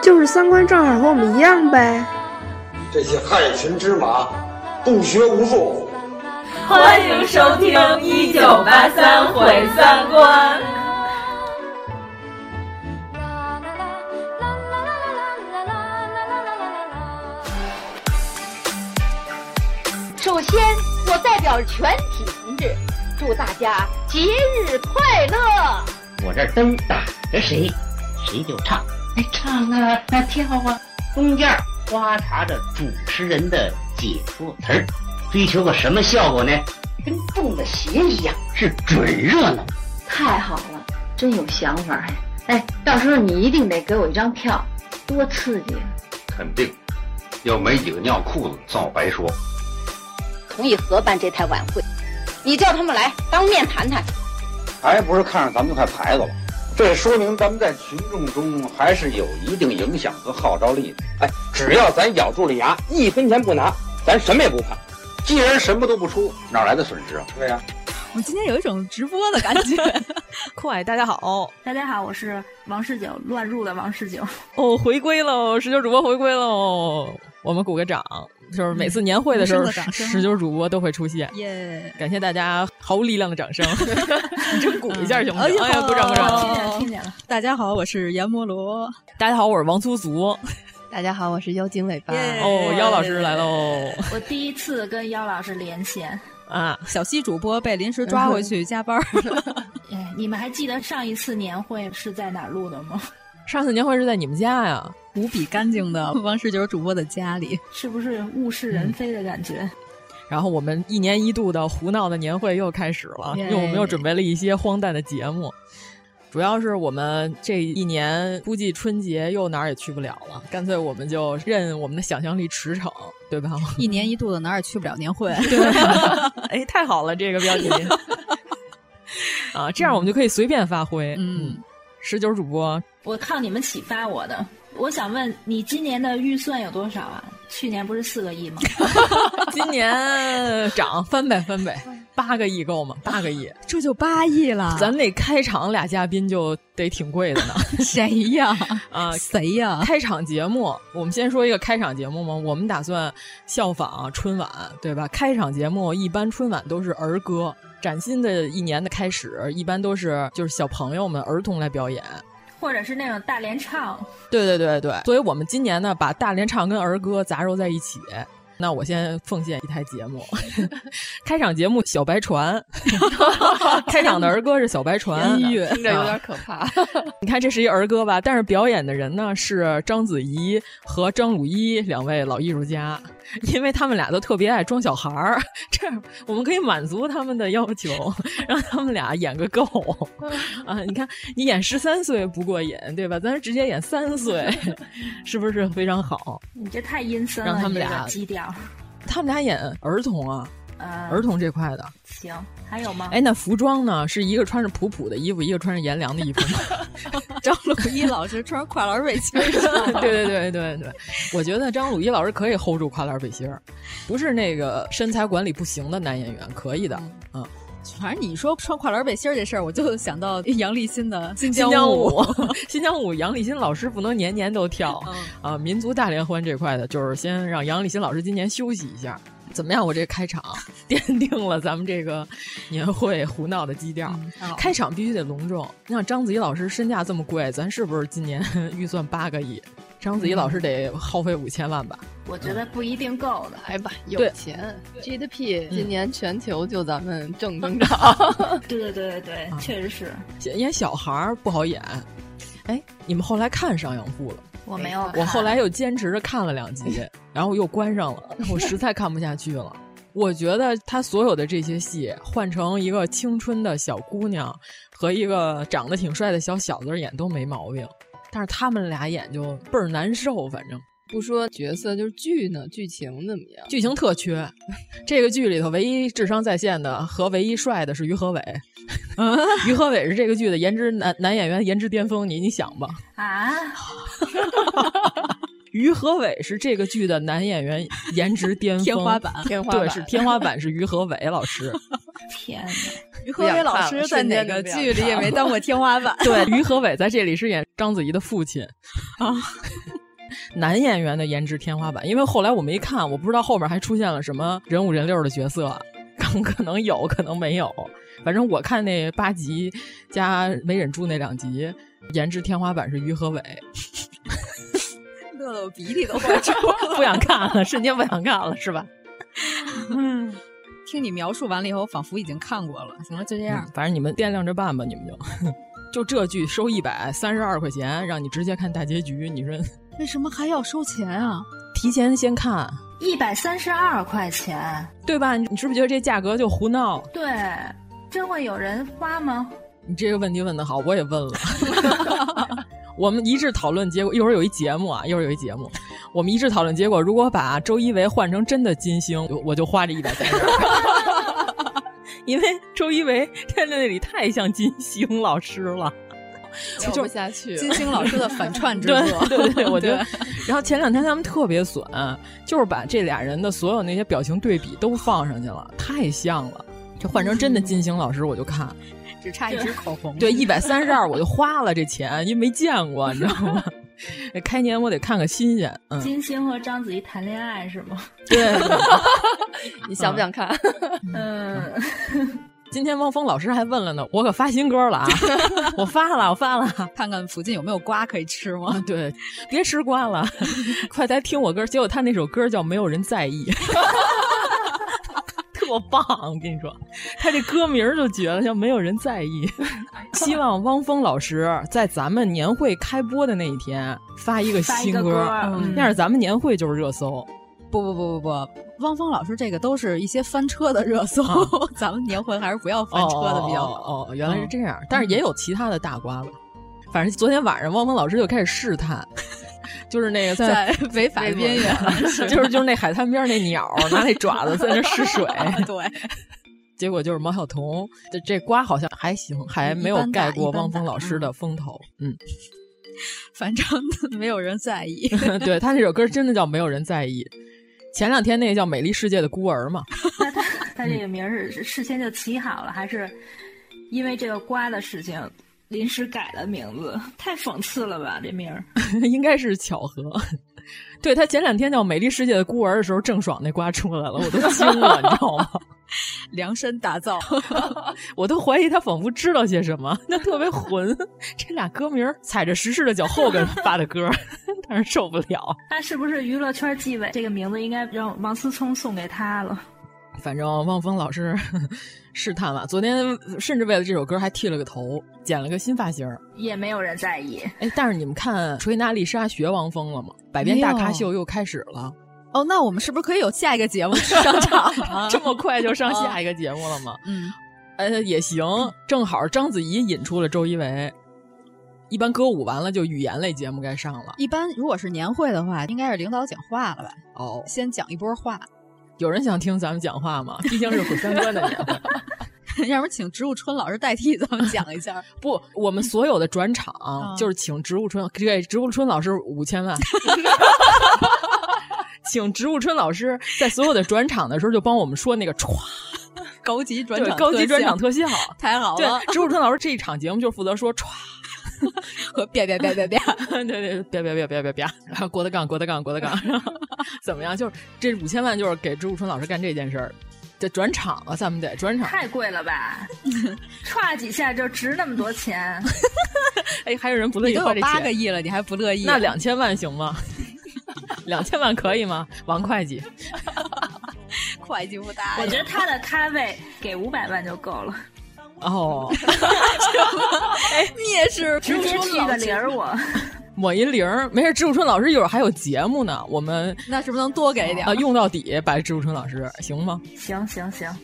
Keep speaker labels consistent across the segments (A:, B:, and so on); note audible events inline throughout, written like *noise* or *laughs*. A: 就是三观正好和我们一样呗。
B: 这些害群之马，不学无术。
C: 欢迎收听《一九八三毁三观》。
D: 首先，我代表全体同志，祝大家节日快乐。
E: 我这灯打着谁，谁就唱，
F: 哎
E: 那唱啊，那跳啊。中间花插着主持人的解说词儿，追求个什么效果呢？跟中了邪一样，是准热闹。
F: 太好了，真有想法呀！哎，到时候你一定得给我一张票，多刺激！啊
G: 肯定，要没几个尿裤子，早白说。
D: 同意合办这台晚会，你叫他们来当面谈谈，
H: 还不是看上咱们这块牌子了？这说明咱们在群众中还是有一定影响和号召力的。
I: 哎，只要咱咬住了牙，一分钱不拿，咱什么也不怕。
H: 既然什么都不出，哪来的损失啊？
I: 对呀、啊，
J: 我今天有一种直播的感觉。 *laughs* 快，大家好，
K: 大家好，我是王世九，乱入的王世九。
J: 哦，回归喽，十九主播回归喽，我们鼓个掌。就是每次年会的时候，十九、嗯、主播都会出现。
K: 耶！
J: 感谢大家毫无力量的掌声，你就鼓一下行不行？哎呀，鼓掌鼓掌！
K: 听见了，哦
L: 哦
K: 听见了。
J: 大家好，我是阎摩罗。大家好，我是王苏苏。
L: 大家好，我是妖精尾巴。
J: 哦，妖老师来喽！
K: 我第一次跟妖老师连线
J: 啊！小西主播被临时抓回去加班了。
K: 哎，你们还记得上一次年会是在哪录的吗？ *laughs*
J: 上次年会是在你们家呀，
L: 无比干净的王十九主播的家里，
K: 是不是物是人非的感觉？嗯、
J: 然后我们一年一度的胡闹的年会又开始了，因为啊我们又准备了一些荒诞的节目。主要是我们这一年估计春节又哪儿也去不了了，干脆我们就任我们的想象力驰骋，对吧？
L: *laughs* 一年一度的哪儿也去不了年会，
J: *laughs* 对，哎，太好了，这个
L: *laughs*
J: 标题啊，这样我们就可以随便发挥，嗯。嗯十九主播，
K: 我靠你们启发我的。我想问你，今年的预算有多少啊？去年不是四个亿吗？ *laughs*
J: 今年涨翻倍翻倍，八个亿够吗？八个亿，
L: 这就八亿了。
J: 咱那开场俩嘉宾就得挺
K: *laughs*
J: 贵的呢。
L: 谁呀？啊，谁呀？
J: 开场节目，我们先说一个开场节目嘛。我们打算效仿春晚，对吧？开场节目一般春晚都是儿歌。崭新的一年的开始，一般都是就是小朋友们、儿童来表演，
K: 或者是那种大连唱。
J: 对对对对，所以我们今年呢，把大连唱跟儿歌杂糅在一起。那我先奉献一台节目， *laughs* 开场节目《小白 *laughs* 船》开场的儿歌是《小白船》，啊
L: 听着有点可怕。
J: 你看这是一儿歌吧，但是表演的人呢是章子怡和张鲁一两位老艺术家。 *laughs* 因为他们俩都特别爱装小孩儿， *laughs* 这样我们可以满足他们的要求， *laughs* 让他们俩演个够 *laughs* 啊！你看，你演十三岁不过瘾，对吧？咱直接演三岁， *laughs* 是不是非常好？
K: 你这太阴森了，
J: 让他们俩
K: 基调。
J: 他们俩演儿童啊，呃、儿童这块的。
K: 行，还有吗？
J: 哎，那服装呢？是一个穿着普普的衣服，一个穿着颜良的衣服。
K: *laughs*
L: 张鲁一老师穿跨栏背心儿，
J: 对对对对对，我觉得张鲁一老师可以 hold 住跨栏背心儿，不是那个身材管理不行的男演员，可以的，嗯。嗯
L: 反正你说穿跨栏背心儿这事儿，我就想到杨立新的
J: 新
L: 疆
J: 舞。 *laughs* 新疆舞，杨立新老师不能年年都跳、嗯、啊。民族大联欢这块的，就是先让杨立新老师今年休息一下。怎么样？我这开 *laughs* 场奠定了咱们这个年会胡闹的基调。嗯、开场必须得隆重。你想章子怡老师身价这么贵，咱是不是今年 *laughs* 预算八个亿？章子怡老师得耗费五千万吧？
K: 我觉得不一定够的。嗯
L: 哎吧，有钱，GDP 今年全球就咱们正增长。
K: *laughs* 对对对对
A: 嗯
K: 对，确实是。
J: 演小孩儿不好演。哎，你们后来看《商鞅赋》了？
K: 我没有，
J: 我后来又坚持着看
K: *laughs*
J: 了两集，然后又关上了，我实在看不下去了。我觉得他所有的这些戏，换成一个青春的小姑娘和一个长得挺帅的小小子演都没毛病。但是他们俩演就倍儿难受，反正。
L: 不说角色，就是剧呢，剧情怎么样？
J: 剧情
L: *laughs*
J: 特缺，这个剧里头唯一智商在线的和唯一帅的是于
L: *laughs*
J: 和伟， *laughs* 于和伟是这个剧的颜值男男演员颜值巅峰，你你想吧，
D: 啊，
J: 于和伟是这个剧的男演员颜值巅峰，
A: 天花板
L: 天花板
J: *laughs* 对，是天花板是于和伟老师，
D: 天哪，
A: *laughs* 于和伟老师在哪个剧里也没当过天花板，
J: *laughs* 对，于和伟在这里是演章子怡的父亲啊。 *laughs* 男演员的颜值天花板，因为后来我没看，我不知道后面还出现了什么人五人六的角色，可可能有可能没有。反正我看那八集加没忍住那两集，颜值天花板是于和伟，
A: 乐得我鼻涕都快出了，
J: *laughs* 不想看了，瞬间不想看了，是吧？
A: 嗯，听你描述完了以后，仿佛已经看过了。行了，就这样，
J: 嗯、反正你们掂量着办吧，你们就 *laughs* 就这剧收一百三十二块钱，让你直接看大结局，你说？
A: 为什么还要收钱啊？
J: 提前先看，
D: 一百三十二块钱，
J: 对吧？你是不是觉得这价格就胡闹？
D: 对，真会有人花吗？
J: 你这个问题问的好，我也问了。 *laughs* 我们一致讨论结果，一会儿有一节目啊，一会儿有一节目，我们一致讨论结果。如果把周一围换成真的金星，我就花这一百三十二，因为周一围站在那里太像金星老师了。
L: 就不下去，
A: 金星老师的反串之作
J: 对对对，我觉得。然后前两天他们特别损，就是把这俩人的所有那些表情对比都放上去了，太像了。这换成真的金星老师，我就看，
A: 只差一支口红。
J: 对，一百三十二我就花了这钱，因为没见过，你知道吗？ *laughs* 开年我得看看新鲜。嗯、
D: 金星和章子怡谈恋爱是吗？
J: 对，
L: 你想不想看？
D: 嗯。嗯
J: 今天汪峰老师还问了呢，我可发新歌
A: *laughs*
J: 了啊！我发了，我发了，
A: 看看附近有没有瓜可以吃吗？
J: 对，别吃瓜
A: *laughs*
J: 了，快来听我歌。结果他那首歌叫《没有人
A: *laughs*
J: 在意》，特棒！我跟你说，他这歌名就绝了，叫《没有人在意》。希望汪峰老师在咱们年会开播的那一天发一个新
D: 歌，
J: 歌
D: 嗯、
J: 那样咱们年会就是热搜。
A: 不不不不不。汪峰老师，这个都是一些翻车的热搜，啊、 *laughs* 咱们年会还是不要翻车的比较好。
J: 嗯哦,哦,哦,哦，原来是这样，嗯、但是也有其他的大瓜吧。反正昨天晚上，汪峰老师就开始试探， *laughs* 就是那个
A: 在 *laughs* 违法边缘，
J: *laughs* 就是就是那海滩边那鸟拿那爪子在那
A: *laughs*
J: 试水，
A: 啊对。
J: 结果就是毛晓彤，这这瓜好像还行，还没有盖过汪峰老师的风头，嗯。 *laughs*
A: 反正 *laughs* 没有人在意，
J: 对他这首歌真的叫没有人在意。前两天那个叫《美丽世界的孤儿》嘛，
D: 那他他这个名儿是事先就起好了，还是因为这个瓜的事情临时改的名字？太讽刺了吧，这名儿
J: 应该是巧合。 *laughs* 对他前两天叫《美丽世界的孤儿》的时候，郑爽那瓜出来了，我都惊了，你知道吗？ *laughs*
A: 量身打造，
J: 我都怀疑他仿佛知道些什么，那特别混。这俩歌名踩着时事的脚后跟发的 *laughs* 歌，但是受不了。
D: 那是不是娱乐圈纪委这个名字应该让王思聪送给他了？
J: 反正汪峰老师 *laughs* 试探了，昨天甚至为了这首歌还剃了个头，剪了个新发型，
D: 也没有人在 *laughs* 意。
J: 哎，但是你们看锤娜丽莎学汪峰了吗？百变大咖秀又开始了。
A: 哦，那我们是不是可以有下一个节目上
J: *laughs*
A: 场？
J: 这么快就上下一个节目了吗？
A: 啊 *laughs* 嗯，
J: 呃，也行，正好章子怡引出了周一围。一般歌舞完了就语言类节目该上了。
A: 一般如果是年会的话，应该是领导讲话了吧？
J: 哦，
A: 先讲一波话。 *laughs*
J: 有人想听咱们讲话吗？毕竟是毁三观的年会。
A: 要不请植物春老师代替咱们讲一下？
J: 不，我们所有的
A: *laughs*
J: 转场
A: 啊
J: 就是请植物春，给植物春老师五千
A: *laughs*
J: 万。请植物春老师在所有的转场的时候，就帮我们说那个歘，
A: 高级转场，
J: 高级转场特效，
A: 太好啊了。
J: 对，植物春老师这一场节目就负责说歘
A: 和啪啪啪啪啪，
J: *laughs* 对对，啪啪啪啪啪啪，然后郭德纲，郭德纲，郭德纲，
A: *laughs*
J: 怎么样？就是这五千万就是给植物春老师干这件事儿。这转场了，咱们得转场，
D: 太贵了 *laughs* 吧？歘几下就值那么多 *laughs* 钱？
J: 哎，还有人不乐意花这
A: 八个亿了，你还不乐意？啊
J: 那两千万行吗？ *laughs* 两千万可以吗？王会计，
A: 会计不答
D: 应。我觉得他的咖位给五百万就够 *laughs* 了。
J: 哦， *laughs*
A: 哎，你也是
D: 直接去个零儿 *laughs* 我。
J: 抹一零儿，没事。植物春老师一会儿还有节目呢，我们
A: 那是不是能多给一点
J: 啊？用到底，把植物春老师行吗？
D: 行行行，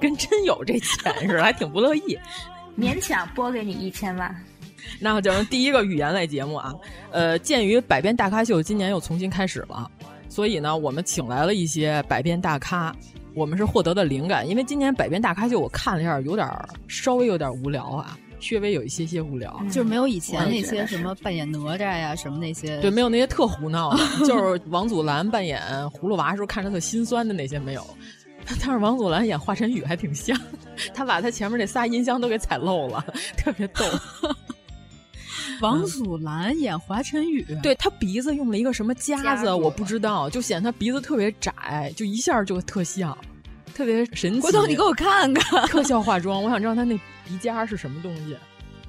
J: 跟真有这钱似的，还挺不乐意。
D: 勉强拨给你一千万，
J: 那就是第一个语言类节目啊。呃，鉴于百变大咖秀今年又重新开始了，所以呢，我们请来了一些百变大咖。我们是获得的灵感，因为今年百变大咖秀我看了一下，有点儿稍微有点无聊啊，略微有一些些无聊，
K: 嗯
A: 就是没有以前
J: 我
A: 那
J: 也觉
A: 些
J: 得
A: 什么扮演哪吒呀，什么那些
J: 对，没有那些特胡闹的，就是王祖蓝扮演葫芦娃时候看着特心酸的那些没有。 *laughs* 但是王祖蓝演华晨宇还挺像，他把他前面那仨音箱都给踩漏了，特别逗。
A: 王祖蓝演华晨宇，
J: 对他鼻子用了一个什么夹
A: 夹
J: 子，
A: 住
J: 我不知道，就显得他鼻子特别窄，就一下就特像，特别神奇。
A: 回头你
J: *laughs*
A: 给我看看
J: 特效化妆，我想知道他那鼻尖儿是什么东西。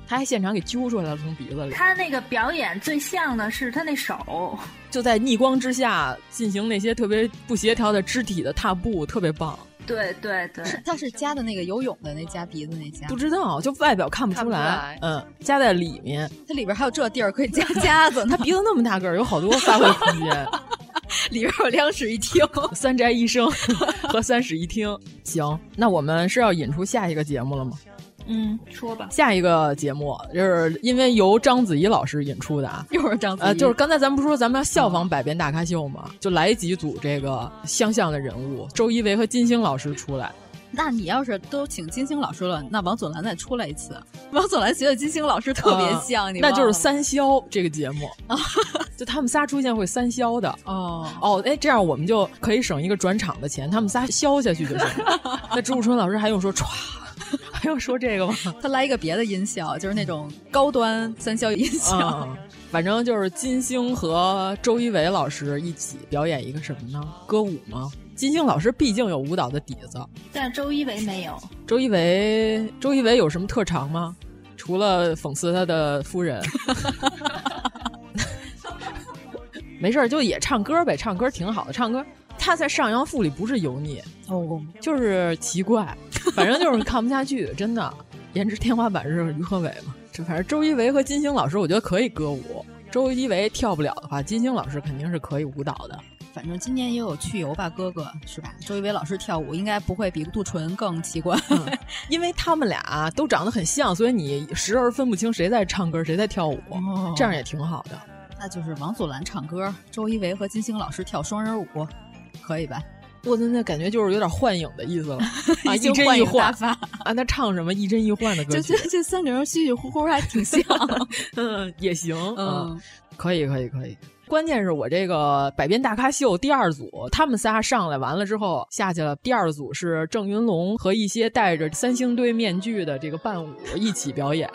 J: 他还现场给揪出来了，从鼻子里。
D: 他那个表演最像的是他那手，
J: 就在逆光之下进行那些特别不协调的肢体的踏步，特别棒。
D: 对对对，
A: 是他是夹的那个游泳的那夹鼻子那夹，
J: 不知道，就外表看不出来，嗯，夹在里面。
A: 它里边还有这地儿可以夹夹 *laughs* 子呢，
J: 他鼻子那么大个儿，有好多发挥空 *laughs* 间。
A: 里边有两室一厅、
J: 三宅一生和三室一厅。行，那我们是要引出下一个节目了吗？
D: 嗯，说吧。
J: 下一个节目就是因为由章子怡老师引出的啊，
A: 一会儿章子怡、
J: 呃，就是刚才咱们不是说咱们要效仿百变大咖秀吗？就来几组这个相像的人物，周一围和金星老师出来。
A: 那你要是都请金星老师了，那王祖蓝再出来一次。 *laughs* 王祖蓝觉得金星老师特别像，
J: 呃
A: 你
J: 那
A: 忘了
J: 就是
A: 吗
J: 三消这个节
A: *laughs*
J: 目，就他们仨出现会三消的。
A: 哦
J: 哦，哎，这样我们就可以省一个转场的钱，他们仨消下去就行
A: *laughs*
J: 了。那朱树春老师还用说歘，还用说这个吗？
A: 哦他来一个别的音效，就是那种高端三消音效。
J: 嗯，反正就是金星和周一围老师一起表演一个什么呢？歌舞吗？金星老师毕竟有舞蹈的底子，
D: 但周一围没有，
J: 周一围，周一围有什么特长吗？除了讽刺他的夫人， *laughs* 没事儿就也唱歌呗，唱歌挺好的，唱歌。他在《上阳赋》里不是油腻，
A: 哦，
J: 就是奇怪，反正就是看不下去，真的。颜值天花板是于和伟嘛？这反正周一围和金星老师，我觉得可以歌舞。周一围跳不了的话，金星老师肯定是可以舞蹈的。
A: 反正今年也有去游吧哥哥是吧？周一围老师跳舞应该不会比杜淳更奇怪。
J: 因为他们俩都长得很像，所以你时而分不清谁在唱歌，谁在跳舞，
K: 哦
A: 哦 *laughs*
J: 这样也挺好的。
A: 那就是王祖蓝唱歌，周一围和金星老师跳双人舞，可
K: *laughs*
A: 以吧？
J: 我的那感觉就是有点幻影的
A: *laughs*
J: 意思了，啊，
A: 已经
J: 一真
A: 幻
J: 一
A: 影大
J: 幻啊，那唱什么一真一幻的歌
A: 就
J: 曲
A: 这，这三个人稀稀乎乎还挺像。
J: *laughs* 嗯，也行，
A: 嗯，
J: 可以，可以，可以。关键是我这个百变大咖秀第二组，他们仨上来完了之后下去了。第二组是郑云龙和一些戴着三星堆面具的这个伴舞一起表演。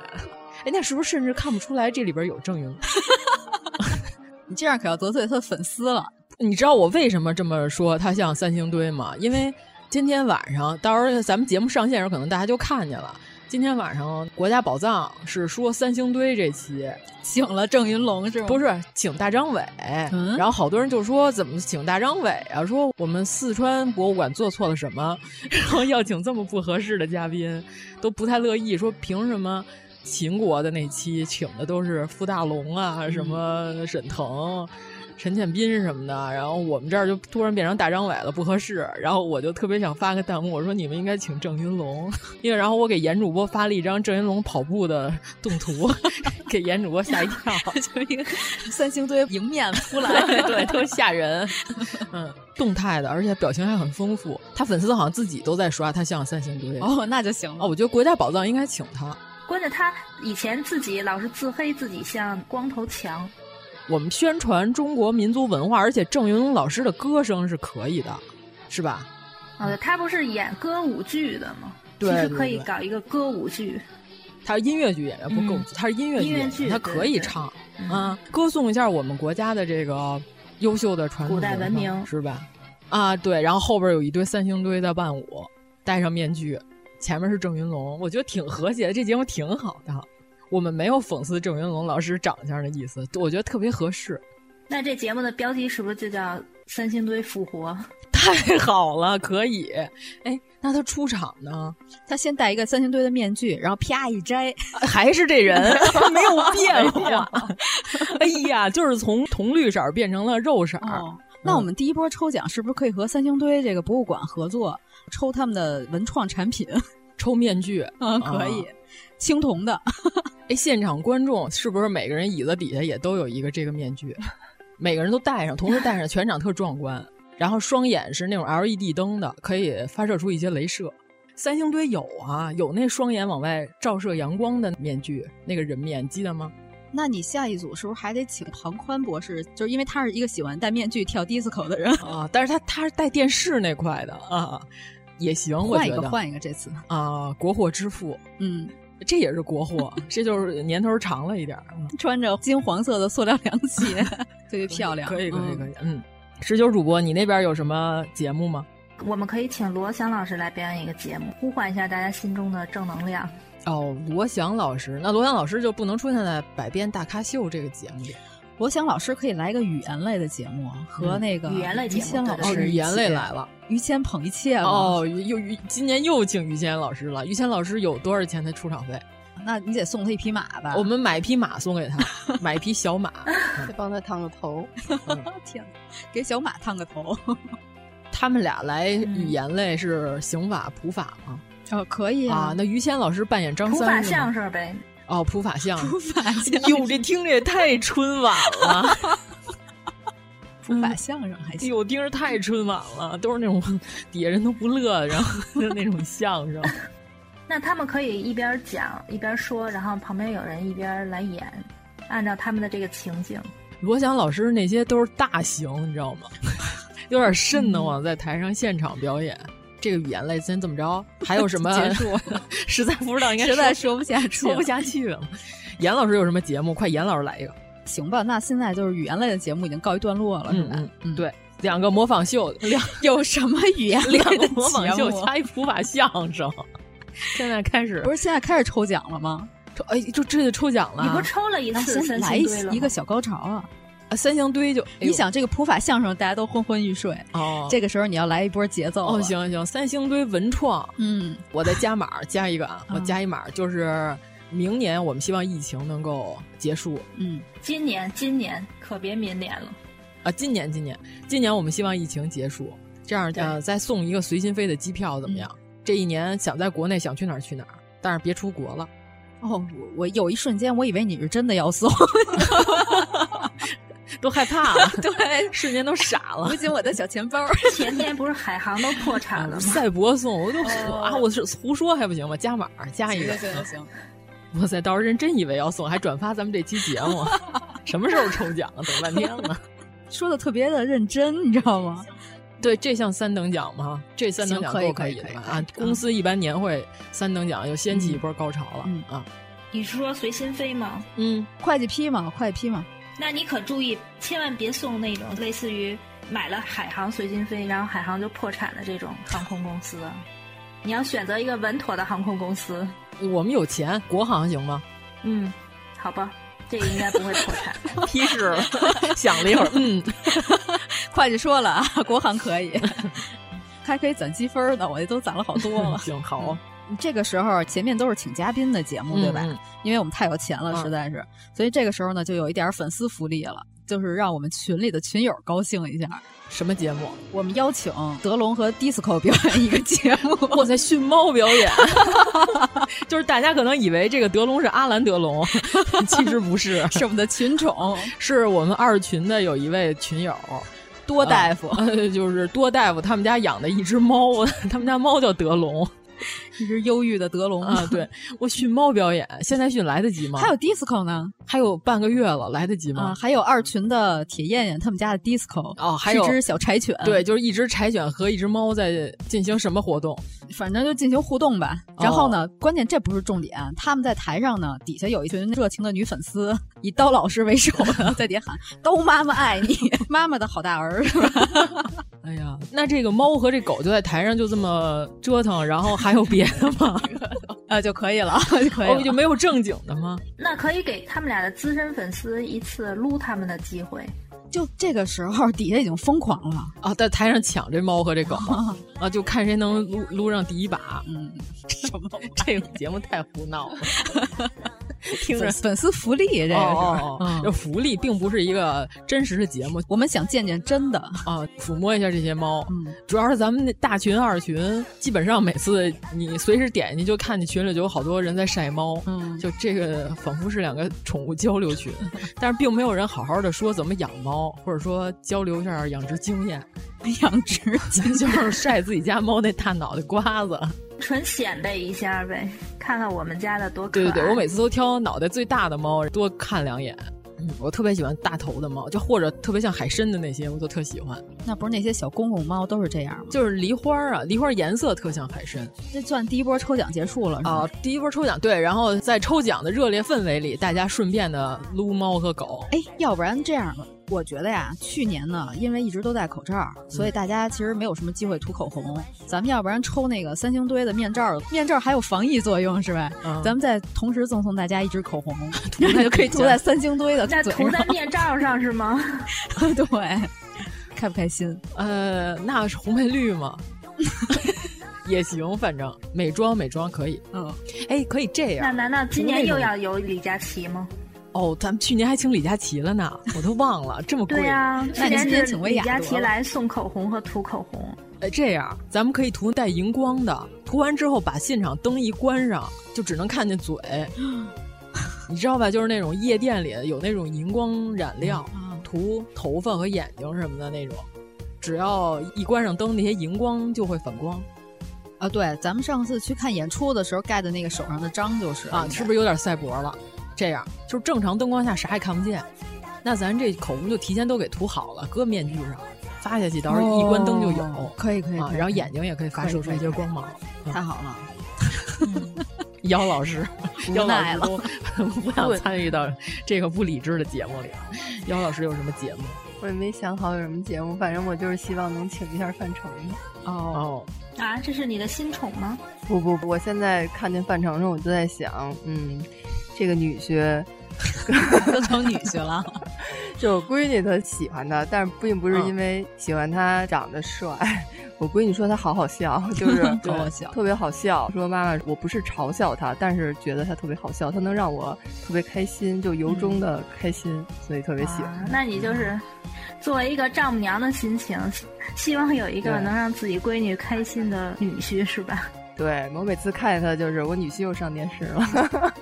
J: 哎，那是不是甚至看不出来这里边有郑云龙？ *laughs*
A: *laughs* 你这样可要得罪他的粉丝了。
J: 你知道我为什么这么说它像三星堆吗？因为今天晚上，到时候咱们节目上线的时候，可能大家就看见了。今天晚上国家宝藏是说三星堆这期，
A: 请了郑云龙是吗？嗯
J: 不是请大张伟，然后好多人就说怎么请大张伟啊？说我们四川博物馆做错了什么， *laughs* 然后要请这么不合适的嘉宾，都不太乐意。说凭什么秦国的那期请的都是傅大龙啊，
A: 嗯
J: 什么沈腾、陈建斌什么的，然后我们这儿就突然变成大张伟了，不合适。然后我就特别想发个弹幕，我说你们应该请郑云龙，因为然后我给严主播发了一张郑云龙跑步的动图， *laughs* 给严主播吓一跳，，
A: *laughs* 就是一个三星堆迎面扑来 *laughs*
J: 对，特吓人。嗯，动态的，而且表情还很丰富。他粉丝好像自己都在刷他像三星堆
A: 哦，那就行了。
J: 哦，我觉得国家宝藏应该请他。
D: 关键他以前自己老是自黑自己像光头强，
J: 我们宣传中国民族文化，而且郑云龙老师的歌声是可以的，是吧？
D: 呃，他不是演歌舞剧的吗？
J: 对
D: 其实可以
J: 对对
D: 搞一个歌舞剧。
J: 他是音乐剧演员，不是歌舞剧，他是音乐剧演员，
D: 嗯音乐剧
J: 他可以
D: 对对嗯
J: 唱啊，歌颂一下我们国家的这个优秀的传统
D: 古代文
J: 化
D: 明
J: 是吧？啊，对，然后后边有一堆三星堆在伴舞，戴上面具，前面是郑云龙，我觉得挺和谐的，这节目挺好的。我们没有讽刺郑云龙老师长相的意思，我觉得特别合适，
D: 那这节目的标题是不是就叫《三星堆复活》？
J: 太好了，可以。哎，那他出场呢？
A: 他先戴一个三星堆的面具，然后啪一摘，
J: 还是这 *laughs* 人没有变化。哎呀，就是从铜绿色儿变成了肉色儿。
A: 那我
K: 嗯
A: 们第一波抽奖是不是可以和三星堆这个博物馆合作，抽他们的文创产品？
J: 抽面具，
A: 嗯，可以。
K: 青铜
A: *laughs*
K: 的。
J: 哎，现场观众是不是每个人椅子底下也都有一个这个面具？ *laughs* 每个人都戴上，同时戴上，全场特壮观。然后双眼是那种 LED 灯的，可以发射出一些镭射。三星堆有啊，有那双眼往外照射阳光的面具，那个人面记得吗？
K: 那你下一组是不是还得请庞宽博士？就是因为他是一个喜欢戴面具跳 disco 的人
J: 啊，但是他他是戴电视那块的啊，也行，我
K: 换一
J: 觉
K: 个
J: 得
K: 换一个这次
J: 啊，国货之父，
K: 嗯，
J: 这也是国货，这就是年头长了一点儿，嗯
K: 穿着金黄色的塑料凉鞋，特别漂亮。
J: 可以可以
K: 嗯
J: 可以，嗯，十九主播，你那边有什么节目吗？
D: 我们可以请罗翔老师来表演一个节目，呼唤一下大家心中的正能量。
J: 哦，罗翔老师，那罗翔老师就不能出现在《百变大咖秀》这个节目里。
K: 我想老师可以来一个语言类的节目，啊和那个
D: 语言类节目
K: 于谦
D: 对
K: 老
D: 对
K: 师
J: 对
K: 一起
J: 嗯哦语言类来了，
K: 于谦捧一 *laughs* 切嘛。
J: 哦，又于今年又请于谦老师了。于谦老师有多少钱的出场费？
K: 那你得送他一匹马吧？
J: 我们买匹马送给他，买匹小
K: *laughs*
J: 马。
M: 再帮他烫个头。
K: 天哪，给小马烫个头。
J: 他们俩来
K: 嗯
J: 语言类是刑法普法吗？
K: 哦，可以
J: 啊，那于谦老师扮演张
D: 普
J: 三
D: 法
J: 是吗
D: 相声呗，
J: 哦，普法相声。 *laughs*
K: 法
J: 哟，这听着也太春晚 *laughs* 了。
K: 普法相声还行。
J: 哟，听着太春晚了，都是那种底下人都不乐，然 *laughs* 后那种相声。
D: 那他们可以一边讲一边说，然后旁边有人一边来演，按照他们的这个情景。
J: 罗翔老师那些都是大型，你知道吗？有点瘆得慌，在台上现场表演。这个语言类先这么着，还有什么
K: 结束？
J: 实在不知道应该
K: 实在说不下去
J: 说
K: 了
J: 不下去了。严老师有什么节目？快，严老师来一个。
K: 行吧，那现在就是语言类的节目已经告一段落了，是
J: 嗯
K: 吧？
J: 嗯嗯，对，两个模仿秀，两 *laughs*
K: 有什么语言类
J: 两
K: 的
J: 个
K: 节
J: 模仿
D: 啊
J: 秀
K: 目？
J: 加一普法相声。现在开始
K: 不是现在开始抽奖了吗？
J: 抽哎，就这就抽奖了。
D: 你不是抽了一
K: 啊那
D: 次
K: 先
D: 三
K: 来
D: 星堆了
K: 一
D: 吗
K: 一个小高潮啊！
J: 啊三星堆就，哎呦
K: 你想这个普法相声，大家都昏昏欲睡，
J: 哦，
K: 这个时候你要来一波节奏
J: 哦
K: 了，
J: 行行，三星堆文创，
K: 嗯，
J: 我再加码儿加一个啊，我加一码儿就是明年我们希望疫情能够结束
K: 嗯，
D: 今年今年可别明年
K: *laughs*
D: 了，
J: 啊，今年今年今年我们希望疫情结束，这样呃再送一个随心飞的机票怎么样？这一年想在国内想去哪儿去哪儿，但是别出国了。
K: 哦，我我有一瞬间我以为你是真的要送，，
J: 都害怕了
K: 对，
J: *laughs* 瞬间都傻了
K: 捂。紧我的小钱包。
D: 前天不是海航都破
K: *laughs*
D: 产了吗？
J: 赛博送我都啊，我是胡说还不行吗？加码儿加一个，
K: 哦行行行，
J: 哇塞，到时候人真以为要送，还转发咱们这期节
K: *laughs*
J: 目，什么时候抽奖啊？等半天了。
K: 说的特别的认真，你知道吗？
J: 对，这项三等奖嘛，这三等奖
K: 行可以
J: 够以
K: 可以
J: 了吧
K: 可以
J: 啊
K: 嗯！
J: 公司一般年会三等奖又掀起一波高潮了
K: 嗯
J: 啊！
D: 你是说随心飞吗？
J: 嗯，
K: 会计批嘛，会计批嘛，
D: 那你可注意，千万别送那种类似于买了海航随心飞，然后海航就破产的这种航空公司。你要选择一个稳妥的航空公司。
J: 我们有钱，国航行吗？
D: 嗯，好吧，这个应该不会破产。
J: 批示了，
K: *laughs*
J: 想了一会儿，嗯，
K: 会计说了啊，国航可以，还可以攒积分呢，我这都攒了好多
J: *laughs*
K: 了。嗯
J: 行好，
K: 这个时候前面都是请嘉宾的节目，对吧？
J: 嗯嗯
K: 因为我们太有钱了，
J: 嗯
K: 实在是，所以这个时候呢，就有一点粉丝福利了，就是让我们群里的群友高兴一下。
J: 什么节目？
K: 我们邀请德龙和 disco 表演一个节目，
J: 我在训猫表演， *laughs* 就是大家可能以为这个德龙是阿兰德龙， *laughs* 其实不是，
K: 是我们的群
J: *laughs*
K: 宠
J: 是我们二群的有一位群友。
K: 多大夫，
J: 呃， *laughs* 就是多大夫他们家养的一只猫， *laughs* 他们家猫叫德龙
K: *laughs* 一只忧郁的德龙
J: 啊。对，我训猫表演，现在训来得及吗？
K: 还有 disco 呢，
J: 还有半个月了，来得及
K: 啊，
J: 吗？
K: 还有二群的铁燕燕他们家的 disco
J: 哦还
K: 是
J: 有
K: 一只嗯小柴犬，
J: 对，，就是一只柴犬和一只猫在进行什么活动？
K: 反正就进行互动吧。然后
J: 哦
K: 呢，关键这不是重点，啊他们在台上呢，底下有一群热情的女粉丝，以刀老师为首的在底下喊“刀妈妈爱你， *laughs* 妈妈的好大儿”，是吧？
J: 哎呀，
K: 嗯
J: 那这个猫和这狗就在台上就这么折腾，然后还有别的
K: *laughs*
J: 吗？
K: 啊，就可以了， *laughs* 就可以
J: 哦，
K: 了。
J: 就没有正经的吗？
D: 那可以给他们俩的资深粉丝一次撸他们的机会。
K: 就这个时候，底下已经疯狂了。
J: 啊，在台上抢这猫和这
K: *laughs*
J: 狗啊，就看谁能撸撸上第一把。
K: 嗯，什么？ *laughs*
J: 这个节目太胡闹了。听着
K: 粉粉丝福利，这个是、嗯
J: 哦哦这福利，并不是一个真实的节目。
K: 我们想见见真的嗯
J: 啊，抚摸一下这些猫。主要是咱们那大群、二群，基本上每次你随时点进去就看见群里就有好多人在晒猫，
K: 嗯，
J: 就这个仿佛是两个宠物交
K: *laughs*
J: 流群，但是并没有人好好的说怎么养猫，或者说交流一下养殖经验。
K: 养殖
J: 就是晒自己家猫那大脑袋瓜子。
D: 纯显摆一下呗，看看我们家的多可
J: *laughs* 对
D: 爱。
J: 对对，我每次都挑脑袋最大的猫，多看两眼。嗯，我特别喜欢大头的猫，就或者特别像海参的那些，我都特喜欢。
K: 那不是那些小公公猫都是这样吗？
J: 就是梨花啊，梨花颜色特像海参
K: 这算第一波抽奖结束了是吗
J: 啊、第一波抽奖对，然后在抽奖的热烈氛围里，大家顺便的撸猫和狗。
K: 哎，要不然这样吧，我觉得呀，去年呢，因为一直都戴口罩，所以
J: 嗯
K: 大家其实没有什么机会涂口红。咱们要不然抽那个三星堆的面罩，面罩还有防疫作用是吧？
J: 嗯
K: 咱们再同时赠送大家一支口
J: *laughs*
K: 红，然后就可以涂在三星堆的
D: 那
K: 嘴
D: 涂在
K: 上。
D: 面罩上是吗？
K: 对，开不开心？
J: 呃，那是红配绿吗？ *laughs* 也行，反正美妆美妆可以。
K: 嗯，
J: 哎，可以这
D: 那
A: 啊
J: 样。
D: 难道今年
J: 涂那
D: 又
J: 种
D: 要有李佳琦吗？
J: 哦，咱们去年还请李佳琦了呢，我都忘了，这么贵。
D: 对呀、
J: 那你
D: 去年
J: 今天
D: 是
J: 请薇
D: 李
J: 娅
D: 佳
J: 得
D: 琦
J: 了
D: 来送口红和涂口红。
J: 哎，这样咱们可以涂带荧光的，涂完之后把现场灯一关上，就只能看见嘴，
K: 啊
J: 你知道吧？就是那种夜店里有那种荧光染
K: 嗯
J: 料，
K: 啊
J: 涂头发和眼睛什么的那种，只要一关上灯，那些荧光就会反光
K: 啊，对，咱们上次去看演出的时候盖的那个手上的章就是
J: 啊，是不是有点赛博了？这样就是正常灯光下啥也看不见，那咱这口红就提前都给涂好了，搁面具上发下去，到时候一关灯就有，
K: 哦可以可以
J: 啊
K: 可以
J: 然后眼睛也可以发
K: 可以
J: 射出
K: 可
J: 一
K: 以
J: 些光芒。
K: 太好了，
J: 姚老师，
K: 无
J: 姚老
K: 奈
J: 师
K: 了
J: 都不想参与到这个不理智的节目里了。姚老师有什么节目？
A: 我也没想好有什么节目，反正我就是希望能请一下范丞丞。
J: 哦，
D: 啊，这是你的新宠吗？
A: 不不不，我现在看见范丞丞，我就在想，嗯，这个女婿
K: *laughs* 都成女婿了，
A: 就我闺女她喜欢他，但是并不是
K: 嗯
A: 因为喜欢他长得帅。 *laughs* 我闺女说他好好笑， *laughs* 就是
K: 好好笑
A: 特别好笑。说妈妈，我不是嘲笑他，但是觉得他特别好笑，他能让我特别开心，就由衷的开心，所以特别喜欢。
D: 啊那你就是作为一个丈母娘的心情，希望有一个
A: 对
D: 能让自己闺女开心的女婿，是吧？
J: *laughs*
A: 对我每次看见他，就是我女婿又上电视了。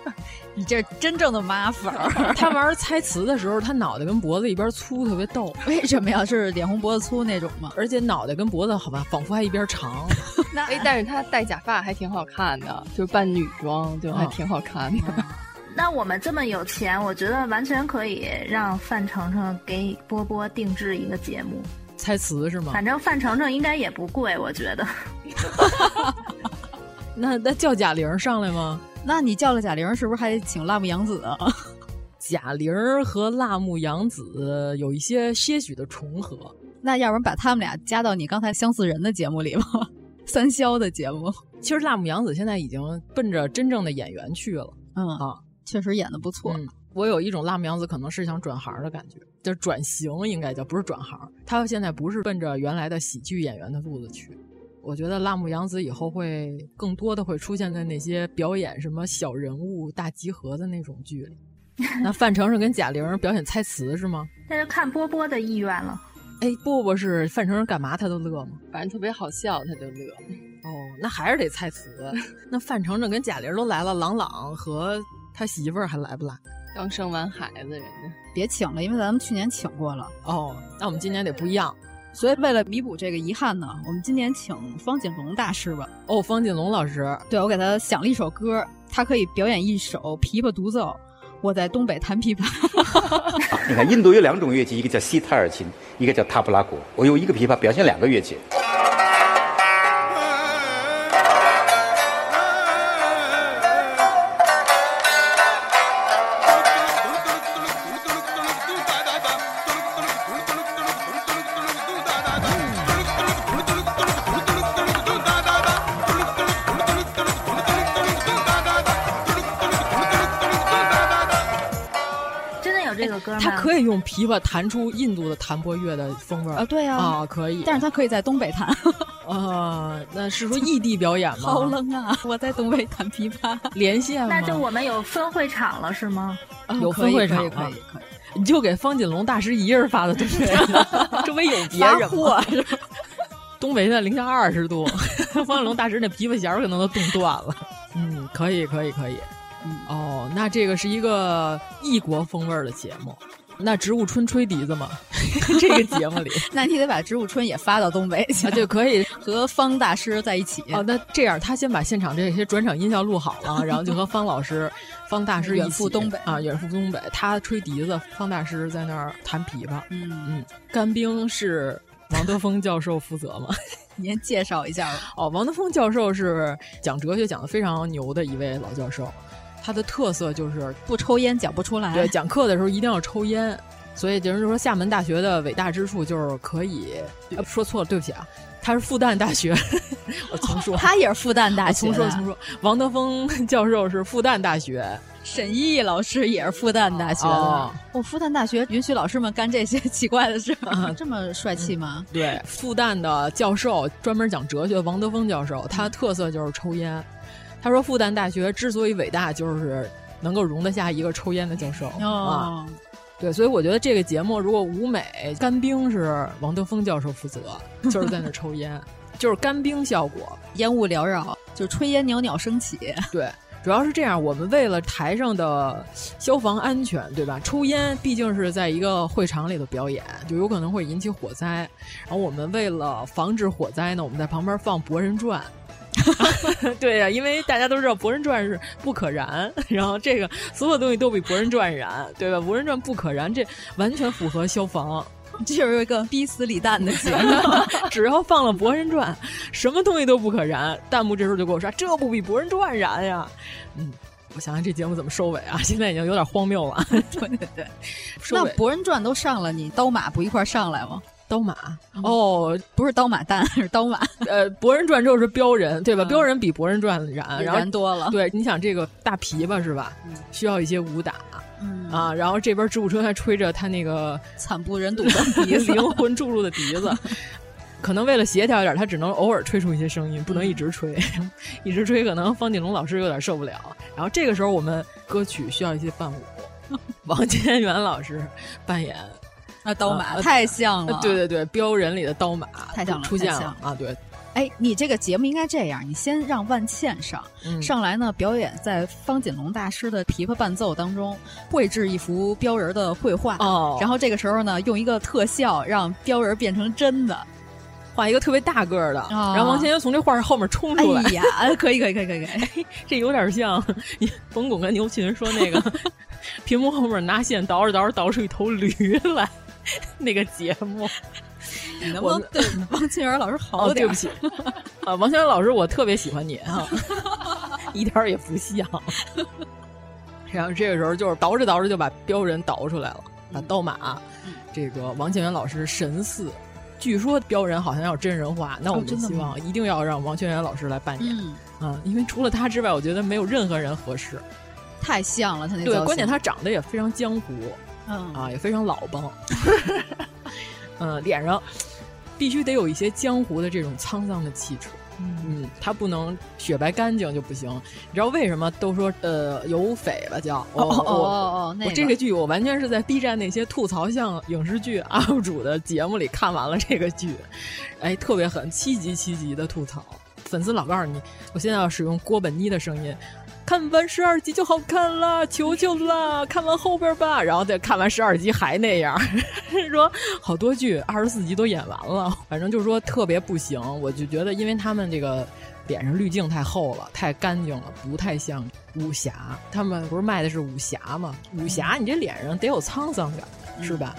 K: 你这是真正的妈粉
J: *laughs*
K: 儿。
J: *laughs* 他玩猜词的时候，他脑袋跟脖子一边粗，特别逗，
K: 为什么呀？是脸红脖子粗那种吗？
J: 而且脑袋跟脖子好吧，仿佛还一边长。
A: 那哎，但是他戴假发还挺好看的，就是扮女装，就还挺好看 *laughs* 的。
D: 那我们这么有钱，我觉得完全可以让范丞丞给波波定制一个节目。
J: 猜词是吗？
D: 反正范丞丞应该也不贵，我觉得。
J: 那那叫贾玲上来吗？
K: 那你叫了贾玲，是不是还得请辣目洋子？啊
J: *laughs* 贾玲和辣目洋子有一些些许的重合。
K: 那要不然把他们俩加到你刚才相似人的节目里吧， *laughs* 三消的节目。
J: 其实辣目洋子现在已经奔着真正的演员去了。
K: 嗯
J: 啊，
K: 确实演的不错。
J: 嗯，我有一种辣目洋子可能是想转行的感觉，就是转型应该叫不是转行，她现在不是奔着原来的喜剧演员的路子去。我觉得辣目洋子以后会更多的会出现在那些表演什么小人物大集合的那种剧里。那范丞丞跟贾玲表演猜词是吗？
D: 那就看波波的意愿了。
J: 哎，波波是范丞丞干嘛他都乐吗？
A: 反正特别好笑，他就乐。
J: 哦，那还是得猜词。那范丞丞跟贾玲都来了，郎朗和他媳妇儿还来不来？
A: 刚生完孩子，人家
K: 别请了，因为咱们去年请过了，
J: 哦，那我们今年得不一样。
K: 所以为了弥补这个遗憾呢，我们今年请方景龙大师吧。
J: 哦，方锦龙老师，
K: 对我给他想了一首歌，他可以表演一首琵琶独奏。我在东北弹琵琶，
A: *laughs*
E: 啊你看，印度有两种乐器， *laughs* 一个叫西塔尔琴，一个叫塔布拉鼓。我用一个琵琶表现两个乐器。
D: 真的有这个歌吗？
J: 他可以用琵琶弹出印度的弹拨乐的风味儿
A: 啊，对 *laughs* 呀、
J: 啊，可以。
A: 但是他可以在东北 *laughs* 弹。
J: 啊，那是说异地表演吗？
A: 好冷啊！我在东北弹琵琶， *laughs*
J: 连线啊
D: 那就我们有分会场了是吗？
A: 哦、
J: 有分会场
A: 可以可以可以。
J: 你就给方锦龙大师一人发的东北的， *laughs* 周围有别人 *laughs*
A: 吗？
J: 东北现在零下二十度，方锦龙大师那琵琶弦可能都冻断了。嗯，可以可以可以。嗯、哦，那这个是一个异国风味的节目。那植物春吹笛子吗？ *laughs* 这个节目里，
A: 那你得把植物春也发到东北 *laughs* 去，
J: 就可以
A: 和方大师在一起。
J: *laughs* 哦，那这样他先把现场这些转场音效录好了，然后就和方老师、方大师
A: 远赴东北
J: 啊，远赴东北。他吹笛子，方大师在那儿弹琵琶。
A: 嗯
J: 嗯，干冰是王德峰教授负责吗？ *laughs*
A: 您介绍一下吧。
J: 哦，王德峰教授是讲哲学讲的非常牛的一位老教授。它的特色就是
A: 不抽烟讲不出来。
J: 对，讲课的时候一定要抽烟，所以就是说厦门大学的伟大之处就是可以，呃、说错了，对不起啊，它是复旦大学， *laughs* 我重说，
A: 他、哦、也是复旦大学，
J: 重说重说，王德峰教授是复旦大学。
A: 沈毅老师也是复旦大学的，
J: 哦，
A: 哦复旦大学允许老师们干这些奇怪的事，嗯、 *laughs* 这么帅气吗、
J: 嗯？对，复旦的教授专门讲哲学，王德峰教授，他的特色就是抽烟。他说：“复旦大学之所以伟大，就是能够容得下一个抽烟的教授、
A: 哦、
J: 啊。对，所以我觉得这个节目，如果舞美干冰是王德峰教授负责，就是在那抽烟，就是干冰效果，
A: 烟雾缭绕，就炊烟袅袅升起。 *laughs*
J: 对，主要是这样。我们为了台上的消防安全，对吧？抽烟毕竟是在一个会场里头表演，就有可能会引起火灾。然后我们为了防止火灾呢，我们在旁边放《博人传》。”对呀、啊，因为大家都知道《博人传》是不可燃，然后这个所有东西都比《博人传》燃，对吧？《博人传》不可燃，这完全符合消防。
A: 这就是一个逼死李诞的节目，
J: *laughs* 只要放了《博人传》，什么东西都不可燃。弹幕这时候就跟我说：“这不比《博人传》燃呀！”嗯，我想想这节目怎么收尾啊？现在已经有点荒谬了。 *laughs*
A: 对对对，那《博人传》都上了，你刀马不一块上来吗？
J: 刀马哦，
A: 不是刀马旦，是刀马。
J: 呃，《博人传》之后是标人，对吧？嗯、标人比《博人传》燃，然后
A: 燃多了。
J: 对，你想这个大琵琶是吧？嗯、需要一些武打、
A: 嗯、
J: 啊。然后这边植物春还吹着他那个
A: 惨不忍睹 *laughs* 的笛子，
J: 灵魂注入的笛子。可能为了协调一点，他只能偶尔吹出一些声音，不能一直吹，
A: 嗯
J: *laughs* 一直吹可能方锦龙老师有点受不了。然后这个时候我们歌曲需要一些伴舞，王千源老师扮演。
A: 啊，刀马、啊、太像了、啊！
J: 对对对，标人里的刀马
A: 太像了，
J: 出现
A: 了
J: 啊！对，
A: 哎，你这个节目应该这样，你先让万茜上、
J: 嗯、
A: 上来呢，表演在方锦龙大师的琵琶伴奏当中绘制一幅标人的绘画，
J: 哦，
A: 然后这个时候呢，用一个特效让标人变成真
J: *laughs*
A: 的。
J: 画一个特别大个儿的，
A: 哦、
J: 然后王千源从这画后面冲出来。
A: 哎呀，可以可以可以可以，
J: *laughs* 哎、这有点像冯巩跟牛群说那个屏幕后面拿线倒着倒着倒出一头驴来。那个节目，
A: 你能不能对王千源老师好
J: 点、哦？对不起啊，王千源老师，我特别喜欢你啊， *laughs* 一点也不像。然后这个时候就是倒着倒着就把标人倒出来了，把刀马。
A: 嗯、
J: 这个王千源老师神似，据说标人好像要真人化，
A: 哦
J: 那我们希望一定要让王千源老师来扮演、
A: 嗯、
J: 啊，因为除了他之外，我觉得没有任何人合适。
A: 太像了，他那
J: 对，关键他长得也非常江湖。
A: 嗯
J: 啊，也非常老帮， *laughs* 嗯，脸上必须得有一些江湖的这种沧桑的气质，
A: 嗯，
J: 他不能雪白干净就不行。你知道为什么都说呃有匪了叫？
A: 哦哦
J: 哦
A: 哦，
J: 我这个剧我完全是在 B 站那些吐槽向影视剧 *laughs* UP 主的节目里看完了这个剧，哎，特别狠，七集七集的吐槽，粉丝老告诉你，我现在要使用郭本妮的声音。看完十二集就好看啦，求求啦！看完后边吧，然后再看完十二集还那样， *laughs* 说好多剧二十四集都演完了，反正就是说特别不行。我就觉得，因为他们这个脸上滤镜太厚了，太干净了，不太像武侠。他们不是卖的是武侠吗？武侠你这脸上得有沧桑感，
A: 嗯
J: 是吧？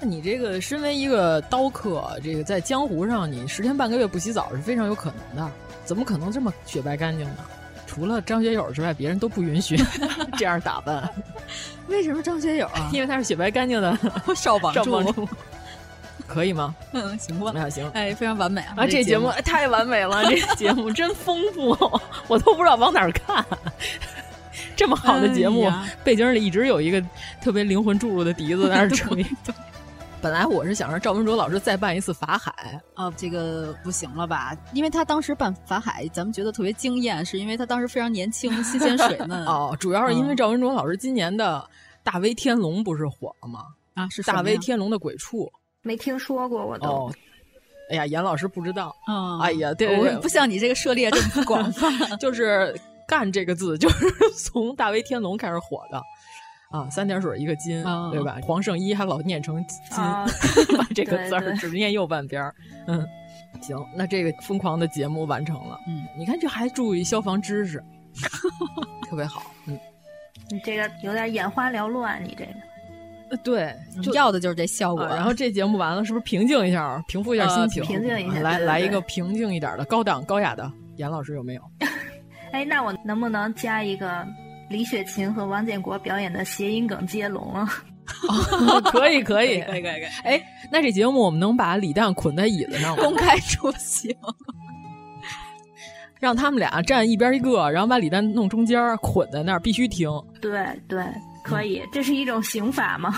J: 那你这个身为一个刀客，这个在江湖上你十天半个月不洗澡是非常有可能的，怎么可能这么雪白干净呢？除了张学友之外，别人都不允许 *laughs* 这样打扮。
A: *laughs* 为什么张学友啊？
J: *laughs* 因为他是雪白干净的 *laughs*
A: 少绑
J: 柱，可以吗？
A: 嗯， *laughs* 行吧，
J: 那行，
A: 哎，非常完美啊！
J: 啊，这
A: 节
J: 目太 *laughs* 完美了，这节目真丰富，我都不知道往哪儿看。这么么好的节目，
A: 哎呀
J: 背景里一直有一个特别灵魂注入的笛子在那儿吹。 *laughs* 本来我是想让赵文卓老师再办一次法海，。
A: 啊，这个不行了吧？因为他当时办法海，咱们觉得特别惊艳，是因为他当时非常年轻，新鲜水嫩
J: *laughs* 哦，主要是因为赵文卓老师今年的《大威天龙》不是火了吗？
A: 啊，是
J: 《大威
A: 威
J: 天龙》的鬼畜。
D: 没听说过，我都。
J: 哦，哎呀，严老师不知道。
A: 啊，
J: 哎呀，对
A: 我
J: 对对，
A: 不像你这个涉猎这么广
J: *laughs*
A: 泛。
J: 就是“干”这个字，就是 *laughs* 从《大威天龙》开始火的。啊，三点水一个金，
A: 啊
J: 对吧？黄圣依还老念成金，
D: 啊
J: *laughs* 把这个字
D: 对
J: 儿
D: 对
J: 只念右半边儿。嗯，行，那这个疯狂的节目完成了。
A: 嗯，
J: 你看这还注意消防知识，特别好。嗯，
D: 你这个有点眼花缭乱，你这个。
J: 呃对，就
A: 要的就是这效果。
J: 啊然后这节目完了，是不是平静一下儿，平复一下
D: 呃
J: 心情，
D: 平静一下
J: 啊来
D: 对对
J: 来一
D: 对
J: 个平静一点儿的高档高雅的。严老师有没有？
D: 哎，那我能不能加一个李雪琴和王建国表演的谐音梗接龙啊？ *laughs*
J: 可以可以
A: 可以可以可以，
J: 哎，那这节目我们能把李诞捆在椅子上吗？
A: 公开出
J: *laughs*
A: 行。
J: 让他们俩站一边一个，然后把李诞弄中间儿，捆在那儿，必须听。
D: 对对，可以，这是一种刑法吗？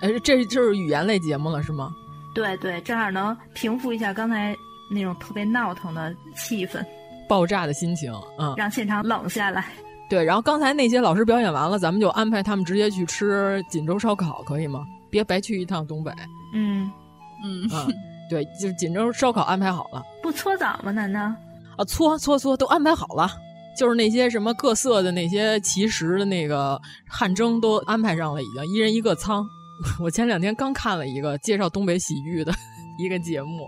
J: 哎，这就是语言类节目了，是吗？
D: 对对，正好能平复一下刚才那种特别闹腾的气氛，
J: 爆炸的心情，嗯，
D: 让现场冷下来。
J: 对。然后刚才那些老师表演完了，咱们就安排他们直接去吃锦州烧烤，可以吗？别白去一趟东北。
D: 嗯，
A: 嗯
J: 嗯，对，就是锦州烧烤安排好了
D: 不搓澡吗？难道？
J: 啊，搓搓搓都安排好了，就是那些什么各色的那些奇石的那个汗蒸都安排上了，已经一人一个仓。 *laughs* 我前两天刚看了一个介绍东北洗浴的 *laughs* 一个节目，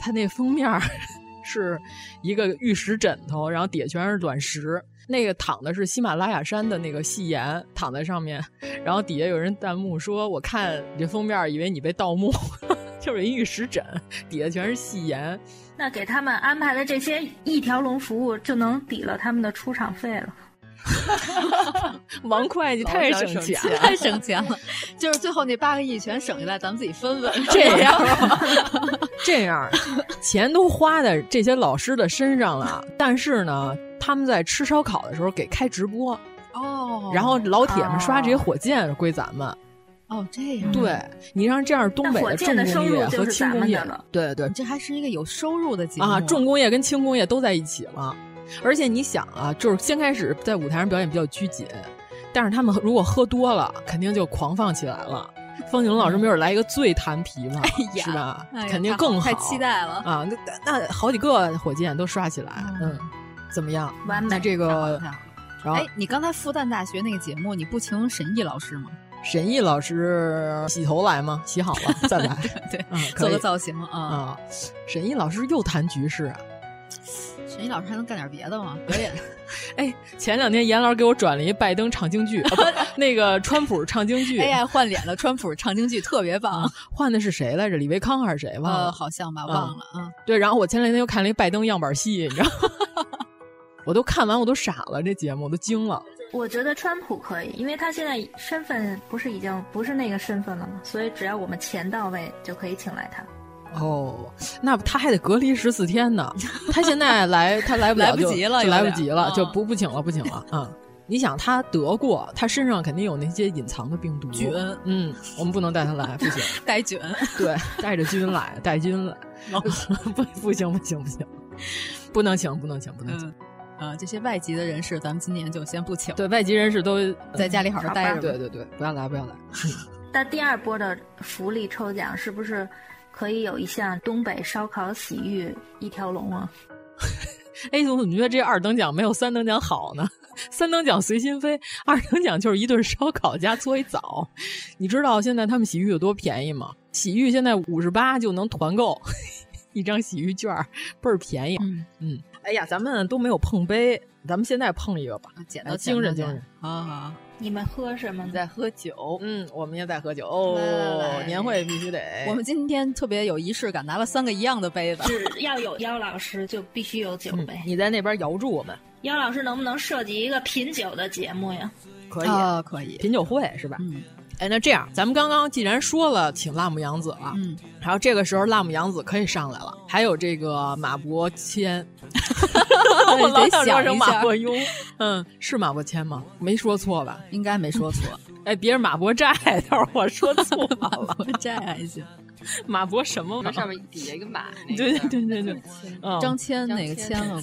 J: 它那封面儿 *laughs* 是一个玉石枕头，然后底下全是卵石。那个躺的是喜马拉雅山的那个细岩，躺在上面，然后底下有人弹幕说：“我看你这封面儿，以为你被盗墓， *laughs* 就是一玉石枕，底下全是细岩。”
D: 那给他们安排的这些一条龙服务，就能抵了他们的出场费了。
J: *laughs* 王会计太省钱
A: *laughs*
J: 了，
A: 太省钱了，就是最后那八个亿全省下来，咱们自己分分。
D: *laughs*
J: 这样 *laughs* 这样，钱都花在这些老师的身上了。但是呢，他们在吃烧烤的时候给开直播，
A: 哦，
J: 然后老铁们刷这些
D: 哦
J: 火箭归咱们。
A: 哦这样，
J: 对你让这样东北
D: 嗯那火
J: 重
D: 箭的
J: 工
D: 收入
J: 业
D: 就是
J: 和轻
D: 咱
J: 工
D: 们
J: 业
D: 的了，
J: 对对
A: 这还是一个有收入的节目
J: 啊，重工业跟轻工业都在一起了。而且你想啊，就是先开始在舞台上表演比较拘谨，但是他们如果喝多了，肯定就狂放起来了。方景龙老师没准来一个醉弹琵琶，
A: 哎呀
J: 是吧？
A: 哎呀
J: 肯定更好，
A: 太期待了
J: 啊！那那那好几个火箭都刷起来，嗯，怎么样？
D: 完美
J: 那这个，然后
A: 哎，你刚才复旦大学那个节目，你不请沈毅老师吗？
J: 沈毅老师洗头来吗？洗好了再来，
A: *laughs* 对，
J: 嗯，可
A: 做
J: 以
A: 个造型啊。
J: 啊。沈毅老师又谈局势啊，
A: 沈毅老师还能干点别的吗？表演
J: 哎，前两天严老师给我转了一拜登唱
A: *laughs*
J: 京剧，啊不那个川普唱京剧，
A: AI 换脸的川普唱京剧特别
N: 啊
A: 棒，
J: 换的是谁来着？李维康还是谁？忘了。
A: 呃，好像吧，忘了啊。
J: 对，然后我前两天又看了一拜登样板戏，你知道吗， *laughs* 我都看完我都傻了，这节目我都惊了。
D: 我觉得川普可以，因为他现在身份不是已经不是那个身份了吗？所以只要我们钱到位，就可以请来他。
J: 哦，那他还得隔离十四
A: *laughs*
J: 天呢。他现在来，他来不了
A: 来不
J: 就
A: 及了
J: 就
A: 有
J: 来不
A: 点
J: 及了，
A: 嗯
J: 就不不请了，不请了啊、嗯你想，他得过，他身上肯定有那些隐藏的病毒。
A: 菌 *laughs*
J: 嗯，我们不能带他来，不行。
A: 带卷，
N: *laughs*
A: *laughs*
J: 对，带着菌来，带菌来，
A: 哦
J: 不不行不行不行，不能请不能请不能请，
A: 嗯，啊，这些外籍的人士，咱们今年就先不请，
J: 对外籍人士都嗯
A: 在家里好好待着。
J: 对，对对，不要来不要来，
D: 那第二波的福利抽奖是不是可以有一项东北烧烤洗浴一条龙啊？
J: 哎，我怎么觉得这二等奖没有三等奖好呢？三等奖随心飞，二等奖就是一顿烧烤加搓一澡。你知道现在他们洗浴有多便宜吗？洗浴现在五十八就能团购一张洗浴券儿，倍儿便宜。
A: 嗯
J: 嗯，哎呀，咱们都没有碰杯，咱们现在碰一个吧，
A: 捡
N: 哎
J: 来
A: 到
J: 精神精神。
A: 啊好，
D: 你们喝什么
A: 你
D: 呢？
A: 在喝酒。
J: 嗯，我们也在喝酒哦，
A: 来来来
J: 年会必须得。
A: 我们今天特别有仪式感，拿了三个一样的杯子。
D: 只要有妖老师，就必须有酒
J: 嗯
D: 呗。
J: 你在那边摇住我们，
D: 妖老师能不能设计一个品酒的节目呀？
J: 可以、
A: 啊，可以。
J: 品酒会是吧？
A: 嗯
J: 哎，那这样，咱们刚刚既然说了请辣目洋子了，
A: 嗯， *laughs*
J: 然后这个时候辣目洋子可以上来了，还有这个马伯骞，我老
A: 得
J: 想说
A: 想
J: 成
A: 一
J: 马
A: 下
J: 伯庸，嗯，是马伯骞吗？没说错吧？
A: 应该没说错。
J: *laughs* 哎，别是马伯债，待会儿我说错
A: *laughs*
J: 了。
A: 这样还行，
J: 马伯什么马？
N: 上面底下一个
A: *laughs*
N: 马，那个哦
J: 对对对对对，嗯
A: 张骞哪个
J: 骞
A: 骞了吗？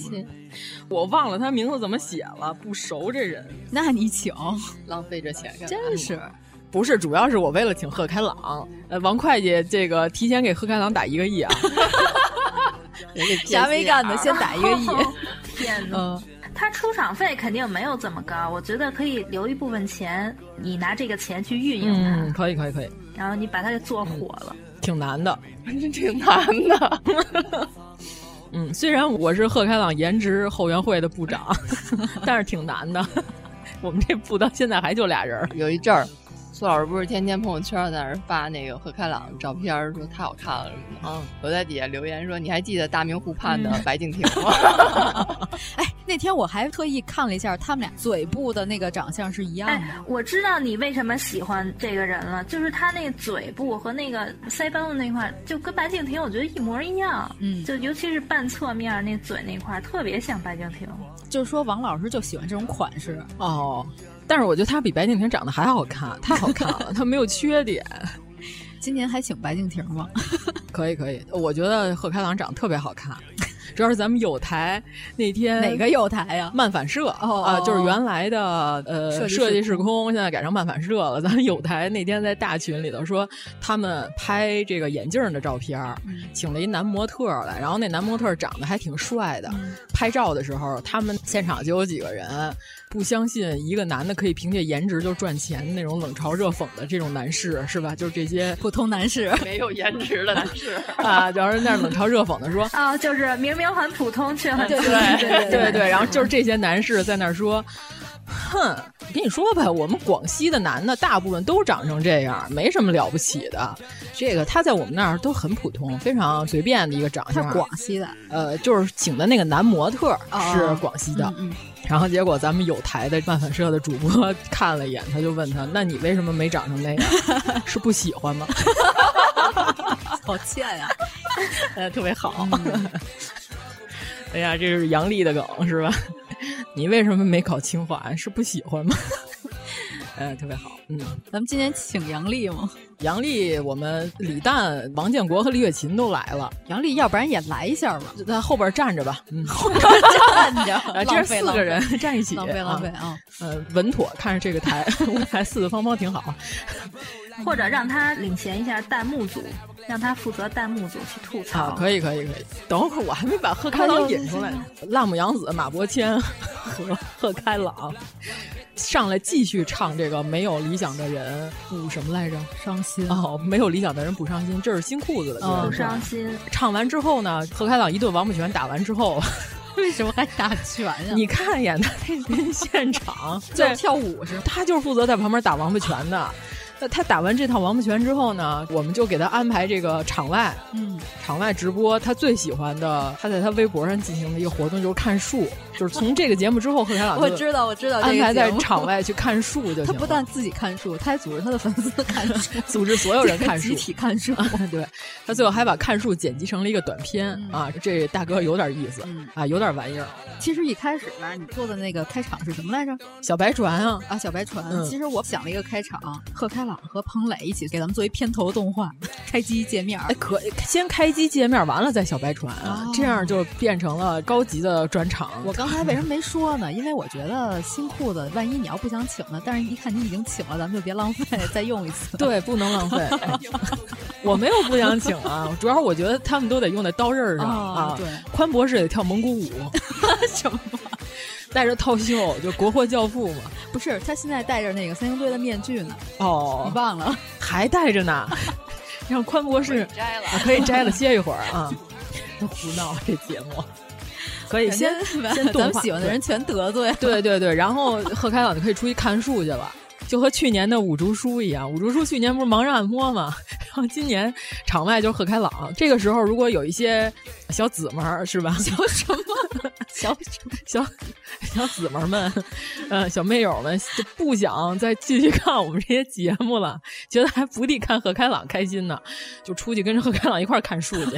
J: 我忘了他名字怎么写了，不熟这人。
A: 那你请，
N: 浪费这钱干嘛？
A: 真是
J: 不是，主要是我为了请贺开朗，呃，王会计这个提前给贺开朗打一个亿啊， *laughs*
A: 啥没干呢？先 *laughs* 打一个亿。
D: *laughs* 天
A: 嗯，
D: 他出场费肯定没有这么高，我觉得可以留一部分钱，你拿这个钱去运用它，
J: 嗯，可以可以可以，
D: 然后你把它给做火了。
J: 挺
N: *laughs*
J: 难的，挺难的。 *laughs* 嗯，虽然我是贺开朗颜值后援会的部长， *laughs* 但是挺难的。 *laughs* 我们这部到现在还就俩人儿，
N: 有一阵儿，苏老师不是天天朋友圈在那儿发那个贺开朗照片儿，说太好看了什么的。
J: 嗯，
N: 我在底下留言说：“你还记得大明湖畔
J: *laughs*
N: 的白敬亭吗？”
A: 那天我还特意看了一下，他们俩嘴部的那个长相是一样的。
N: 哎
D: 我知道你为什么喜欢这个人了，就是他那嘴部和那个腮帮子那块儿，就跟白敬亭我觉得一模一样。
A: 嗯
D: 就尤其是半侧面儿那嘴那块儿，特别像白敬亭。。
A: 就是说王老师就喜欢这种款式。
J: 哦，但是我觉得他比白敬亭长得还好看，太好看了，他没有缺点。
A: 今年还请白敬亭吗？
J: 可以可以，我觉得贺开朗长得特别好看，主要是咱们有台那天
A: 哪个有台呀、
J: 漫反射
A: 哦
J: 啊、
A: 哦
J: 就是原来的
A: 设
J: 呃
A: 计
J: 设计
A: 时
J: 时空，现在改成漫反射了。咱们有台那天在大群里头说，他们拍这个眼镜儿的照片儿，
A: 嗯
J: 请了一男模特儿来，然后那男模特儿长得还挺帅的。
A: 嗯
J: 拍照的时候，他们现场就有几个人不相信一个男的可以凭借颜值就赚钱，那种冷嘲热讽的这种男士是吧？就是这些
A: 普通男士，
N: 没有颜值的男士。
J: 啊，然后那儿冷嘲热讽的说
D: 啊、就是明明很普通，却很
J: 对对对对，然后就是这些男士在那儿说。哼，我跟你说吧，我们广西的男的大部分都长成这样，没什么了不起的。这个他在我们那儿都很普通，非常随便的一个长
A: 他
J: 相。
A: 是 *laughs* 广西的，
J: 呃，就是请的那个男模特儿
A: 哦
J: 是广西的，
A: 嗯
J: 然后结果咱们有台的漫反社的主播看了一眼，他就问他：“那你为什么没长成那样？是不喜欢吗
A: 好欠呀、？”
J: 呃，特别好。
A: 嗯
J: *laughs* 哎呀，这是杨笠的梗是吧？ *laughs* 你为什么没考清华？是不喜欢吗？ *laughs* 呃，特别好，嗯。
A: 咱们今年请杨笠 *laughs* 吗？
J: 杨笠，我们李诞、王建国和李雪琴都来了，
A: 杨笠，要不然也来一下吧，
J: 就在后边站
A: *laughs*
J: 着吧，嗯，后边
A: 站着
J: 啊，，这
A: 浪
J: 是
A: 费
J: 四个人站一起，
A: 浪费浪费啊！
J: 呃，稳妥看着这个台， *laughs* 舞台四四方方挺好。
D: 或者让他领衔一下弹幕组，让他负责弹幕组去吐槽。
J: 啊，可以可以可以。等会儿我还没把贺开朗引出来呢。辣目洋子、马伯骞和贺开朗上来继续唱这个没有理想的人补什么来着？
A: 伤心
J: 哦，没有理想的人不伤心，哦这是啊新裤子的歌。
D: 不伤心，
J: 唱完之后呢，贺开朗一顿王八拳打完之后，
A: 为什么还打拳呀？
J: *laughs* 你看一眼他那天现 *laughs* 场
A: 就是跳舞是吗？
J: 他就是负责在旁边打王八拳的。那他打完这套王八拳之后呢，我们就给他安排这个场外，
A: 嗯，
J: 场外直播。他最喜欢的，他在他微博上进行的一个活动就是看树，就是从这个节目之后，贺开朗就
A: 我知道我知道这个
J: 安排在
A: 节目
J: 场外去看树就行了。，
A: 他不但自己看书，他还组织他的粉丝 *laughs* 看书
J: 组织所有人看书
A: 集体看 *laughs* 书。
J: *laughs* 对，他最后还把看树剪辑成了一个短片、
A: 嗯
J: 啊，这大哥有点意思、啊，有点玩意儿。
A: 其实一开始吧，你做的那个开场是什么来着？
J: 小白船啊，
A: 啊，小白船。
J: 嗯
A: 其实我想了一个开场，贺开朗和彭磊一起给咱们做一片头动画，开机界面。
J: 哎，可以先开机界面，完了再小白船啊，
A: 哦
J: 这样就变成了高级的专场。
A: 我刚才为什么没说呢？因为我觉得新裤子，万一你要不想请呢，但是一看你已经请了，咱们就别浪费，再用一次。
J: 对，不能浪费。我没有不想请啊，主要是我觉得他们都得用在刀刃上、
A: 哦
J: 啊。
A: 对，
J: 宽博士也跳蒙古舞，什么？带着套袖，就国货教父嘛。
A: *laughs* 不是，他现在戴着那个三星堆的面具呢，
J: 哦
A: 你， *laughs* 忘了？
J: 还带着呢，让宽博士
N: 摘了
J: 啊可以摘了，歇一会儿啊。胡闹这节目，可以先
A: 感觉
J: 先动
A: 咱
J: 画
A: 们喜欢的
J: 对
A: 人全得罪。
J: *laughs* 对对对，然后贺开朗就可以出去看树去了，就和去年的五竹叔一样。五竹叔去年不是盲人按摩吗？ *laughs* 然后今年场外就是贺开朗。这个时候，如果有一些小姊们儿是吧？ *laughs* 小什么？
A: 小
J: 小小姊们儿们，呃，小妹友们就不想再继续看我们这些节目 *laughs* 了，觉得还不地看贺开朗开心呢，就出去跟着贺开朗一块儿看树去。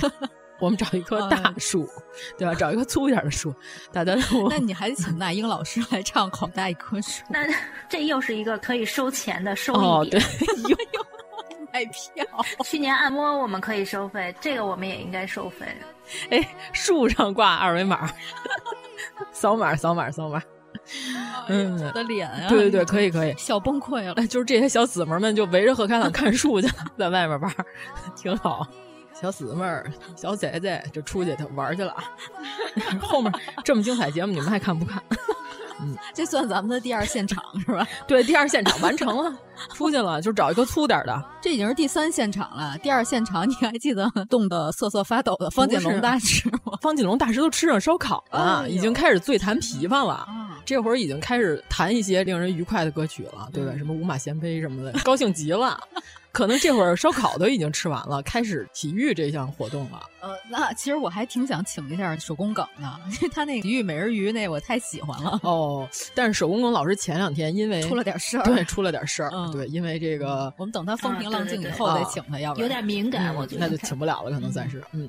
J: 我们找一棵大树，对吧？找一棵粗一点的树，大家都。
A: 那
J: *laughs*
A: 你还得请那英老师来唱《好大一棵树》。
D: 那这又是一个可以收钱的收
J: 哦，
D: 益
J: 对
D: 点。，
A: 又又买票。
D: 去年按摩我们可以收费，这个我们也应该收费。
J: 哎，树上挂二维码， *laughs* 扫码，扫码，扫码。嗯，
A: 我的脸啊！
J: 对对对，可以可以。
A: 小崩溃了。
J: 哎，就是这些小姊妹们就围着贺开朗看树去了，在外面玩儿， *laughs* 挺好。小姊妹儿、小姐姐就出去就玩儿 *laughs* 去了啊。后面这么精彩节目，你们还看不 *laughs* 看？
A: 这算咱们的第二现场是吧？ *laughs*
J: 对，第二现场完成了，出去了，就找一个粗点儿的。
A: 这已经是第三现场了。第二现场你还记得冻得瑟瑟发抖的方锦龙大师吗？
J: 方锦龙大师都吃上烧烤了，
A: 哎
J: 已经开始醉弹琵琶了。
A: 啊
J: 这会儿已经开始弹一些令人愉快的歌曲了，对吧？
A: 嗯
J: 什么《五马贤妃》什么的， *laughs* 高兴极了。可能这会儿烧烤都已经吃完了，开始体育这项活动了。
A: 呃，那其实我还挺想请一下手工梗的，因为他那个鱼美人鱼那我太喜欢了。
J: 哦，但是手工梗老师前两天因为
A: 出了点事儿嗯
J: 对，出了点事儿，对，因为这个
A: 我们等他风平浪静以
J: 啊
A: 后再请他，要不然
D: 有点敏感
J: 嗯
D: 我觉得
J: 那就请不了了，可能暂时。嗯，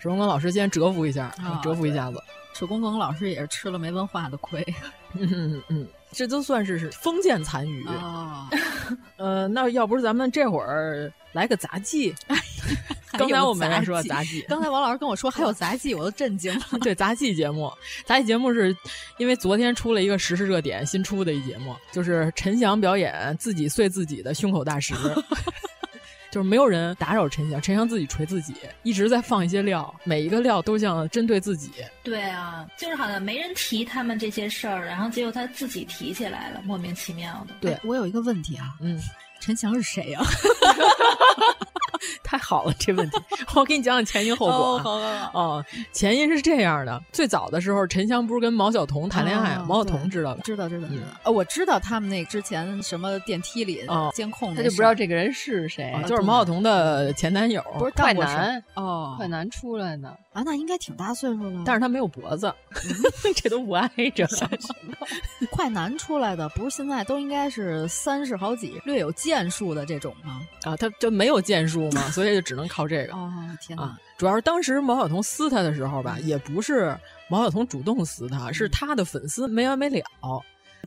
J: 手工梗老师先蛰伏一下，
A: 啊
J: 蛰伏一下子。
A: 手工梗老师也是吃了没文化的亏。
J: 嗯嗯嗯，这都算是是封建残余 *laughs*
A: 啊。
J: 呃，那要不是咱们这会儿来个杂技，
A: 还
J: 刚才
A: 有
J: 我们
A: 杂
J: 还说
A: 技
J: 杂 *laughs* 技，
A: *laughs* 刚才王老师跟我说还有杂技，我都震惊了。
J: 对杂技节目，杂技节目是因为昨天出了一个时事热点，新出的一节目，就是陈翔表演自己碎自己的胸口大石， *laughs* 就是没有人打扰陈翔，陈翔自己锤自己，一直在放一些料，每一个料都像针对自己。 *laughs*
D: 对啊，就是好像没人提他们这些事儿，然后结果他自己提起来了，莫名其妙的。
J: 对
A: 哎我有一个问题啊，
J: 嗯，
A: 陈翔是谁 *laughs* 呀、
J: 啊太好了，这问题我给你讲讲前因后果、啊。
A: 哦好好
J: 哦前因是这样的，最早的时候，陈翔不是跟毛晓彤谈恋爱啊？
A: 哦
J: 毛晓彤知道吧？
A: 知道知道知
J: 嗯
A: 道、呃我知道他们那之前什么电梯里
J: 哦
A: 监控那事儿、哦
J: 他就不知道
A: 这
N: 这个人是谁
J: 啊，就是毛晓彤的前男友，
N: 不是
J: 干
N: 快
J: 过事儿
N: 男
A: 哦，
N: 快男出来呢，
A: 啊，那应该 *laughs* 挺大岁数了。
J: 但是他没有脖子，这都不挨着。
A: 是快男出来的，不是现在都应该是三十好几、略有建树的这种吗？
J: 啊，他就没有建树嘛，所以就只能靠这个。
A: 哦，天哪！嗯
J: 啊，主要是当时毛晓彤撕他的时候吧，也不是毛晓彤主动撕他，是他的粉丝没完没了。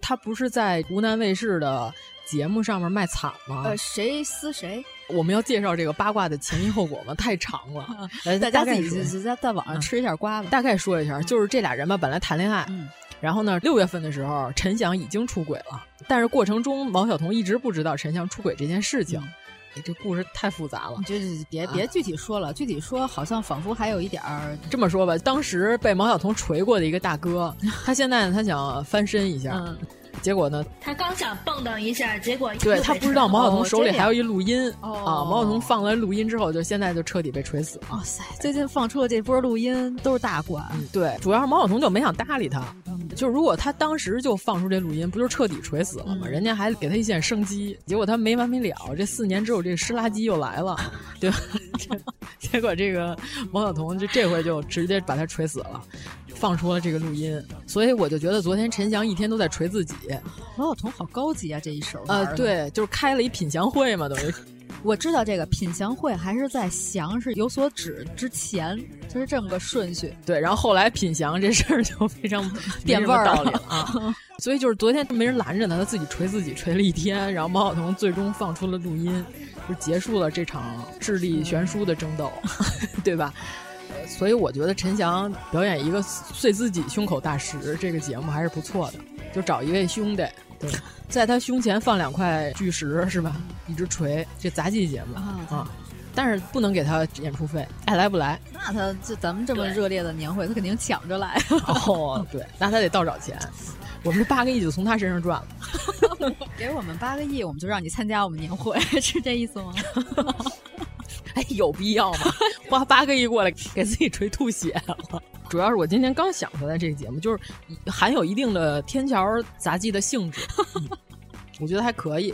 J: 他不是在湖南卫视的节目上面卖惨吗？
A: 呃，谁撕谁？
J: 我们要介绍这个八卦的前因后果吗？太长
A: 嗯
J: 了，啊来
A: 呃大家
J: 概
A: 自己
J: 说
A: 自己在在网上吃一下瓜吧。
J: 大概说一
A: 嗯
J: 下，就是这俩人吧，本来谈恋爱，然后呢，六月份的时候，陈翔已经出轨了，但是过程中毛晓彤一直不知道陈翔出轨这件事情。
A: 嗯
J: 哎这故事太复杂了
A: 你，就就别
J: 啊
A: 别具体说了，具体说好像仿佛还有一点儿
J: 这么说吧，当时被毛晓彤锤过的一个大哥，他现在呢，他想翻身一下，
A: 嗯
J: 结果呢，
D: 他刚想蹦跶一下，结果
J: 对他不知道毛晓彤手里还有
D: 一
J: 一录音、
A: 哦
J: 啊，毛晓彤放了录音之后，就现在就彻底被锤死了。
A: 哇塞，最近放出的这波录音都是大瓜，
J: 对，主要是毛晓彤就没想搭理他，就是如果他当时就放出这录音，不就彻底锤死了吗？
A: 嗯
J: 人家还给他一线生机，结果他没完没了，这四年之后这湿垃圾又来了，对吧？ *laughs* 这结果这个毛晓彤就这回就直接把他锤死了，放出了这个录音，所以我就觉得昨天陈翔一天都在锤自己，
A: 毛晓彤好高级啊，这一手玩
J: 呃
A: 儿，的
J: 对，就是开了一品祥会嘛，等于。
A: 我知道这个品祥会还是在祥是有所指之前，就是这么个顺序。
J: 对，然后后来品祥这事儿就非 *laughs* 常
A: 变
J: 没什么
A: 味儿
J: 道理
A: 了
J: 了啊。所以就是昨天没人拦着他，他自己锤自己锤了一天，然后毛晓彤最终放出了录音，就结束了这场智力悬殊的争斗， *laughs* 对吧？呃所以我觉得陈翔表演一个碎自己胸口大石这个节目还是不错的，就找一位兄弟， *laughs* 对，在他胸前放两块巨石是吧？一直锤，这杂技节目
A: 啊
J: 啊，但是不能给他演出费，爱来不来。
A: 那他这咱们这么热烈的年会，他肯定抢着来。 *laughs*
J: 哦，对，那他得倒找钱。我们这八个亿就从他身上赚了。
A: 给我们八个亿，我们就让你参加我们年会， *laughs* 是这意思吗？
J: 哎，有必要吗？ *laughs* 花八个亿过来给自己锤吐血了。主要是我今天刚想出来这个节目，就是含有一定的天桥杂技的性质，嗯我觉得还可以。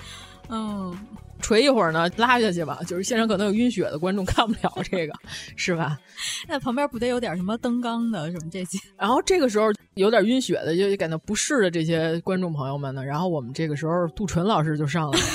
A: 嗯，
J: 锤一会儿呢，拉下去吧。就是现场可能有晕血的观众看不了这个，是吧？
A: 那旁边不得有点什么灯缸的什么这些？
J: 然后这个时候有点晕血的，就感到不适的这些观众朋友们呢，然后我们这个时
A: *laughs*
J: 候杜淳老师就上来了，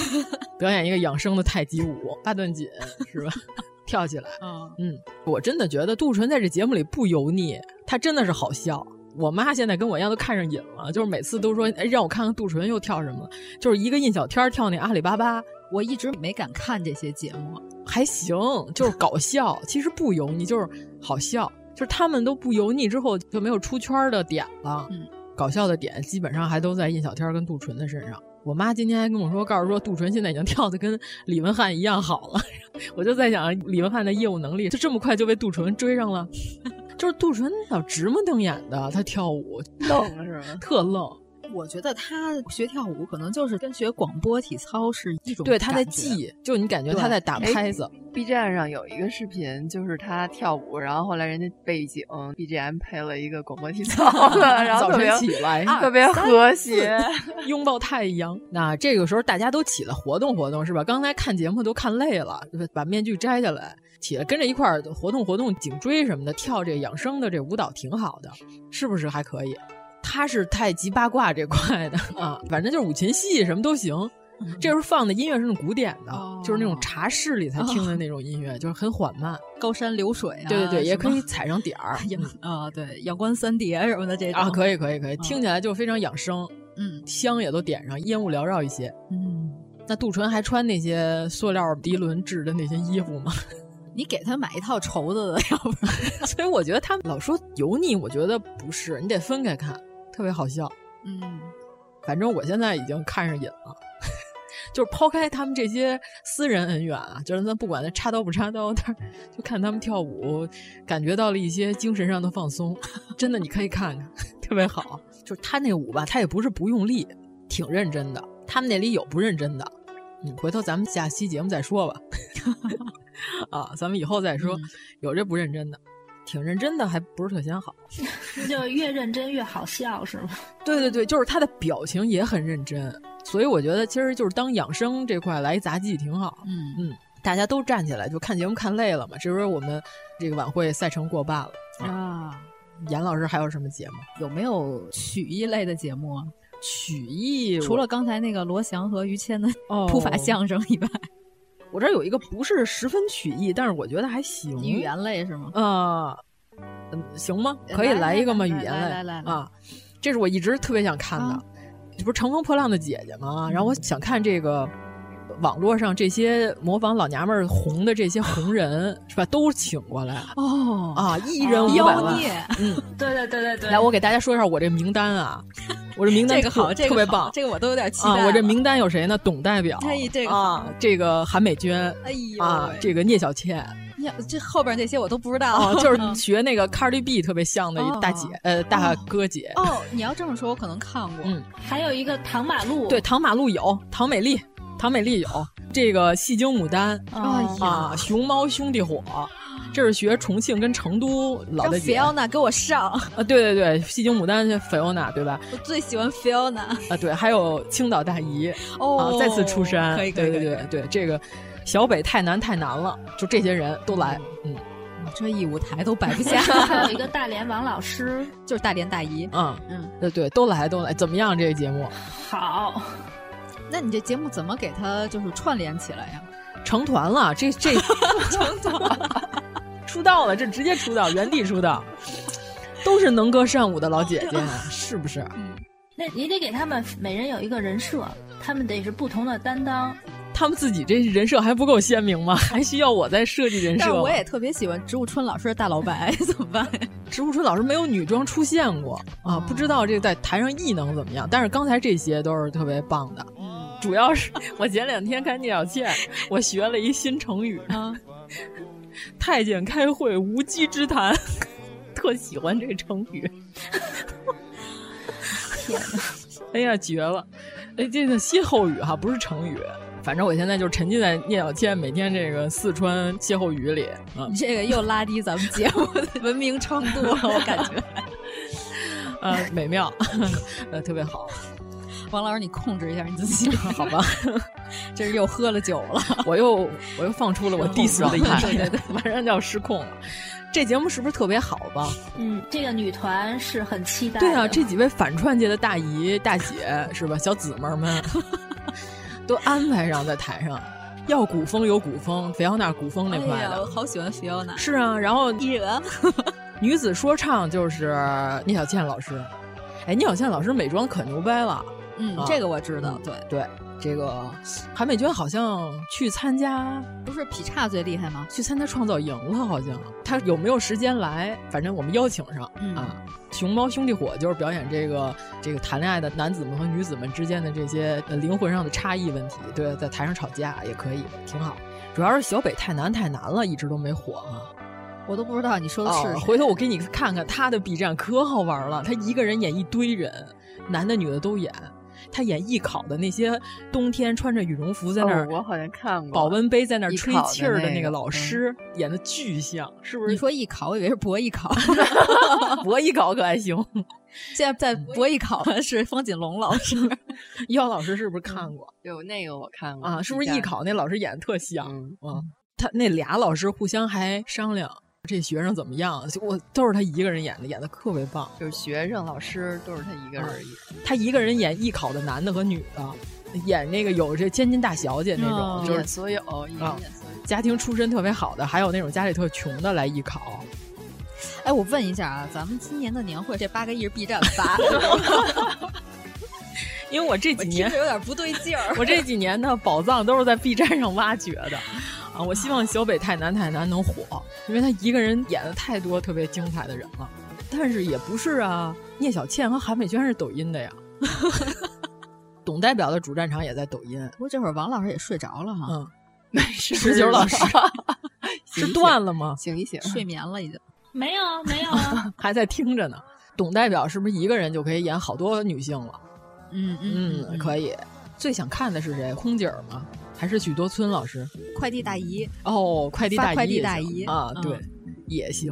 J: 表演一个养生的太极舞，八段锦是吧？ *laughs* 跳起来。嗯，我真的觉得杜淳在这节目里不油腻，他真的是好笑。我妈现在跟我一样都看上瘾了，就是每次都说，哎，让我看看杜淳又跳什么，就是一个印小天儿跳那阿里巴巴。
A: 我一直没敢看这些节目，啊
J: 还行，就是搞笑，其实不油腻，就是好笑，就是他们都不油腻之后就没有出圈儿的点了。嗯，搞笑的点基本上还都在印小天儿跟杜淳的身上。我妈今天还跟我说，告诉说杜淳现在已经跳的跟李文翰一样好了。 *laughs* 我就在想，李文翰的业务能力就这么快就被杜淳追上了， *laughs* 就是杜淳老直目瞪眼的，他跳舞
L: 愣是吧？
J: *laughs* 特愣。
A: *laughs* 我觉得他学跳舞可能就是跟学广播体操是一种
J: 对，他在
A: 感觉
J: 记，就你感觉他在打
A: 哎
L: 对哎
J: 拍子。
L: B 站上有一个视频，就是他跳舞，然后后来人家背景 BGM 配了一个广播体
A: *laughs*
L: 操的， *laughs* 然后
J: 早
L: 特别
J: 晨起来
A: 哎
L: 特别和谐。
J: 拥抱太阳。那这个时候大家都起来活动活动是吧？刚才看节目都看累了，就是把面具摘下来，起来跟着一块儿活动活动颈椎什么的，跳这养生的这舞蹈挺好的，是不是还可以？他是太极八卦这
A: *laughs*
J: 块的啊，反正就是五禽戏什么都行。
A: 嗯
J: 这时候放的音乐是那种古典的，
A: 哦
J: 就是那种茶室里才听的那种
A: *laughs*
J: 音乐，就是很缓慢。
A: 高山流水啊，
J: 对对对，也
A: 什
J: 可
A: 么
J: 以踩上
A: *laughs*
J: 点儿。
A: *laughs* 阳啊，对，阳关三叠什么的这种
J: 啊，可以可以可以，听起来就非常养生，
A: 嗯，
J: 香也都点上，烟雾缭绕一些，
A: 嗯。
J: 那杜淳还穿那些塑料涤纶制的那些衣服吗？
A: 你给他买一套绸子 *laughs* 的，要不然
J: 所以我觉得他们老说油腻，我觉得不是，你得分开看，特别好笑。
A: 嗯，
J: 反正我现在已经看上瘾了， *laughs* 就是抛开他们这些私人恩怨啊，就是咱不管他插刀不插刀，但是就看他们跳舞，感觉到了一些精神上的放松。 *laughs* 真的，你可以看看， *laughs* 特别好。就是他那舞吧，他也不是不用力，挺认真的。他们那里有不认真的，嗯，回头咱们下期节目再说吧。 *laughs* 啊，咱们以后再说，
A: 嗯
J: 有这不认真的，挺认真的还不是特显好。
D: 那就越认真越好笑是吗？ *laughs*
J: 对对对，就是他的表情也很认真，所以我觉得其实就是当养生这块来一杂技挺好。
A: 嗯
J: 嗯，大家都站起来，就看节目看累了嘛。这时候我们这个晚会赛程过半了。
A: 啊，
J: 严老师还有什么节目？
A: 有没有曲艺类的节目啊？
J: 曲艺
A: 除了刚才那个罗翔和于谦的
J: 哦
A: 普法相声以外，
J: 我这儿有一个不是十分曲艺，但是我觉得还行。
A: 语言类是 *laughs* 吗？
J: 啊，嗯，行吗？可以
A: 来
J: 来一个吗？
A: 来
J: 语
A: 来
J: 言类
A: 来来来
J: 啊，这是我一直特别想看
A: 啊
J: 的，这不是《乘风破浪的姐姐》吗？然后
A: 嗯
J: 我想看这个。网络上这些模仿老娘们儿红的这些红人是吧，都请过来
A: 哦
J: 啊，一人五百
A: 妖
J: 万。
A: 孽，
D: 对对对对对。
J: 来，我给大家说一下我这名单啊，我这名单
A: 这个好，
J: 特
A: 这个
J: 特别
A: 好
J: 棒，
A: 这个我都有点期待
J: 啊，
A: 了。
J: 我这名单有谁呢？董代表，
A: 哎这个
J: 啊，这个韩美娟，
A: 哎呦
J: 啊
A: 喂，
J: 这个聂小倩，
A: 呀，这后边这些我都不知道，
J: 啊，
A: *laughs*
J: 就是学那个 Cardi B 特别像的一大姐，呃，大哥姐。
A: 哦，你要这么说，我可能看过。
J: 嗯，
D: 还有一个唐马路，
J: 对，，唐马路有，唐美丽，唐美丽有这个戏精牡丹
A: 哎呀
J: 啊，熊猫兄弟伙，这是学重庆跟成都老
A: 让
J: 的
A: 菲
J: 姐
A: 奥
J: 啊，
A: 娜给我上，
J: 对对对，戏精牡丹菲欧娜对吧？
A: 我最喜欢菲奥娜。
J: 啊，对，还有青岛大姨
A: 哦
J: 啊，再次出山，
A: 可以可以
J: 对对
A: 可以
J: 对对，这个小北太难太难了，就这些人都来，嗯
A: 我这一舞台都摆不
J: *laughs*
A: 下，
D: 还有一个大连王老师，
A: 就是大连大姨。
J: 嗯
A: 嗯，
J: 对对，都来都来，怎么样这个节目？
D: 好，
A: 那你这节目怎么给它就是串联起来呀？
J: 成团了，这
A: *laughs*
J: 这成团了，出道了，这直接出道，原地出道，都是能歌善舞的老姐姐，
A: *laughs*
J: 是不是？
D: 那你得给他们每人有一个人设，他们得是不同的担当。
J: 他们自己这人设还不够鲜明吗？还需要我再设计人
A: 但
J: 设
A: 是
J: 吗？
A: 我也特别喜欢植物春老师的大老白， *laughs* 怎么办呀？
J: 植物春老师没有女装出现过啊，不知道这个在台上艺能怎么样。但是刚才这些都是特别棒的，主要是我前两天看聂小倩，我学了一新成语
A: 啊，
J: 太监开会无稽之谈， *laughs* 特喜欢这个成语。哎呀，绝了！哎，这个歇后语哈，不是成语。反正我现在就沉浸在聂小倩每天这个四川歇后语里啊。
A: 你这个又拉低咱们节目的文明程度了，我感觉。
J: 呃，美妙， *laughs* 呃，特别好，
A: 王老师，你控制一下你自己，
J: *laughs* 好吧？
A: *laughs* 这是又喝了酒了。
J: *laughs* 我又我又放出了我低俗的一面，
A: 对对对，
J: *laughs* 马上就要失控了。这节目是不是特别好吧？
D: 嗯，这个女团是很期待的。
J: 对啊，这几位反串界的大 *laughs* 姨、大姐是吧？小姊妹儿们都安排上在台上，要古风有古风，菲奥娜古风那块
A: 哎呀，
J: 的
A: 我。好喜欢菲欧娜。
J: 是啊，然 *laughs* 后
A: 艺人
J: 女子说唱就是聂小倩老师，哎，聂小倩老师美妆可牛掰了。
A: 嗯
J: 啊，
A: 这个我知道，对，
J: 对，这个韩美娟好像去参加，
A: 不是劈叉最厉害吗？
J: 去参加创造营了，好像她有没有时间来？反正我们邀请上、
A: 嗯
J: 啊。熊猫兄弟伙就是表演这个这个谈恋爱的男子们和女子们之间的这些呃灵魂上的差异问题，对，在台上吵架也可以，挺好。主要是小北太难太难了，一直都没火啊。
A: 我都不知道你说的是
J: 哦，
A: 谁
J: 回头我给你看看他的 B 站，可好玩了。他一个人演一堆人，男的女的都演。他演艺考的那些冬天穿着羽绒服在那儿、
N: 哦我好像看过
J: 保温杯在那儿吹
N: 艺考的
J: 气儿
N: 那
J: 那
N: 个嗯
J: 老师，演的
N: *laughs*
J: 巨像，是不是？
A: 你说艺考，我以为是博艺考，
J: 博艺考可还行？
A: 现在在博艺考
N: *laughs*
A: 的是方锦龙老师，
J: 姚老师是不是看过？
N: 有那个我看过嗯
J: 啊，是不是艺
N: 艺？
J: 考那老师演的特像？啊，他那俩老师互相还商量这学生怎么样，就我都是他一个人演的，演的特别棒。
N: 就是学生、老师都是他一个人
J: 啊
N: 演。
J: 他一个人演艺考的男的和女的，演那个有这千金大小
A: 嗯
J: 姐那种，
N: 哦
J: 就是
N: 演所有一人
J: 啊
N: 演所
J: 家庭出身特别好的，还有那种家里特穷的来艺考。
A: 哎，我问一下啊，咱们今年的年会这八个亿是 B 站
N: *laughs*
A: 发
J: 因为我这几
A: 听
J: 年
A: 着有点不对劲儿
J: *laughs* 。我这几年的宝藏都是在 B 站上挖掘的，啊，我希望小北太难太难能火，因为他一个人演了太多特别精彩的人了。但是也不是啊，聂小倩和韩美娟是抖音 *laughs* 的呀。董代表的主战场也在抖音，
A: 不过这会儿王老师也睡着了哈，
N: *laughs*
J: 嗯，十九 *laughs* 老师是断了吗？
N: 醒一醒，
A: 睡眠了已经。
D: 没有没有啊，
J: 还在听着呢。董代表是不是一个人就可以演好多女性了？
A: 嗯嗯
J: 嗯，可以。最想看的是谁？空姐儿吗？还是许多村老师？
A: 快递大姨，
J: 哦，快递大
A: 发
J: 姨，
A: 快递大姨
J: 啊，
A: 嗯
J: 对，也行。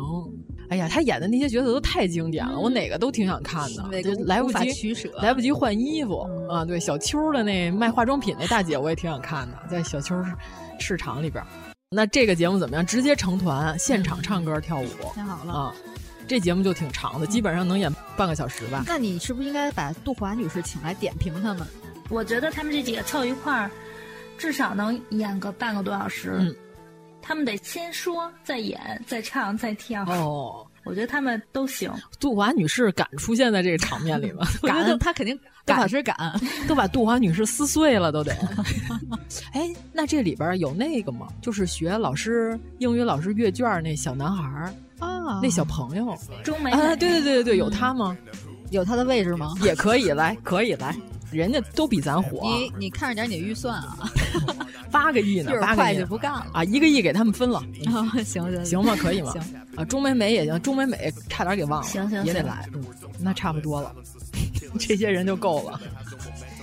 J: 哎呀，他演的那些角色都太经典了，我哪个都挺想看
N: 啊
J: 的，
A: 哪
J: 就
A: 个
J: 来
A: 嗯
J: 不
A: 无法
J: 及
A: 取嗯舍
J: 来不及换衣服啊。对，小秋儿的那卖化妆品那大姐，我也挺想看的，在小秋儿市场里边儿。那这个节目怎么样？直接成团，现场唱歌跳舞，
A: 太好了
J: 啊！这节目就挺长的，基本上能演半个小时吧。
A: 那你是不是应该把杜华女士请来点评他们？
D: *laughs* 我觉得他们这几个凑一块儿，至少能演个半个多小时。
J: 嗯
D: 他们得先说，再演，再唱，再跳。
J: 哦，
D: 我觉得他们都行。
J: 杜华女士敢出现在这个场面里 *laughs* 吗？
A: 我觉得
J: 敢，
A: 她肯定
J: 敢
A: 杜老师敢。
J: 都把杜华女士撕碎了，都 *laughs* 得。哎，那这里边有那个吗？就是学老师英语老师阅卷儿那小男孩儿，
A: 啊
J: 那小朋友，
D: 中美
J: 啊，对对对对对，有他吗？
A: 有他的位置吗？
J: 也可以来，可以来，人家都比咱火，
A: 你你看着点你的预算啊，
J: 八个亿呢
A: 一会，
J: 八
A: 儿
J: 个
A: 会
J: 亿
A: 计
J: 呢
A: 不干了。
J: 啊，一个亿给他们分了。
A: 行啊行
J: 行吗？可以吗？
A: 行
J: 啊，钟美美也行，钟美美差点给忘了，
A: 行行
J: 也得
A: 行
J: 来，嗯那差不多了， *laughs* 这些人就够了。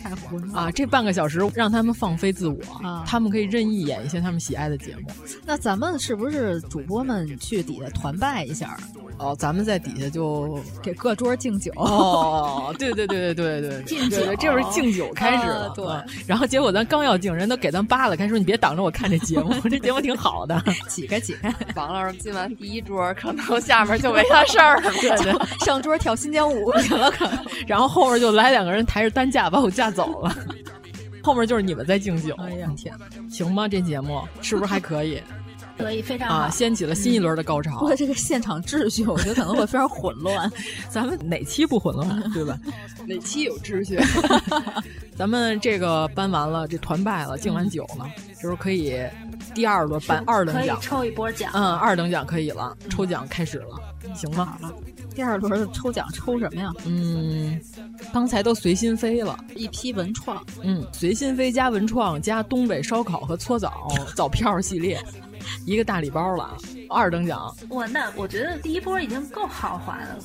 A: 太混了。
J: 啊，这半个小时让他们放飞自我，
A: 啊
J: 他们可以任意演一些他们喜爱的节目。
A: 那咱们是不是主播们去底下团拜一下，
J: 哦，咱们在底下
A: *laughs*
J: 就
A: 给各桌敬酒？
J: 哦，对对对对对对，
A: 敬酒
J: 对对这就是敬酒开始了
A: 啊。对
J: 嗯然后结果咱刚要敬，人都给咱扒了开，说你别挡着我看这节目， *laughs* 这节目挺好的。
A: 起开起开，
N: 王老师进完第一桌，可能下面就没他事儿
A: *laughs*
N: 了。
J: 对对，
A: 上桌跳新疆舞去了，可能 *laughs*
J: 然后后面就来两个人抬着担架把我架走了。后面就是你们在敬酒，
A: 哎呀天，
J: 行吗？这节目是不是还可
A: *laughs*
J: 以
D: 可以非常好。
J: 啊？掀起了新一轮的高潮
A: 不。过这个现场秩序，我觉得可能会非常混乱。
J: *laughs* 咱们哪期不混
A: *laughs*
J: 乱，对吧？
N: 哪期有秩序？
J: *laughs* 咱们这个颁完了，这团拜了，敬完酒了，
A: 嗯
J: 就是可以第二轮颁二等
D: 可以
J: 奖，
D: 抽一波奖。
J: 嗯，二等奖可以了，抽奖开始了，行吗？
A: 嗯第二轮抽奖抽什么呀？
J: 嗯，刚才都随心飞了，
A: 一批文创，
J: 嗯，随心飞加文创加东北烧烤和搓澡 *laughs* 早票系列，一个大礼包了，啊二等奖，
D: 我那我觉得第一波已经够豪华的了。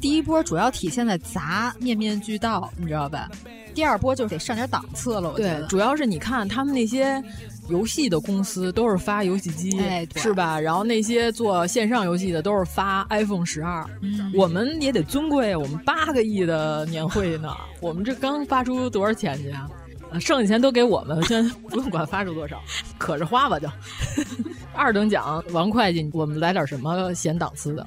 A: 第一波主要体现在砸，面面俱到，你知道吧？第二波就得上点档次了，我觉
J: 对，
A: 得。
J: 主要是你看他们那些游戏的公司都是发游戏机，
A: 哎对
J: 是吧？然后那些做线上游戏的都是发 iPhone 十二、
A: 嗯
J: 我们也得尊贵，我们八个亿的年会呢，我们这刚发出多少钱去啊？啊剩下钱都给我们， *laughs* 先不用管发出多少，可着花吧就。 *laughs* 二等奖，王会计，我们来点什么显档次的？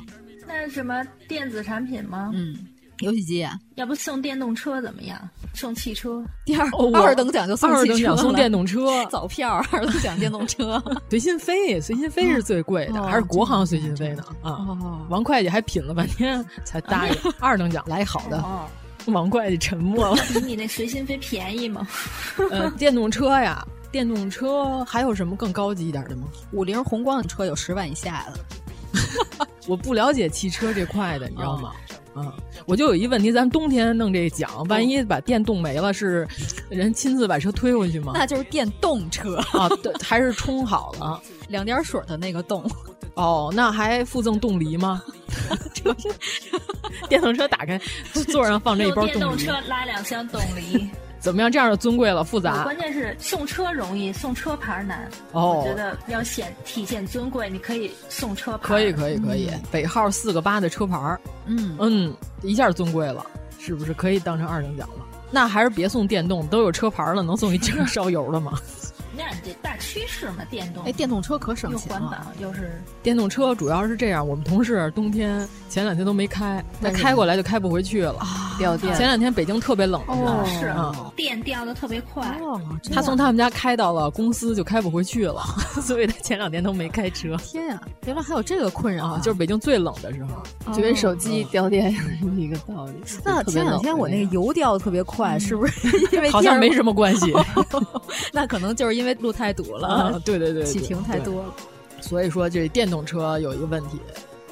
D: 那是什么电子产品吗？
A: 嗯，游戏机啊，
D: 要不送电动车怎么样？送汽车。
A: 第二、
J: 哦我
A: 二等奖就送
J: 二
A: 汽
J: 等
A: 车
J: 奖送
A: 了
J: 电动车，
A: *laughs* 早票二等奖电动 *laughs* 车。
J: 随心飞，随心飞是最贵的，
A: 哦
J: 还是国航随心飞呢？啊，王会计还品了半天才答 *laughs* 应二等奖来好的。王会计沉默了。
D: 比你那随心飞便宜吗？
J: *laughs* 呃，电动车呀，电动车还有什么更高级一点的吗？
A: 五菱宏光车有十万以下的，
J: 我不了解汽车这块的，你知道吗？嗯，我就有一问题，咱冬天弄这奖，万一把电冻没了，是人亲自把车推回 *laughs* 去吗？
A: 那就是电动车
J: 啊，对，还是充好了，
A: 两点水的那个动。 *laughs*
J: 哦，那还附赠冻梨 *laughs* 吗？电动车打开，座上放着一包
D: 用电动
J: 梨
D: 车，拉两箱冻梨。
J: 怎么样？这样就尊贵了，复杂
D: 关。键是送车容易，送车牌难。
J: 哦
D: 我觉得要显体现尊贵，你可以送车牌。
J: 可以，可以，可以。尾号四个八的车牌儿，
A: 嗯
J: 嗯，一下尊贵了，是不是可以当成二等奖了？那还是别送电动，都有车牌儿了，能送一车烧油
A: *laughs*
J: 的吗？
D: 那你这大趋势嘛，电动。
A: 哎，电动车可省
D: 又
A: 钱
D: 环
A: 了。啊
D: 保又是
J: 电动车主要是这样，我们同事冬天前两天都没开，那开过来就开不回去
A: 啊
J: 了。
L: 掉电
J: 前两天北京特别
A: 哦
J: 冷的时候，
D: 啊是
J: 嗯
D: 电掉的特别快。
A: 啊
J: 他从他们家开到了公司就开不回去了，
A: 哦
J: *laughs* 所以他前两天都没开车。
A: 天呀、原来还有这个困扰、哦
J: 啊，就是北京最冷的时候。
L: 就跟手机掉电一个道理。
A: 那
L: 特别
A: 前两天
L: 冷
A: 我那个油掉的特别快，
L: 嗯
A: 是不是 *laughs* 因为
J: 好
A: 天
J: 像
A: 儿
J: 没什么关
A: *laughs* 哦
J: 系。
A: 那可能就是因为路太堵
L: 嗯
A: 了，
J: *laughs* 啊对对对对
A: 启停太多了。
J: 所以说，这电动车有一个问题，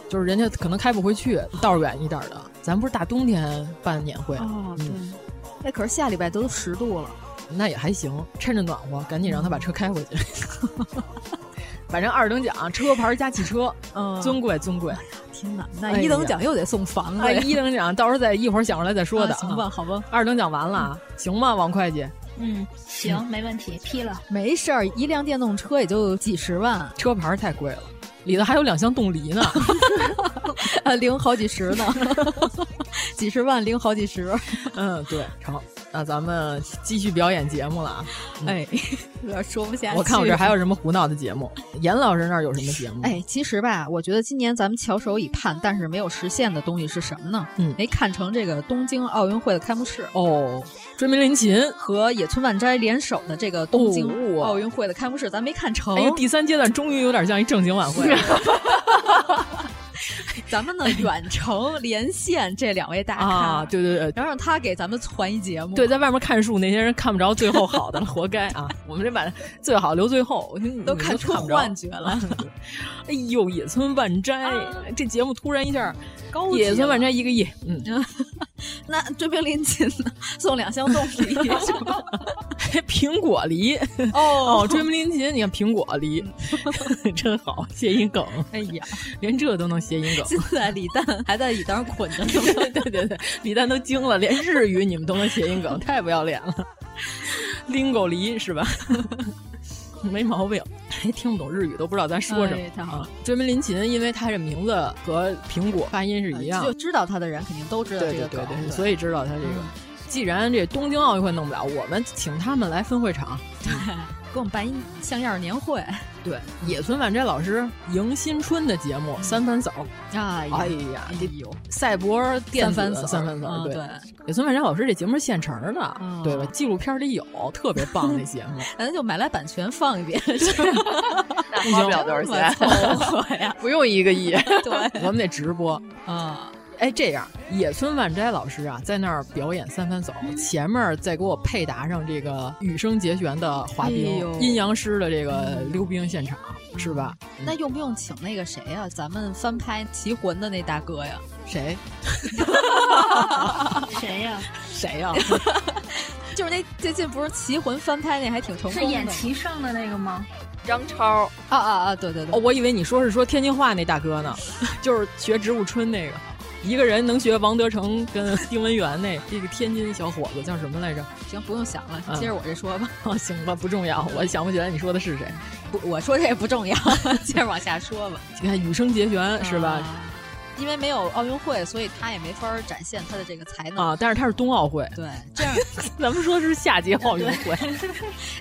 J: 就是人家可能开不回去，道儿远一点儿的。咱不是大冬天办年会，
A: 哦，对
J: 嗯，
A: 哎，可是下礼拜都十度了，
J: 那也还行，趁着暖和，赶紧让他把车
A: *laughs*
J: 开回去。反正二等奖车牌加汽车，
A: 嗯
J: 尊贵尊贵。
A: 天哪！
J: 哎
A: 那
J: 呀
A: 一等奖又得送房子
J: 哎，
A: 呀，啊
J: 一
A: *laughs*
J: 等奖到时候再一会儿想出来再说的。
A: 啊行吧好吧。
J: 二等奖完了啊，行吗？王会计，
D: 嗯，行，没问题，批了。
A: 没事儿，一辆电动车也就几十万，
J: 车牌太贵了，里头还有两箱冻梨
A: *laughs*
J: 呢。
A: 呃，零好几十呢， *laughs* 几十万零好几十。
J: *laughs* 嗯，对，成。那咱们继续表演节目了啊。嗯
A: 哎，有点说不 *laughs* 下去。
J: 我看我这还有什么胡闹的节目？严老师那儿有什么节目？
A: 哎，其实吧，我觉得今年咱们翘首以盼，但是没有实现的东西是什么呢？
J: 嗯
A: 没看成这个东京奥运会的开幕式
J: 哦，追名林琴
A: 和野村万斋联手的这个东京
J: 哦
A: 奥运会的开幕式，咱没看成。
J: 哎呦，第三阶段终于有点像一正经晚会了。
A: *laughs* 咱们呢，远程连线这两位大咖，
J: 哎啊，对对对。
A: 然后让他给咱们传一节目。
J: 对，，在外面看书那些人看不着最后好的了，活该
A: *laughs*
J: 啊！我们这把最好留最后，你们
A: 都
J: 都
A: 看出
J: 不着
A: 幻觉了。
J: 哎呦，野村万斋、这节目突然一下，
A: 高级
J: 野
A: 了
J: 村万斋一个亿，嗯， *laughs*
A: 那追兵临近呢，送两箱冻 *laughs* 梨是吧？
J: 苹果梨 *laughs*
A: 哦
J: 追门林琴，你看苹果梨， *laughs* 真好，谐音梗，
A: 哎呀，
J: 连这都能谐音梗。
A: 现在李诞还在椅子上 *laughs* 捆着呢。
J: 对对对对，李诞都惊了，连日语你们都能谐音梗，太不要脸了。lingo 梨是吧？ *laughs* 没毛病，还听不懂日语，都不知道咱说什么。
A: 哎太好了
J: 啊！追门林琴，因为他这名字和苹果发音是一样的
A: 啊就，知道他的人肯定都知道
J: 对
A: 这个
J: 对
A: 梗
J: 对，对，
A: 对
J: 所以知道他这个
A: 嗯。
J: 既然这东京奥运会弄不了，我们请他们来分会场。
A: 给我们办一像样儿年会。
J: 对，野村万斋老师迎新春的节目三番枣，
A: 嗯哎呀
J: 哎呀，这有赛博电
A: 三番
J: 子
A: 子
J: 三番
A: 嗯
J: 枣，
A: 对
J: 野村万斋老师这节目是现成的，
A: 哦
J: 对吧？纪录片里有，特别棒那节目，
A: *laughs* 咱就买来版权放一遍， *laughs*
J: 不行，
A: 多少 *laughs* 钱？这么凑合 *laughs* 呀
J: 不用一个亿，
A: 对
J: 我们得直
A: *laughs*
J: 播。
A: 啊，
J: 哎，这样，野村万斋老师啊，在那儿表演三番走，
A: 嗯
J: 前面再给我配搭上这个羽生结弦的滑
A: 哎
J: 冰、
A: 呦
J: 阴阳师的这个溜冰现场，是吧？
A: 那用不用请那个谁呀、咱们翻拍《棋魂》的那大哥呀？
J: 谁？
D: 谁呀、
J: 谁呀、
A: 就是那最近不是《棋魂》翻拍那还挺成功
D: 是
A: 的，
D: 演棋圣的那个吗？
L: 张超，
A: 啊啊啊！对对对，
J: *laughs* 哦，我以为你说是说天津话那大哥呢， *laughs* 就是学植物春那个，一个人能学王德成跟丁文元那这个天津小伙子叫什么来着？ *laughs*
A: 行，不用想了，
J: 嗯
A: 接着我这说吧。
J: 啊，行吧，不重要，我想不起来你说的是谁。
A: 不，我说这也不重要， *laughs* 接着往下说吧。
J: 你看羽生结弦是吧？
A: 啊因为没有奥运会，所以他也没法儿展现他的这个才能。
J: 啊，但是他是冬奥会，
A: 对，这样，
J: 咱们说是下届奥运会。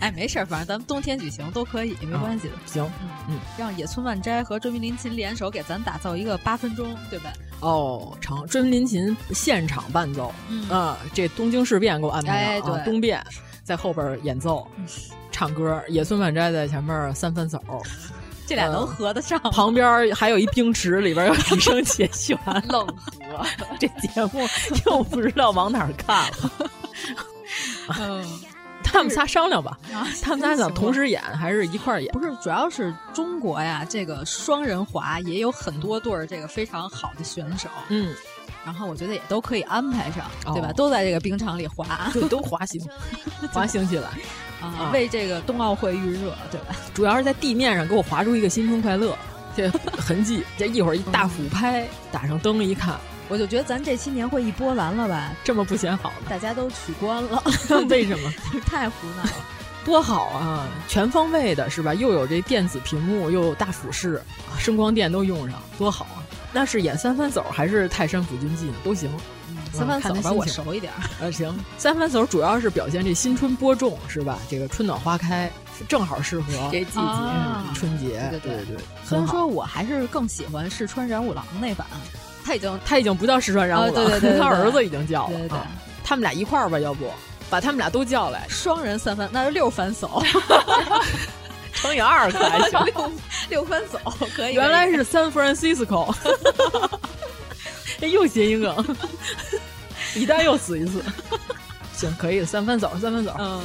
A: 哎，没事儿，反正咱们冬天举行都可以，没关系的。
J: 行，嗯，
A: 让野村万斋和追名林琴联手给咱打造一个八分钟，对吧？
J: 哦，成追林琴现场伴奏，嗯、啊，这东京事变给我安排了、啊，
A: 哎对嗯
J: 东变在后边演奏、唱歌，野村满斋在前面三分手，
A: 这俩能合得上吗？
J: 旁边还有一冰池，里边有羽生结弦，
A: *laughs* 愣合。
J: 这节目又不知道往哪儿看了。
A: 嗯
J: *laughs* 他们仨商量吧，
A: 啊
J: 他们仨想同时演还是一块儿演？
A: 不是，主要是中国呀，这个双人滑也有很多对儿这个非常好的选手，
J: 嗯，
A: 然后我觉得也都可以安排上，
J: 哦
A: 对吧？都在这个冰场里滑，
J: 对，都滑行，滑行起来。
A: 啊，为这个冬奥会预热，对吧？
J: 主要是在地面上给我划出一个新春快乐这痕迹， *laughs* 这一会儿一大俯拍，打上灯一看，
A: 我就觉得咱这期年会一播完了吧，
J: 这么不显好呢？ *laughs*
A: 大家都取关 *laughs* 了，
J: 为什么？
A: 太胡闹 *laughs* 了。
J: *laughs* 多好啊！全方位的是吧？又有这电子屏幕，又有大俯视，啊声光电都用上，多好啊！那是演三分手还是泰山古军记呢？都行。嗯
A: 三番
J: 看
A: 走
J: 他
A: 吧，
J: 心
A: 我
J: 情
A: 熟一点 *laughs* 儿。
J: 呃，行，三番手主要是表现这新春播种是吧？这个春暖花开，正好适合
A: 这季节
J: 嗯春节，
A: 对对
J: 对
A: 对
J: 对，
A: 虽
J: 很
A: 然
J: 好。
A: 说我还是更喜欢是川染五郎那版，他已经
J: 他已经不叫石川然吾了，
A: 啊对对对对
J: *laughs* 他
A: 对
J: 儿子已经叫了。
A: 对对对
J: 啊他们俩一块儿吧，要不把他们俩都叫来，
A: 双人三番，那是六番走，。
J: *laughs* 乘以二可还行
A: *laughs* 六六番 *laughs* 走可以。
J: 原来是 San Francisco，哎又谐
A: *laughs*
J: 音梗，一旦又死一次。行，可以了，三分走，三分走。
A: 嗯，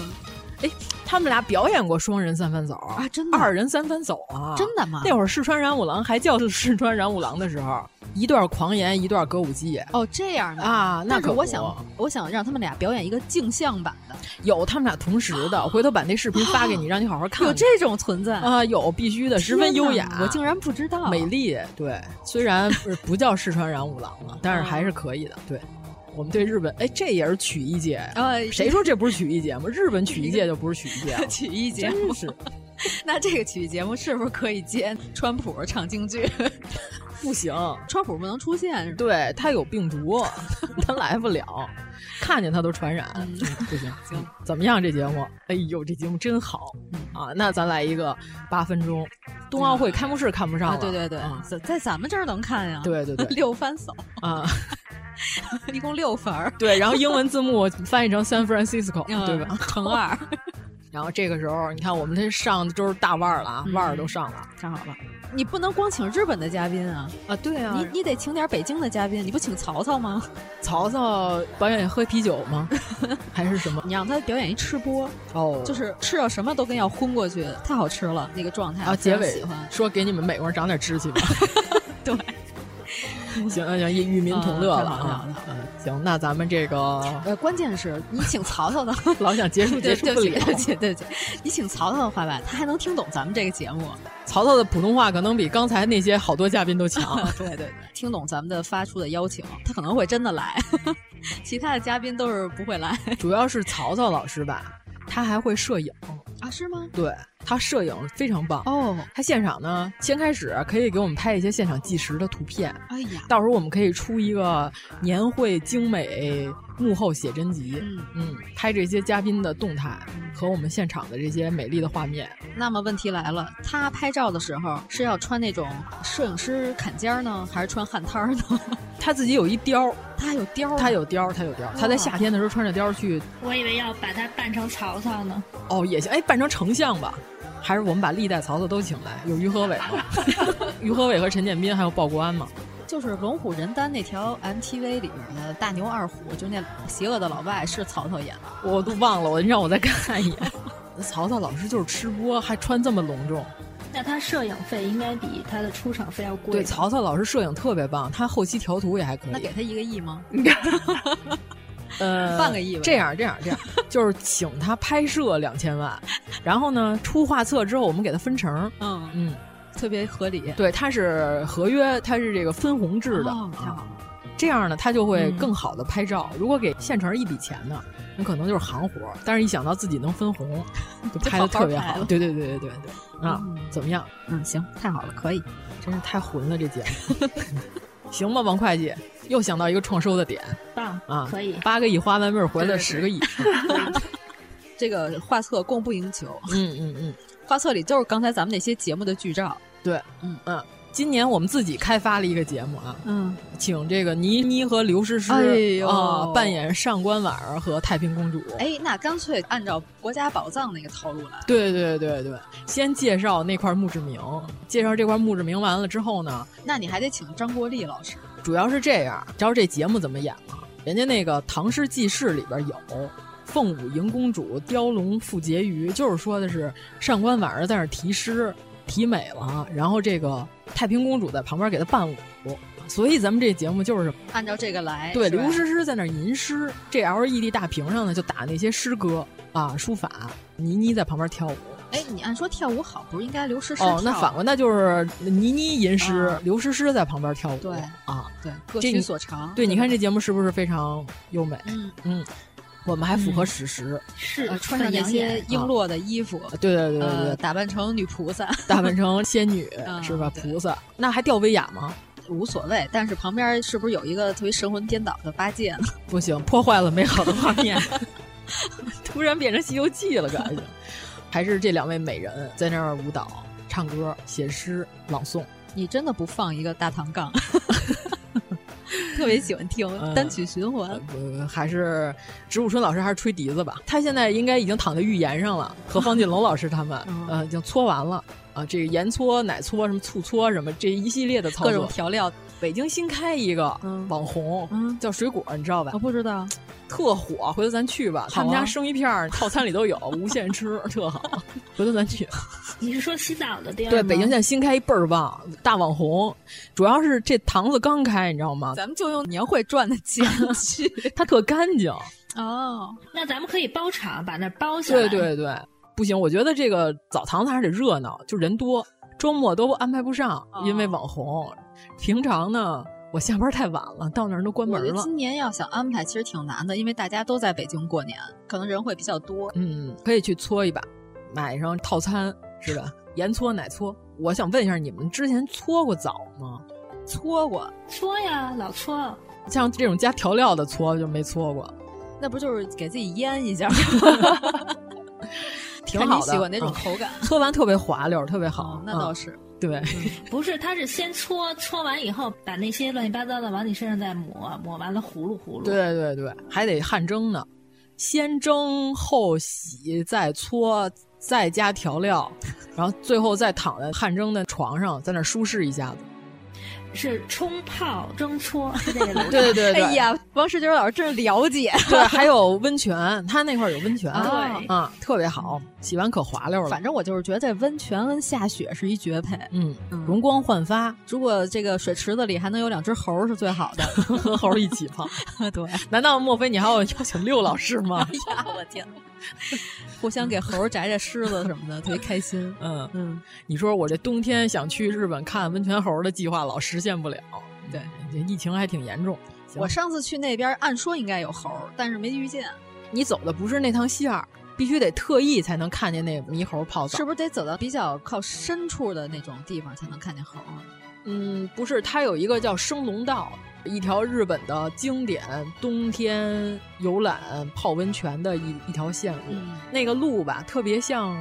J: 哎，他们俩表演过双人三分走啊
A: 真的
J: 二人三分走啊，
A: 真的吗
J: 那会儿四川染五郎还叫四川染五郎的时候，一段狂言，一段歌舞伎。
A: 哦这样的
J: 啊那
A: 但是
J: 可
A: 我
J: 不
A: 想我想让他们俩表演一个镜像版 *laughs* 的，
J: 有他们俩同时的，回头把那视频发给你，让你好好看
A: 啊
J: 看。
A: 有这种存在，
J: 啊、有必须的， *laughs* 十分优雅
A: 哦天。哪我竟然不知道，
J: 美丽，对，虽然不不叫四川染五郎了，但是
A: 啊
J: 还是可以的。对，我们对日本，哎，这也是曲艺界呀。
A: 啊！，
J: 谁说这不是曲艺界吗？日本曲艺界就不是曲艺界
A: *laughs*
J: 了
A: 曲艺节目
J: 真？是
A: 那这个曲艺节目是不是可以接川普唱京剧？
J: *laughs* 不行。
A: 川普不能出现，是吧
J: 对他有病毒， *laughs* 他来不了，看见他都传染，嗯不行。
A: *laughs* 行，
J: 怎么样？这节目？哎呦，这节目真好
A: 嗯
J: 啊！那咱来一个八分钟，冬奥会开幕式看不上
A: 啊，
J: 了，
A: 对对对
J: 啊，
A: 在在咱们这儿能看呀，*laughs*
J: 对对对
A: 六番扫，
J: 啊，
A: 一共六分儿，
J: 对。然后英文字幕翻译成 San Francisco，
A: 嗯
J: 对吧？
A: 乘二，
J: 然后这个时候，你看我们这上的都是大腕儿了啊，
A: 嗯
J: 腕儿都上了，
A: 太好了。你不能光请日本的嘉宾啊，
J: 啊，对啊
A: 你你得请点北京的嘉宾，你不请曹操吗？
J: 曹操表演喝啤酒吗？ *laughs* 还是什么？
A: 你让他表演一吃播，
J: 哦，
A: *laughs* 就是吃到什么都跟要昏过去，太好吃了那个状态。
J: 啊，
A: 我非
J: 结
A: 常
J: 尾
A: 喜欢，
J: 说给你们美国人长点志气吧。
A: *laughs* 对，
J: *laughs* 行行行，与民同乐了
A: 啊太好
J: 啊
A: 了！
J: 嗯行，那咱们
A: *laughs*
J: 这个
A: 呃，关键是你请曹操的，
J: 老想 *laughs* 结束
A: 对
J: 结
A: 对
J: 束不
A: 不起，对
J: 了
A: 不。起，对不起，你请曹操的话吧，他还能听懂咱们这个节
J: *laughs*
A: 目，
J: 曹操的普通话可能比刚才那些好多嘉宾都强。
A: *laughs* 对对对，听懂咱们的发出的邀请，他可能会真的来， *laughs* 其他的嘉宾都是不会来
J: 主要是曹操老师吧，他还会摄影，
A: 啊？是吗？
J: 对他摄影非常棒。
A: 哦，
J: 他现场呢，先开始可以给我们拍一些现场计时的图片，
A: 哎呀，
J: 到时候我们可以出一个年会精美幕后写真集，
A: 嗯
J: 拍这些嘉宾的动态和我们现场的这些美丽的画面。
A: 那么问题来了，他拍照的时候是要穿那种摄影师坎肩儿呢，还是穿汗衫儿呢？ *laughs*
J: 他自己有一貂，
A: 他还有貂儿呢，啊哦
J: 他有貂儿，他有貂儿，他在夏天的时候穿着貂儿去，
D: 我以为要把它扮成曹操呢。
J: 哦也行，哎，扮成丞相吧。还是我们把历代曹操都请来，有于和伟吗？ *laughs*
A: *laughs*
J: 于和伟和陈建斌，还有鲍国安嘛？
A: 就是龙虎人丹那条 MTV 里边的大牛二虎，就那邪恶的老外是曹操演的。
J: 我都忘了，我让我再看一眼。曹操老师就是吃播，还穿这么隆重。
D: 那他摄影费应该比他的出场费要贵。
J: 对，曹操老师摄影特别棒，他后期调图也还可以。
A: 那给他一个亿吗？
J: 嗯
A: *laughs*
J: 呃，
A: 半个亿吧
J: 这样，这样，这 *laughs* 样，就是请他拍摄两千万，然后呢，出画册之后，我们给他分成。
A: 嗯，
J: 嗯，
A: 特别合理。
J: 对，他是合约，他是这个分红制的、
A: 哦太好
J: 啊。这样呢，他就会
A: 嗯
J: 更好的拍照。如果给现成一笔钱呢，那可能就是行活儿。但是，一想到自己能分红，就拍的特别
A: *laughs* 就好好拍
J: 好。
A: 了
J: 对对对对对对，啊，怎么样？
A: 嗯，行，太好了，可以。
J: 真是太混了，这节目。
A: *laughs*
J: 行吧，王会计，又想到一个创收的点
D: 棒
J: 啊！
D: 可以。
J: 八个亿花完味儿回来十个亿。
A: 这个画册供不应求，
J: 嗯嗯嗯，
A: 画册里就是刚才咱们那些节目的剧照。
J: 对，
A: 嗯
J: 嗯，今年我们自己开发了一个节目啊，
A: 嗯，
J: 请这个倪妮和刘诗诗、
A: 哎呦
J: 啊扮演上官婉儿和太平公主。
A: 哎，那干脆按照国家宝藏那个套路来。
J: 对对对对，先介绍那块墓志铭，介绍这块墓志铭完了之后呢，
A: 那你还得请张国立老师。
J: 主要是这样，知道这节目怎么演吗？人家那个《唐诗纪事》里边有“凤舞迎公主，雕龙赋婕妤”，就是说的是上官婉儿在那儿题诗，题美了，然后这个太平公主在旁边给她伴舞。所以咱们这节目就是
A: 按照这个来。
J: 对
A: 哎是吧
J: 刘诗诗在那儿吟诗，这 LED 大屏上呢就打那些诗歌啊、书法，倪妮在旁边跳舞。
A: 哎，你按说跳舞好，不是应该刘诗诗
J: 哦，那
A: 跳
J: 反过那就是倪妮吟诗，
A: 啊
J: 刘诗诗在旁边跳舞。
A: 对
J: 啊，
A: 对各
J: 这
A: 取
J: 你
A: 所长。
J: 对，你
A: 吧
J: 看这节目是不是非常优美？
A: 嗯
J: 嗯，我们还符合
A: 嗯
J: 史实，
A: 是
J: 呃
A: 穿上
J: 很
A: 那
J: 养
A: 些
J: 眼
A: 璎
J: 啊
A: 珞的衣服，
J: 对对对对
A: 呃
J: 对，
A: 打扮成女菩萨
J: 打扮成仙女
A: *laughs* 嗯
J: 是吧？菩萨，那还吊威亚吗？
A: 无所谓，但是旁边是不是有一个特别神魂颠倒的八戒呢？ *laughs*
J: 不行，破坏了美好的画面， *laughs* 突然变成《西游记》了，感觉。还是这两位美人在那儿舞蹈、唱歌、写诗、朗诵。
A: 你真的不放一个大唐杠， *laughs* 特别喜欢听
J: 嗯
A: 单曲循环。
J: 呃，还是植物春老师还是吹笛子吧，他现在应该已经躺在浴盐上了，和方锦龙老
A: *laughs*
J: 师他们
A: 嗯
J: 呃已经搓完了啊，这个盐搓、奶搓、什么醋搓什么这一系列的操作，
A: 各种调料。
J: 北京新开一个网红，叫水果，你知道吧
A: 我？哦不知道，
J: 特火，回头咱去吧。他们家生鱼片儿套餐里都有， *laughs* 无限吃，特好。回头咱去。
D: 你是说洗澡的地儿
J: *laughs*
D: 吗？
J: 对，北京现在新开一倍儿棒大网红，主要是这堂子刚开，你知道吗？
A: 咱们就用年会赚的 *laughs* 钱去。
J: 它特干净。
A: 哦，
D: 那咱们可以包场，把那儿包下来。
J: *laughs* 对对对，不行，我觉得这个澡堂子还是得热闹，就人多，周末都安排不上，因为网红。平常呢，我下班太晚了，到那儿都关
A: 我
J: 门
A: 觉得
J: 了。
A: 今年要想安排，其实挺难的，因为大家都在北京过年，可能人会比较多。
J: 嗯，可以去搓一把，买上套餐是吧？盐搓、奶搓。我想问一下，你们之前搓过澡吗？
A: 搓过，
D: 搓呀，老搓。
J: 像这种加调料的搓就没搓过，
A: 那不就是给自己腌一下吗？
J: *laughs* 挺好的。
A: 看你喜欢哪种
J: 嗯
A: 口感？啊
J: 搓完特别滑溜，特别好。
A: 那倒
J: 嗯
A: 是。
J: 对，
D: 不是，他是先搓，搓完以后把那些乱七八糟的往你身上再抹，抹完了葫芦葫芦。
J: 对对对，还得汗蒸呢，先蒸后洗，再搓，再加调料，然后最后再躺在汗蒸的床上，在那儿舒适一下子。
D: 是冲泡蒸搓， *laughs* 是这个流程。
J: 对对对
A: 哎呀，王世军老师真是了解。
J: *laughs* 对，还有温泉，他那块儿有温泉，
A: 对
J: 啊，特别好，洗完可滑溜了。
A: 反正我就是觉得这温泉跟下雪是一绝配。 *laughs*
J: 嗯，容光焕发，
A: 如果这个水池子里还能有两只猴儿是最好的。
J: *laughs* 和猴儿一起泡。
A: 对，
J: *laughs* 难道莫非你还要邀请六老
A: *laughs*
J: 师吗？
A: 哎呀，我天，互相给猴儿摘摘虱子什么的，特别开心。
J: *laughs* 嗯
A: 嗯，
J: 你说我这冬天想去日本看温泉猴儿的计划老实现不了，
A: 对，
J: 这疫情还挺严重。行
A: 我上次去那边，按说应该有猴儿，但是没遇见，
J: 你走的不是那趟线儿，必须得特意才能看见那猕猴泡澡。
A: 是不是得走到比较靠深处的那种地方才能看见猴儿？啊
J: 嗯，不是，它有一个叫升龙道，一条日本的经典冬天游览泡温泉的一一条线路。
A: 嗯
J: 那个路吧，特别像，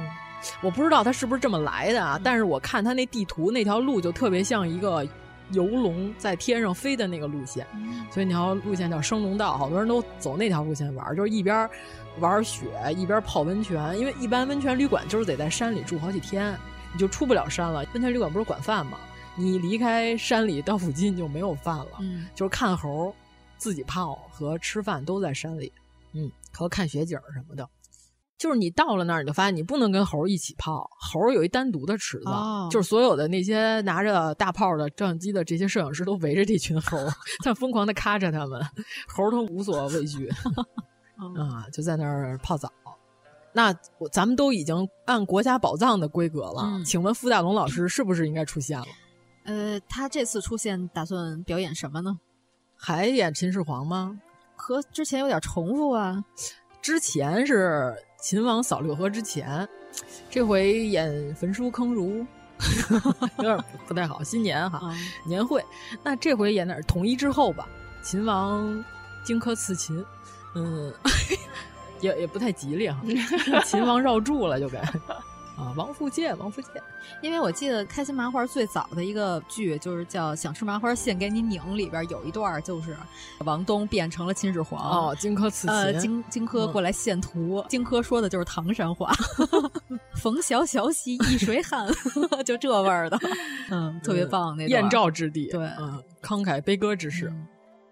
J: 我不知道它是不是这么来的啊，但是我看它那地图，那条路就特别像一个游龙在天上飞的那个路线。所以那条路线叫升龙道，好多人都走那条路线玩儿，就是一边儿玩雪一边儿泡温泉，因为一般温泉旅馆就是得在山里住好几天，你就出不了山了。温泉旅馆不是管饭吗？你离开山里到附近就没有饭了，
A: 嗯
J: 就是看猴儿、自己泡和吃饭都在山里，嗯，和看雪景儿什么的。就是你到了那儿，你就发现你不能跟猴儿一起泡，猴儿有一单独的池子，
A: 哦
J: 就是所有的那些拿着大炮的照相机的这些摄影师都围着这群猴儿， *laughs* 在疯狂的咔着他们，猴儿都无所畏惧
A: 哦
J: *laughs* 啊，就在那儿泡澡。那我咱们都已经按国家宝藏的规格了，
A: 嗯
J: 请问傅大龙老师是不是应该出现了？
A: 呃，他这次出现打算表演什么呢？
J: 还演秦始皇吗？
A: 和之前有点重复啊。
J: 之前是秦王扫六合之前，这回演焚书坑儒， *laughs* 有点不太好。新年哈、
A: 哦
J: 年会，那这回演点儿统一之后吧。秦王荆轲刺秦， *laughs*
A: *laughs*
J: 嗯，也也不太吉利哈、秦王绕柱了就该。啊、啊，王复介，王复介，
A: 因为我记得开心麻花最早的一个剧就是叫《想吃麻花献给你拧》，里边有一段就是王东变成了秦始皇
J: 哦，荆轲刺秦，
A: 呃，荆荆轲过来献图，荆轲、嗯、说的就是唐山话， *laughs* 冯小小兮易水寒， *laughs* 就这味儿的，嗯，特别棒那
J: 燕赵之地，
A: 对，
J: 嗯，慷慨悲歌之士，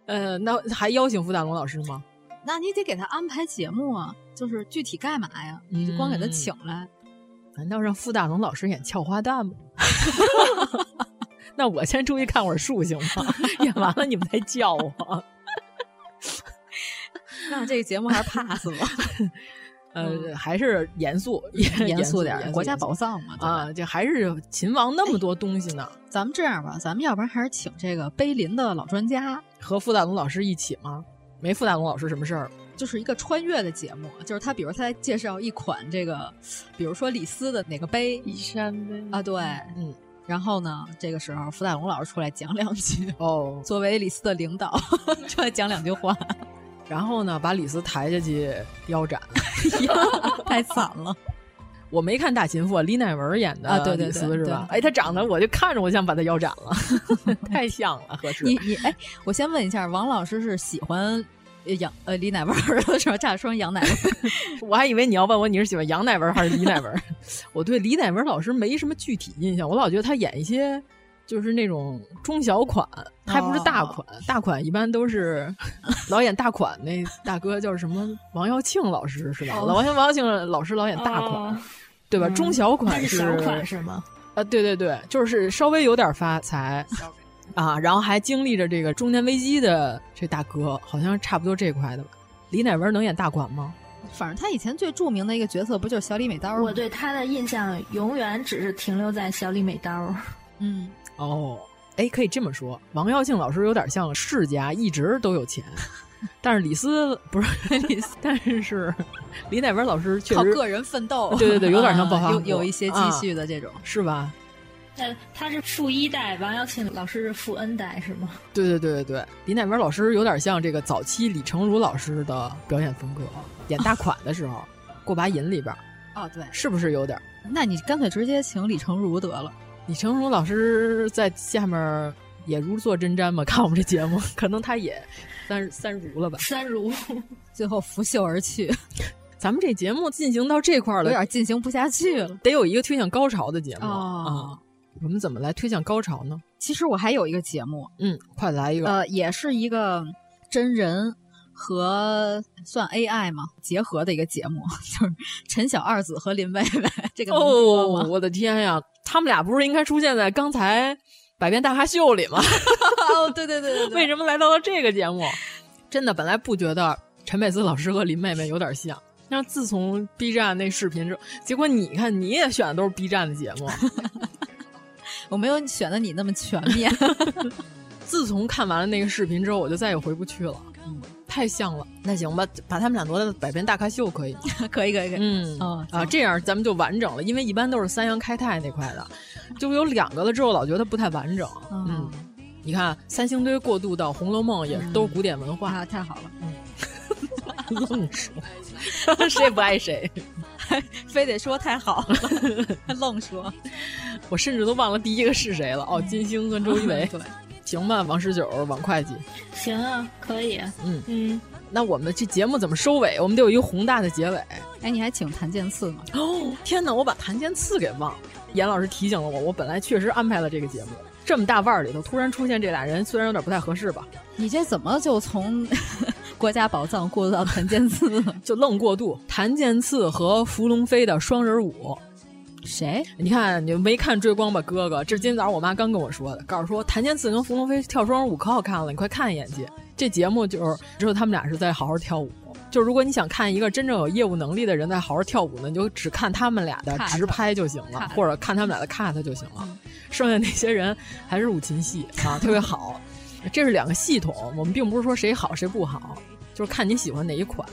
J: 嗯、呃，那还邀请傅大龙老师吗？
A: 那你得给他安排节目啊，就是具体干嘛呀？你就光给他请来。嗯
J: 难道让傅大龙老师演俏花旦 *laughs* 吗？那我先出去看会儿树行吗？演完了你们再叫 *laughs* 我。
A: 那这个节目还是 pass 吧。
J: 呃，还是严 *laughs* 肃，
A: *laughs* 严
J: 肃
A: 点，国家宝藏嘛
J: 啊，哎这还是秦王那么多东西呢。
A: 咱们这样吧，咱们要不然还是请这个碑林的老专家
J: 和傅大龙老师一起吗？没傅大龙老师什么事儿。
A: 就是一个穿越的节目，就是他，比如他在介绍一款这个，比如说李斯的哪个杯，
N: 一山杯
A: 啊，对，
J: 嗯，
A: 然后呢，这个时候傅大龙老师出来讲两句
J: 哦，
A: 作为李斯的领导 *laughs* 出来讲两句话，
J: 然后呢，把李斯抬下去腰斩，
A: 哎太惨了。
J: 我没看大秦赋，李乃文演的
A: 啊，对对
J: 对，是吧？哎，他长得我就看着我想把他腰斩
A: *laughs*
J: 了，太像了，合适。
A: *laughs* 你你哎，我先问一下，王老师是喜欢？杨呃李乃文的 *laughs* 时候差点说杨乃文，
J: *laughs* 我还以为你要问我你是喜欢杨乃文还是李乃文。我对李乃文老师没什么具体印象，我老觉得他演一些就是那种中小款，他还不是大款，哦、大款一般都是老演大款那大哥叫什么王耀庆老师是吧？老、哦、王王耀庆老师老演大款，哦、对吧？嗯、中小款
N: 是小款是吗？
J: 啊，对对对，就是稍微有点发财。啊，然后还经历着这个中年危机的这大哥，好像差不多这块的吧。李乃文能演大款吗？
A: 反正他以前最著名的一个角色不就是小李美刀吗？
D: 我对他的印象永远只是停留在小李美刀。
A: 嗯，
J: 哦，哎，可以这么说，王耀庆老师有点像世家，一直都
A: *laughs*
J: 有钱。但是李斯不是 *laughs* 李斯，但是李乃文老师确实
A: 靠个人奋斗，
J: 对对对，有
A: *laughs*
J: 点像暴发、啊、
A: 有有一些积蓄的这种，啊、
J: 是吧？
D: 但呃他是富一代，王耀庆老师是富 N 代，是吗？ *laughs*
J: 对对对对对，李乃文老师有点像这个早期李成儒老师的表演风格，演大款的时候，过把瘾里边。
A: 哦，对，
J: 是不是有点？
A: 那你干脆直接请李成儒得了。
J: 李成儒老师在下面也如坐针毡嘛，看我们这节目，可能他也三三如了吧？
D: 三如，
A: 最后拂袖而去。
J: 咱们这节目进行到这块
A: *laughs*
J: 了，
A: 有点进行不下去了，
J: 得有一个推向高潮的节目啊。
A: 哦
J: 嗯我们怎么来推向高潮呢？
A: 其实我还有一个节目，
J: 嗯，快来一个。
A: 呃，也是一个真人和算 AI 嘛结合的一个节目， *laughs* 就是陈小二子和林薇薇。这个
J: 哦，我的天呀，他们俩不是应该出现在刚才《百变大咖秀》里吗？
A: 哦，对对对对,对。
J: *laughs* 为什么来到了这个节目？真的，本来不觉得陈佩斯老师和林妹妹有点像。但是自从 B 站那视频之后，结果你看你也选的都是 B 站的节
A: *laughs*
J: 目。
A: 我没有选的你那么全面。 *laughs*
J: 自从看完了那个视频之后，我就再也回不去了。嗯，太像了。那行吧，把他们俩挪到百变大咖秀可以吗？
A: 可以，可以，可以。
J: 嗯，
A: 哦、
J: 啊，这样咱们就完整了，因为一般都是三羊开泰那块的，就有两个了之后，老觉得不太完整。哦、嗯，你看三星堆过渡到《红楼梦》也都是古典文化，
A: 嗯、啊，太好了。嗯。
J: 愣说， *laughs* 谁不爱谁，
A: 非得说太好了， *laughs* 愣说，
J: 我甚至都忘了第一个是谁了。哦，金星跟周一围，
A: 对，
J: *laughs* 行吧，王十九，王会计，
D: 行啊，可以，
J: 嗯
D: 嗯，
J: 那我们这节目怎么收尾？我们得有一个宏大的结尾。
A: 哎，你还请谭健次吗？
J: 哦，天哪，我把谭健次给忘了。严老师提醒了我，我本来确实安排了这个节目。这么大腕儿里头突然出现这俩人，虽然有点不太合适吧？
A: 你这怎么就从 *laughs* 国家宝藏过渡到谭健次， *laughs*
J: 就愣过渡？谭健次和伏龙飞的双人舞，
A: 谁？
J: 你看你没看《追光吧哥哥》？这今早上我妈刚跟我说的，告诉说谭健次跟伏龙飞跳双人舞可好看了，你快看一眼去。这节目就是只有他们俩是在好好跳舞。就如果你想看一个真正有业务能力的人在好好跳舞呢，你就只看他们俩的直拍就行了，或者看他们俩的 cut 就行了。剩下那些人还是五禽戏啊，特别好。 *laughs* 这是两个系统，我们并不是说谁好谁不好，就是看你喜欢哪一款。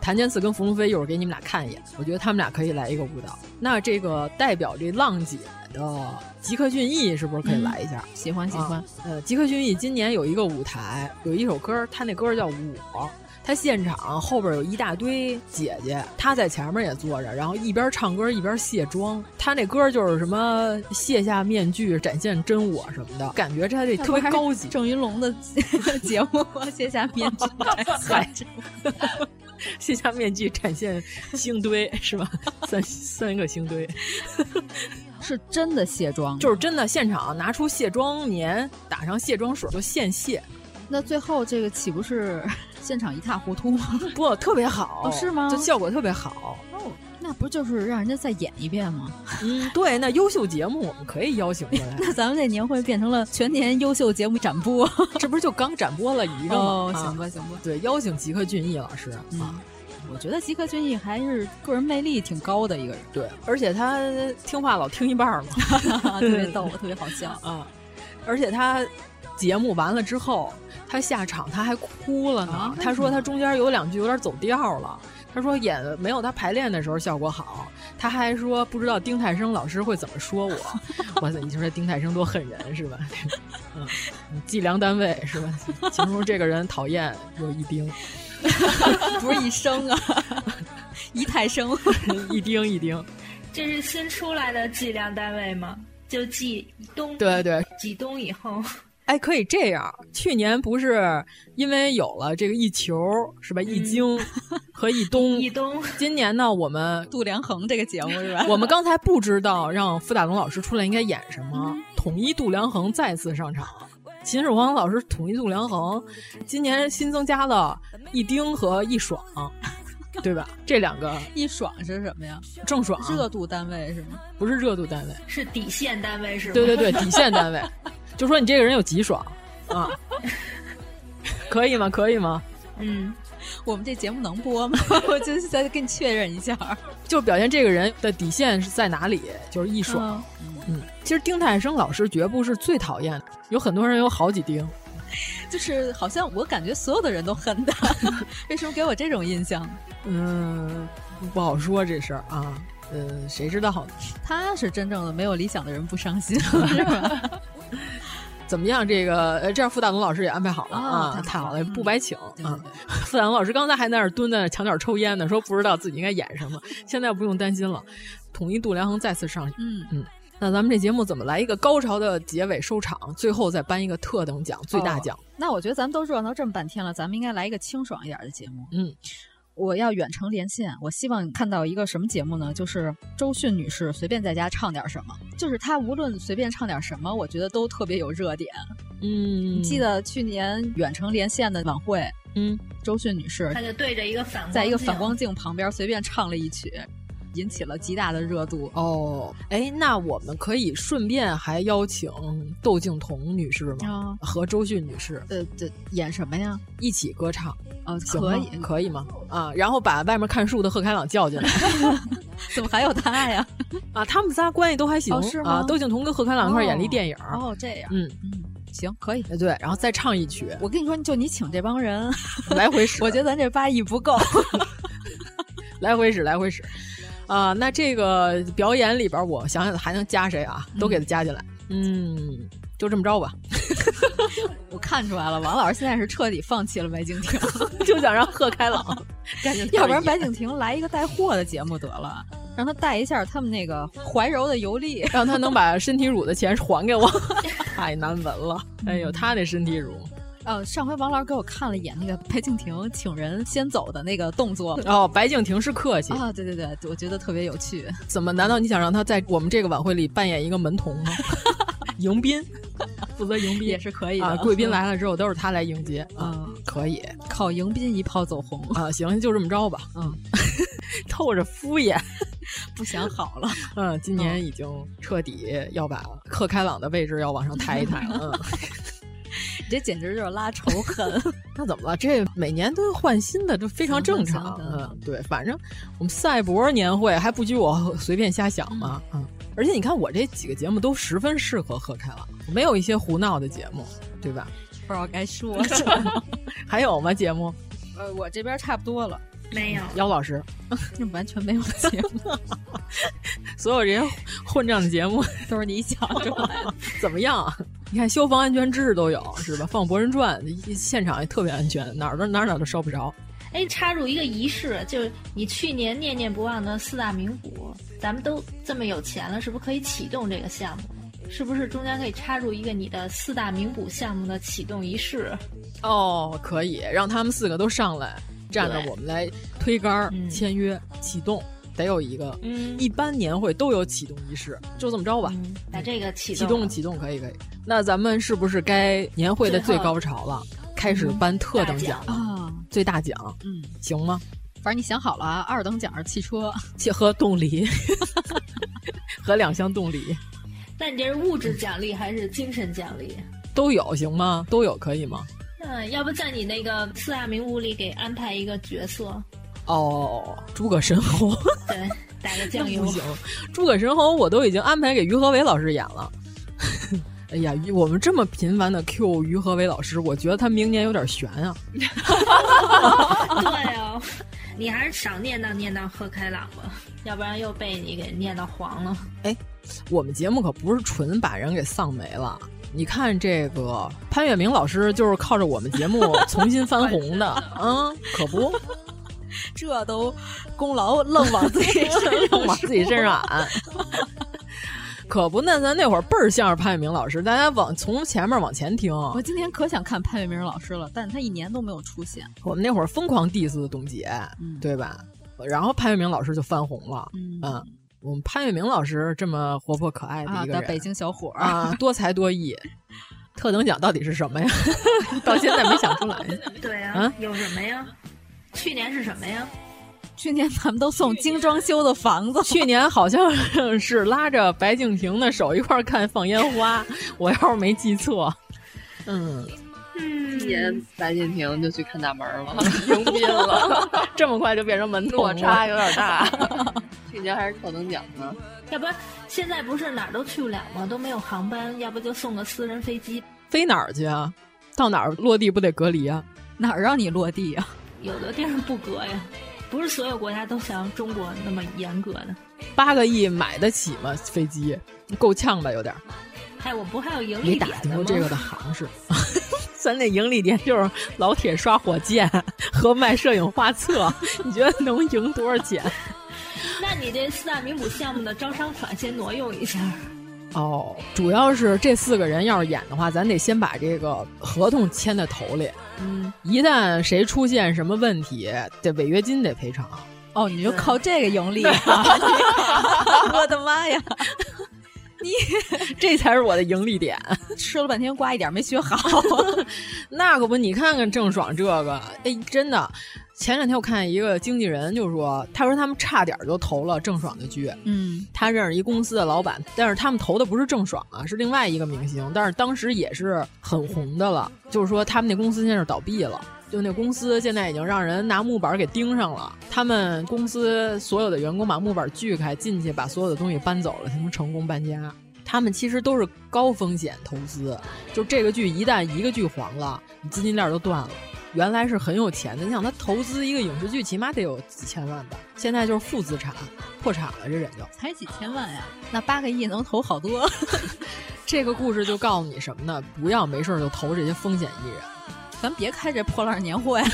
J: 谭健次跟冯龙飞一会儿给你们俩看一眼，我觉得他们俩可以来一个舞蹈。那这个代表这浪姐的吉克隽逸是不是可以来一下？
A: 嗯、喜欢喜欢、啊。
J: 呃，吉克隽逸今年有一个舞台，有一首歌，他那歌叫《我》。他现场后边有一大堆姐姐，她在前面也坐着，然后一边唱歌一边卸妆。她那歌就是什么卸下面具，展现真我什么的，感觉他这特别高级。
A: 郑云龙的 *laughs* 节目卸下面具，
J: 嗨， *laughs* 卸下面具展现星堆是吧？ *laughs* 三三个星堆。
A: *laughs* 是真的卸妆，
J: 就是真的现场拿出卸妆棉，打上卸妆水就现卸。
A: 那最后这个岂不是 *laughs* 现场一塌糊涂吗？
J: 不，特别好，
A: 哦、是吗？
J: 就效果特别 *laughs* 好。
A: 哦， *laughs* 那不就是让人家再演一遍吗？
J: 嗯，对，那优秀节目我们可以邀请过 *laughs* 来。
A: *laughs* 那咱们这年会变成了全年优秀节目展播，
J: 这不是就刚展播了一个吗？
A: *laughs* 哦，
J: 啊
A: 行吧，行吧。
J: 对，邀请吉克隽逸老师啊。
A: 嗯我觉得吉克隽逸还是个人魅力挺高的一 *laughs* 个人，
J: 对，而且他听话老听一半嘛，
A: 啊特别逗，特别好笑
J: 啊！而且他节目完了之后，他下场他还哭了呢。啊、他说他中间有两句有点走调了，他说演没有他排练的时候效果好，他还说不知道丁太生老师会怎么说我。哇塞，你说这丁太生多恨人是吧？ *laughs* 嗯，计量单位是吧？形容这个人讨厌有一丁。
A: *laughs*
J: *laughs*
A: 不是一生啊， *laughs* 一太生， *laughs*
J: 一丁一丁。
D: 这是新出来的计量单位吗？就计冬，
J: 对对，
D: 几冬以后。
J: 哎，可以这样。去年不是因为有了这个一球是吧？一经和一冬，
D: *laughs* 一冬。
J: 今年呢，我们 *laughs*
A: 度量衡这个节目是吧？
J: 我们刚才不知道让傅大龙老师出来应该演什么，统一度量衡再次上场。秦始皇老师统一度量衡，今年新增加了一丁和一爽， *laughs* 对吧？这两个
A: 一爽是什么呀？
J: 郑爽
A: 热度单位是吗？
J: 不是热度单位，
D: 是底线单位是吗？
J: 对对对，底线单位，就说你这个人有几爽啊？ *laughs* 可以吗？可以吗？
D: 嗯，
A: *laughs* 我们这节目能播吗？ *laughs* 我就再跟你确认一下，
J: 就表现这个人的底线是在哪里，就是一爽。嗯嗯，其实丁太生老师绝不是最讨厌的，有很多人有好几丁，
A: 就是好像我感觉所有的人都恨他， *laughs* 为什么给我这种印象？
J: 嗯，不好说这事儿啊，嗯，谁知道呢？
A: 他是真正的没有理想的人不伤心，是吧？
J: 怎么样？这个呃，这样傅大龙老师也安排好了啊，太好了，不白请啊！傅大龙老师刚才还在那儿蹲在墙角抽烟呢，说不知道自己应该演 *laughs* 什么，现在不用担心了，统一度量衡再次上，
A: 嗯
J: 嗯。那咱们这节目怎么来一个高潮的结尾收场，最后再颁一个特等奖、最大奖？哦、
A: 那我觉得咱们都热闹这么半天了，咱们应该来一个清爽一点的节目。
J: 嗯，
A: 我要远程连线，我希望看到一个什么节目呢？就是周迅女士随便在家唱点什么，就是她无论随便唱点什么，我觉得都特别有热点。
J: 嗯，
A: 你记得去年远程连线的晚会，
J: 嗯，
A: 周迅女士
D: 她就对着一个反
A: 在一个反光镜旁边随便唱了一曲。引起了极大的热度
J: 哦，哎，那我们可以顺便还邀请窦靖童女士吗？哦、和周迅女士，
A: 呃，这演什么呀？ *laughs*
J: 一起歌唱，
A: 呃、哦，可以，
J: 啊可以吗？啊，然后把外面看书的贺开朗叫进来，
A: 怎么还有他呀？
J: *laughs* 啊，他们仨关系都还行，
A: 哦、是
J: 啊，窦靖童跟贺开朗一块演了一电影，
A: 哦，这样，
J: 嗯
A: 嗯。嗯行，可以。
J: 哎对，然后再唱一 *laughs* 曲。
A: 我跟你说，就你请这帮人 *laughs*
J: 来回使，
A: 我觉得咱这八亿不够，
J: 来回使，来回使。啊、呃，那这个表演里边，我想想还能加谁啊？都给他加进来。嗯,嗯，就这么着吧。
A: 我看出来了，王老师现在是彻底放弃了白敬亭，
J: *laughs* 就想让贺开 *laughs* 朗赶紧。
A: *laughs* 要不然白敬亭来一个带货的节目得了，让他带一下他们那个怀柔的尤力，
J: 让他能把身体乳的钱还 *laughs* 给我。太难闻了，哎呦，他那身体乳。
A: 呃、哦，上回王老师给我看了一眼那个白敬亭请人先走的那个动作。
J: 哦，白敬亭是客气
A: 啊、哦，对对对，我觉得特别有趣。
J: 怎么？难道你想让他在我们这个晚会里扮演一个门童吗？ *laughs* 迎宾，负责迎宾
A: 也是可以的。 *laughs*
J: 啊、贵宾来了之后都是他来迎接
A: 啊，
J: 嗯、可以
A: 靠迎宾一炮走红
J: 啊。行，就这么着吧。
A: 嗯，
J: *laughs* 透着敷衍，
A: 不想好了。
J: 嗯，今年已经彻底要把贺开朗的位置要往上抬一抬了。嗯。
A: 你这简直就是拉仇恨！
J: 那怎么了？这每年都换新的，这非常正常。嗯，对，反正我们赛博年会还不许我随便瞎想嘛。嗯,嗯，而且你看我这几个节目都十分适合贺开朗，没有一些胡闹的节目，对吧？
A: 不知道该说什么。
J: 还有吗？节目？
A: 呃，我这边差不多了。
D: 没有，
J: 姚老师，
A: *laughs* 那完全没有节目，
J: 所有这些混账的节目
A: *laughs* 都是你想出来的。
J: *laughs* 怎么样、啊？你看消防安全知识都有是吧？放《博人传》现场也特别安全，哪儿都哪儿哪儿都烧不着。
D: 哎，插入一个仪式，就是你去年念念不忘的四大名捕，咱们都这么有钱了，是不是可以启动这个项目？是不是中间可以插入一个你的四大名捕项目的启动仪式？
J: 哦，可以让他们四个都上来，站着我们来推杆儿、签约、启动，得有一个。
D: 嗯，
J: 一般年会都有启动仪式，就这么着吧。
D: 把这个启
J: 启动启动可以可以。那咱们是不是该年会的最高潮了？开始颁特等奖了，
A: 啊，
J: 最大奖，
A: 嗯，
J: 行吗？
A: 反正你想好了啊，二等奖是汽车，
J: 且喝冻梨， *laughs* 和两箱冻梨
D: 那你这是物质奖励还是精神奖励？
J: 都有行吗？都有可以吗？
D: 嗯，要不在你那个四大名捕里给安排一个角色，
J: 哦，诸葛神侯。
D: 对，打个酱
J: 那
D: 油
J: 不。行，诸葛神侯我都已经安排给于和伟老师演了。 *laughs* 哎呀，于我们这么频繁的 Q 于和伟老师，我觉得他明年有点悬啊。
D: 对哦， *laughs* 你还是少念叨念叨贺开朗吧，要不然又被你给念叨黄了。
J: 哎，我们节目可不是纯把人给丧没了。你看这个潘粤明老师就是靠着我们节目重新翻红的，嗯，可不，
A: 这都功劳愣往自
J: *laughs*
A: 己身上
J: 往自己身上
A: 说
J: 揽。可不，那咱那会儿倍儿像是潘粤明老师，大家往从前面往前听。
A: 我今天可想看潘粤明老师了，但他一年都没有出现。
J: 我们那会儿疯狂 diss 董洁，对吧？然后潘粤明老师就翻红了，嗯。我们潘粤明老师这么活泼可爱的
A: 啊
J: 一个人，
A: 的北京小伙儿
J: 啊，多才多艺， *laughs* 特等奖到底是什么呀？ *laughs* 到现在没想出来。 *laughs*
D: 对呀、
J: 啊
D: 有什么呀？去年是什么呀？
A: 去年咱们都送精装修的房子，
J: 去年好像是拉着白敬亭的手一块儿看放烟花，我要是没记错，嗯，
N: 今年白敬亭就去看大门了，
J: 迎宾了， *laughs* 这么快就变成门童
N: 落
J: 了
N: 差有点大。去年还是特等奖呢，
D: 要不然现在不是哪儿都去不了吗？都没有航班，要不就送个私人飞机。
J: 飞哪儿去啊？到哪儿落地不得隔离啊？
A: 哪儿让你落地啊？
D: 有的地儿不隔呀，不是所有国家都像中国那么严格的。
J: 八个亿买得起吗？飞机够呛吧，有点儿。
D: 哎，我不还有盈利
J: 没
D: 点
J: 打
D: 的
J: 听
D: 吗
J: 过？这个的行市， *laughs* 咱那盈利点就是老铁刷火箭和卖摄影画册，你觉得能赢多少钱？
D: 那你这四大名捕项目的招商款先挪用一下。
J: 哦，主要是这四个人要是演的话，咱得先把这个合同签在头里，
D: 嗯，
J: 一旦谁出现什么问题，这违约金得赔偿。
A: 哦，你就靠这个盈利、啊， *laughs* 我的妈呀！你
J: *laughs* 这才是我的盈利点，
A: 吃了半天瓜一点没学 *laughs* 好。
J: 那可不，你看看郑爽这个，哎，真的，前两天我看一个经纪人就说，他说他们差点就投了郑爽的剧，
A: 嗯，
J: 他认识一公司的老板，但是他们投的不是郑爽啊，是另外一个明星，但是当时也是很红的了，就是说他们那公司现在是倒闭了。就那公司现在已经让人拿木板给钉上了，他们公司所有的员工把木板锯开进去，把所有的东西搬走了，才能成功搬家。他们其实都是高风险投资，就这个剧一旦一个剧黄了，你资金链就断了。原来是很有钱的，你想他投资一个影视剧，起码得有几千万吧，现在就是负资产，破产了这人就。
A: 才几千万呀，那八个亿能投好多。 *laughs*
J: 这个故事就告诉你什么呢？不要没事儿就投这些风险艺人。
A: 咱别开这破烂年货呀！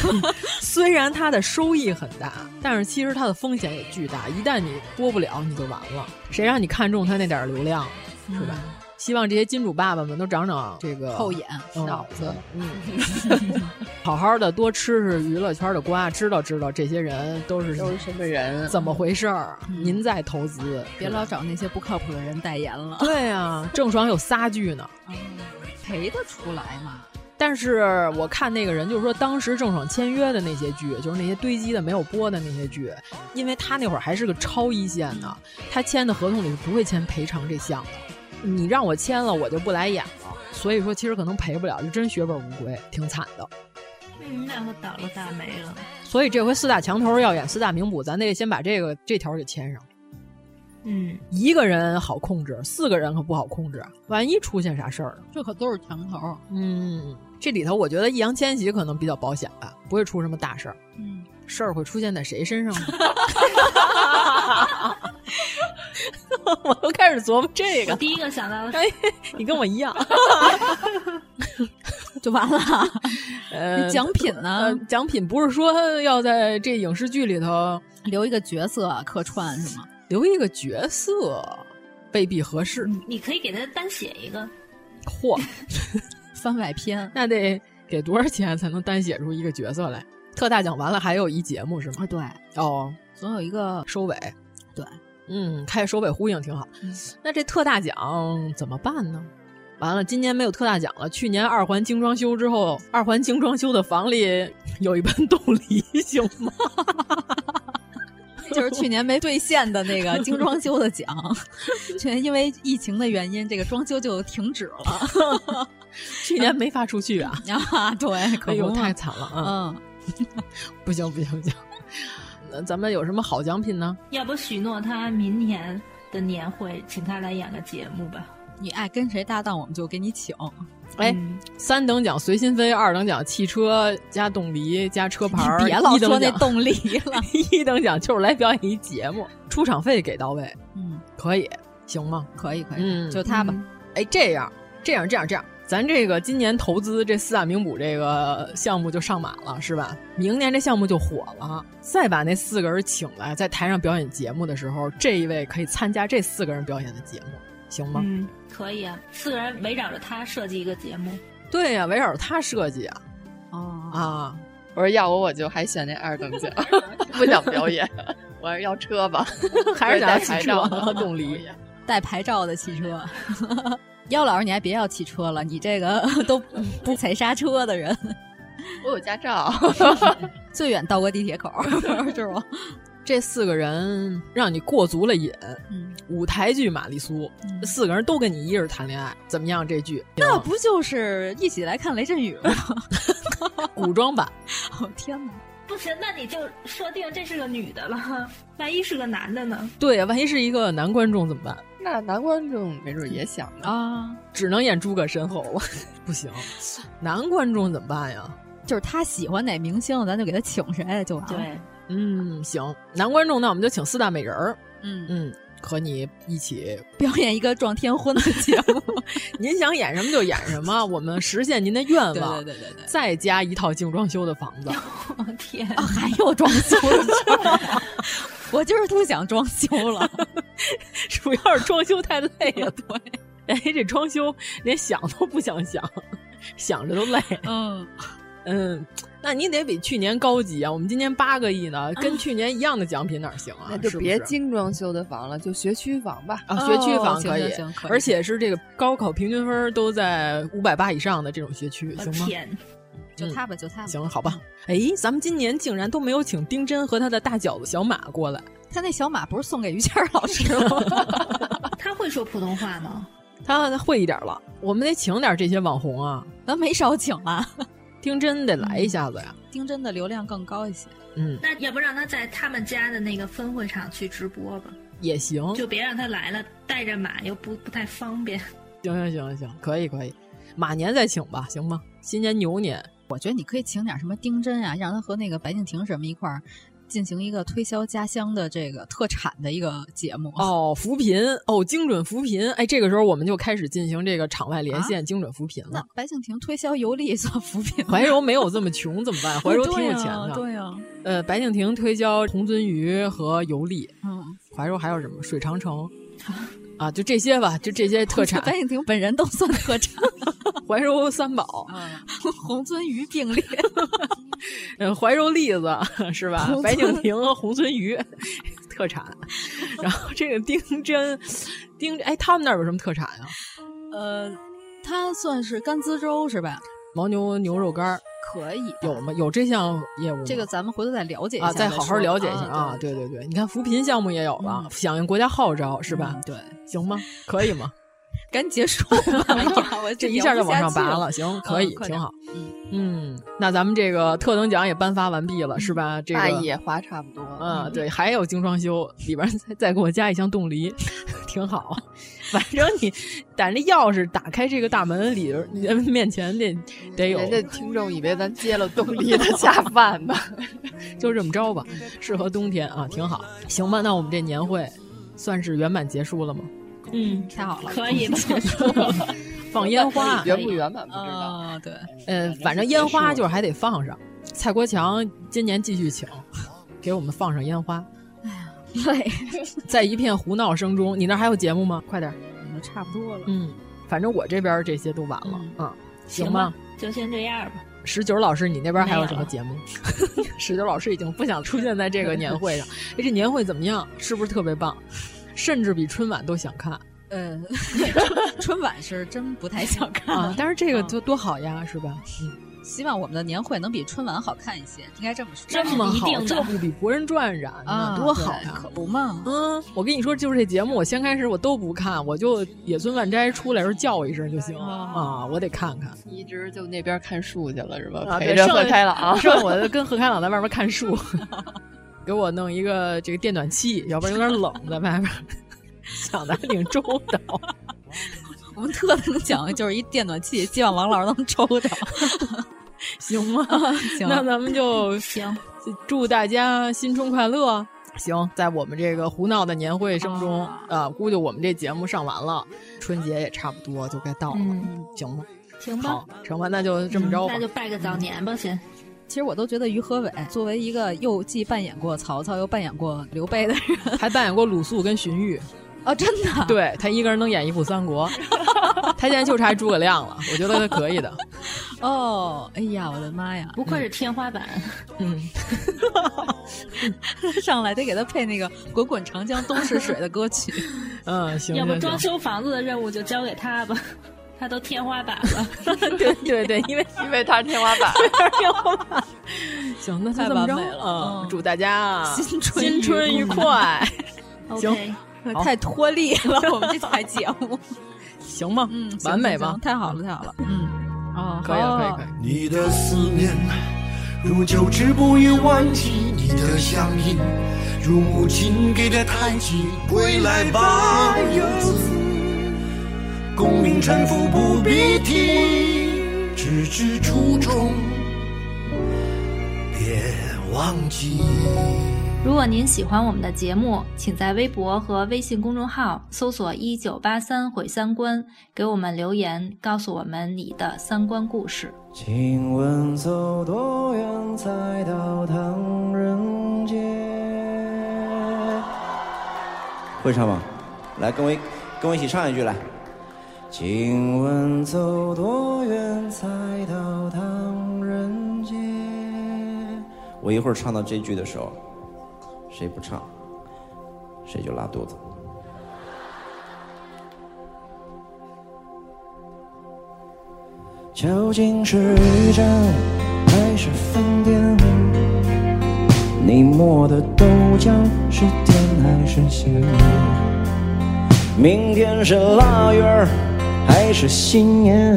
J: 虽然它的收益很大，但是其实它的风险也巨大。一旦你播不了，你就完了。谁让你看中它那点儿流量，是吧？希望这些金主爸爸们都长长这个
A: 后眼
J: 嗯
A: 脑子
J: 嗯， *laughs* 好好的多吃吃娱乐圈的瓜，知道知道这些人都是
N: 都是什么人
J: 怎么回事儿？您在投资，
A: 别
J: 是吧
A: 老找那些不靠谱的人代言了，嗯
J: 对呀、啊，郑爽有仨剧呢。
A: 赔得出来吗？
J: 但是我看那个人就是说，当时郑爽签约的那些剧，就是那些堆积的没有播的那些剧，因为他那会儿还是个超一线呢，他签的合同里是不会签赔偿这项的。你让我签了，我就不来演了。所以说，其实可能赔不了，就真血本无归，挺惨的。
D: 嗯，那可倒了大霉了。
J: 所以这回四大墙头要演四大名捕，咱得先把这个这条给签上。
D: 嗯，
J: 一个人好控制，四个人可不好控制，啊万一出现啥事儿呢？
A: 这可都是墙头。
J: 嗯，这里头我觉得易烊千玺可能比较保险吧，不会出什么大事儿。
A: 嗯，
J: 事儿会出现在谁身上呢？ *laughs* 我都开始琢磨这
D: 我
J: 个。
A: *laughs*
J: 哎
D: 第一个想到的
J: 哎，你跟我一样。
A: 就完 *laughs* 了。
J: 呃，
A: 奖品呢、
J: 呃奖品不是说要在这影视剧里头
A: 留一个角色啊客串是吗？
J: 留一个角色未必合适，
A: 嗯
D: 你可以给他单写一个，
J: 嚯，
A: 番外篇
J: 那得给多少钱才能单写出一个角色来？特大奖完了还有一节目是吗？
A: 啊，对，
J: 哦，
A: 总有一个
J: 收尾，
A: 对，
J: 嗯，开首尾呼应挺好。那这特大奖怎么办呢？完了，今年没有特大奖了。去年二环精装修之后，二环精装修的房里有一盆冻梨， *laughs* 行吗？
A: 就是去年没兑现的那啊个精装修 *laughs* 的奖，去年因为疫情的原因，这个装修就停止了。
J: 去年没发出去 *laughs* 啊！
A: 啊，对，可
J: 哎呦，
A: 不嘛
J: 太惨了啊！
A: 嗯，
J: *laughs* 不行不行不行，那咱们有什么好奖品呢？
D: 要不许诺他明年的年会请他来演个节目吧？
A: 你爱跟谁搭档，我们就给你请。
J: 哎，
A: 嗯
J: 三等奖随心飞，二等奖汽车加冻梨加车牌儿，
A: 别老
J: 一等
A: 说那
J: 奖
A: *laughs* 动力了。
J: 一等奖就是来表演一节目，出场费给到位，
A: 嗯，
J: 可以行吗？
A: 可以可以，
J: 嗯
A: 就他吧。
J: 哎，这样这样这样这样，咱这个今年投资这四大名捕这个项目就上马了，是吧？明年这项目就火了，再把那四个人请来，在台上表演节目的时候，这一位可以参加这四个人表演的节目，行吗？
D: 嗯，可以啊，四个人围绕着他设计一个节目。
J: 对呀、围绕着他设计啊
A: 哦，
J: 啊！
N: 我说要我我就还选那二等 *laughs* 奖，嗯不想表演， *laughs* 我还是要车吧，
J: 还是想
N: 带
J: 要
N: 牌
J: 汽
N: 照
J: 车和动力。
N: 啊
A: 带牌照的汽车。 *laughs* 妖老师，你还别要汽车了，你这个 *laughs* 都不踩刹车的人，
N: 我有驾照，
A: *laughs*
N: *laughs*
A: 最远到过地铁口， *laughs* 是吗？
J: 这四个人让你过足了瘾，
A: 嗯，
J: 舞台剧《玛丽苏》
A: 嗯
J: 四个人都跟你一人谈恋爱，怎么样？这剧
A: 那不就是一起来看雷震宇吗？
J: 古
N: *laughs*
J: 装版，
A: 哦 *laughs* 天哪！
D: 不行，那你就设定这是个女的了， *laughs* 万一是个男的呢？
J: 对呀，万一是一个男观众怎么办？
N: 那男观众没准也想呢。
A: 啊，
J: 只能演诸葛神侯了， *laughs* 不行，男观众怎么办呀？
A: 就是他喜欢哪明星，咱就给他请谁就完了。
D: 对，
J: 嗯，行，男观众那我们就请四大美人儿，
A: 嗯，
J: 嗯，和你一起，
A: 表演一个撞天婚的节目，
J: 您想演什么就演什么，我们实现您的
A: *laughs*
J: 愿
A: 对
J: 望，
A: 对对对对，
J: 再加一套精装修的房子，
D: 我、 *laughs* 天，
A: 啊 *laughs* 还有装修的，我就是不想装修了。
J: 主要是装修太累了，对，哎，这装修连想都不想想，想着都累，
A: *laughs* 嗯，
J: 嗯。那你得比去年高级啊！我们今年八个亿呢，
A: 啊
J: 跟去年一样的奖品哪儿行啊？
N: 那就是
J: 不
N: 别
J: 是
N: 精装修的房了，就学区房吧。
J: 啊，
A: 哦
J: 学区房
A: 行
J: 可以，
A: 行行可以
J: 而且是这个高考平均分都在五百八以上的这种学区，
D: 我
J: 行吗？
D: 天，
A: 就他吧，就他吧。
J: 行，好吧。哎，咱们今年竟然都没有请丁真和他的大饺子小马过来，
A: 他那小马不是送给于谦儿老师 *laughs* 吗？
D: 他会说普通话吗？
J: 他会一点了，我们得请点这些网红啊。
A: 咱没少请啊。
J: 丁真得来一下子呀，
A: 丁真的流量更高一些，
J: 嗯，
D: 那要不让他在他们家的那个分会场去直播吧？
A: 嗯
J: 也行，
D: 就别让他来了，带着马又不不太方便。
J: 行行行行，可以可以，马年再请吧，行吗？新年牛年，
A: 我觉得你可以请点什么丁真啊，让他和那个白敬亭什么一块儿进行一个推销家乡的这个特产的一个节目。
J: 哦，扶贫哦，精准扶贫，哎，这个时候我们就开始进行这个场外连
A: 啊
J: 线、精准扶贫
A: 那
J: 了。
A: 白敬亭推销邮历算扶贫吗？
J: 怀柔没有这么穷怎么
A: *laughs*
J: *laughs* 办？怀柔挺有钱的，
A: 对呀、
J: 呃，白敬亭推销红鳟鱼和油粒，
A: 嗯，
J: 怀柔还有什么水
A: *laughs*
J: 长城，啊，就这些吧，就这些特产。
A: 白敬亭本人都算特产。
J: 怀柔三宝，
A: 嗯， *laughs* 红鳟鱼并列，
J: 嗯，怀柔栗子是吧？白敬亭和红鳟鱼特产，然后这个丁真，丁哎，他们那儿有什么特产啊？
A: 呃，他算是甘孜州是吧？
J: 牦牛牛肉干儿
A: 可以，
J: 有吗？有这项业务吗？
A: 这个咱们回头再了解一下，
J: 啊，再好好
A: 说
J: 了解一下啊！。对对对，你看扶贫项目也有了，响应国家号召是吧
A: 嗯？对，
J: 行吗？可以吗？
A: 赶紧结束
J: *laughs*
A: 吧！哎呀，我
J: 这一
A: 聊
J: 下就
A: 不
J: 往
A: 下
J: 上
A: 去
J: 拔了，行，可以，
A: 快
J: 挺
A: 点
J: 好。
A: 嗯
J: 嗯，那咱们这个特等奖也颁发完毕了，是吧？这个
N: 大野花差不多。
J: 嗯，对，还有精装修里边儿再再给我加一箱冻梨， *laughs* 挺好。反正你逮着钥匙打开这个大门里边儿，你面前得得有，
N: 人家听众以为咱接了动力的
J: *laughs*
N: 下饭呢，
J: 就这么着吧，适合冬天啊，挺好。行吧，那我们这年会算是圆满结束了吗？
D: 嗯， *laughs*
A: 太好了，
D: 可以吧？
J: *laughs* 放烟花，
N: 原不原版不知道。
J: 啊，对，嗯，反正烟花就是还得放上。蔡国强今年继续请，给我们放上烟花。
A: *laughs*
J: *laughs*
A: 对，
J: 在一片胡闹声中，你那儿还有节目吗？快点儿，
A: 嗯差不多了。
J: 嗯，反正我这边这些都完了啊，行吗？
D: 就先这样吧。
J: 十九老师，你那边还有什么节目？ *laughs* 十九老师已经不想出现在这个年会 *laughs* 上。哎，这年会怎么样？是不是特别棒？甚至比春晚都想看。
A: 嗯， *laughs* 春晚是真不太想看
J: 啊，但是这个多多好呀，是吧？嗯。
A: 希望我们的年会能比春晚好看一些，应该这么说。
J: 这么好，这不比《博人传》燃
A: 啊，
J: 多好呀！
A: 可不嘛。
J: 嗯，我跟你说，就是这节目，我先开始我都不看，我就野村万斋出来时候叫我一声就行啊，我得看看。
N: 一直就那边看书去了是吧？
J: 啊，
N: 陪着贺开朗，
J: 剩我跟贺开朗在外边看书， *laughs* 给我弄一个这个电暖气，要不然有点冷在外边。 *laughs* 想的挺周
N: *laughs*
J: 到。
A: 我们特能讲就是一电暖气，希望王老师能抽到，
J: 行吗？
A: *laughs* 行，
J: 啊那咱们
N: *laughs*
J: 就
A: 行，
J: 祝大家新春快乐。行，在我们这个胡闹的年会声中，啊、呃，估计我们这节目上完了，春节也差不多就该到了，
D: 嗯、
J: 行吗？
D: 行吧，
J: 成吧，那就这么着吧、嗯，嗯
D: 那就拜个早年吧，先。
A: 其实我都觉得于和伟作为一个又既扮演过曹操又扮演过刘备的人， *laughs*
J: 还扮演过鲁肃跟荀彧。
A: 哦，真的，
J: 对他一个人能演一部《三国》， *laughs* 他现在就差诸葛亮了，我觉得他可以的。
A: 哦，哎呀，我的妈呀，
D: 不愧是天花板。
J: 嗯，
A: *laughs* 上来得给他配那个“滚滚长江东逝水”的歌 *laughs* 曲。
J: 嗯，行。
D: 要不装修房子的任务就交给他吧， *laughs* 他都天花板
J: *laughs*
D: 了。
J: 对对对，因为
N: 因为他是天花
J: *laughs*
N: 板，
J: 天花板。行，
A: *laughs*
J: 那
A: 太完美了。
J: 嗯
A: 嗯
J: 祝大家啊
A: 新春
J: 新春愉快。 *laughs* 行。
A: *laughs* 太脱力了，我们这台节 *laughs* 目，
J: 行吗？
A: 嗯，
J: 完美吧？
A: 太好了，太好了，嗯，哦，
J: 可以了，可以，可以。
B: 你的思念如久治不愈顽疾，你的乡音如母亲给的叹息，归来吧，游子，功名臣服不必提，只知初衷，别忘记。
K: 如果您喜欢我们的节目，请在微博和微信公众号搜索“一九八三毁三观”，给我们留言，告诉我们你的三观故事。
E: 请问走多远才到唐人街？会唱吗？来，跟我一跟我一起唱一句来。请问走多远才到唐人街？我一会儿唱到这句的时候。谁不唱，谁就拉肚子。究竟是驿站还是饭店？你抹的豆浆是甜还是咸？明天是腊月还是新年？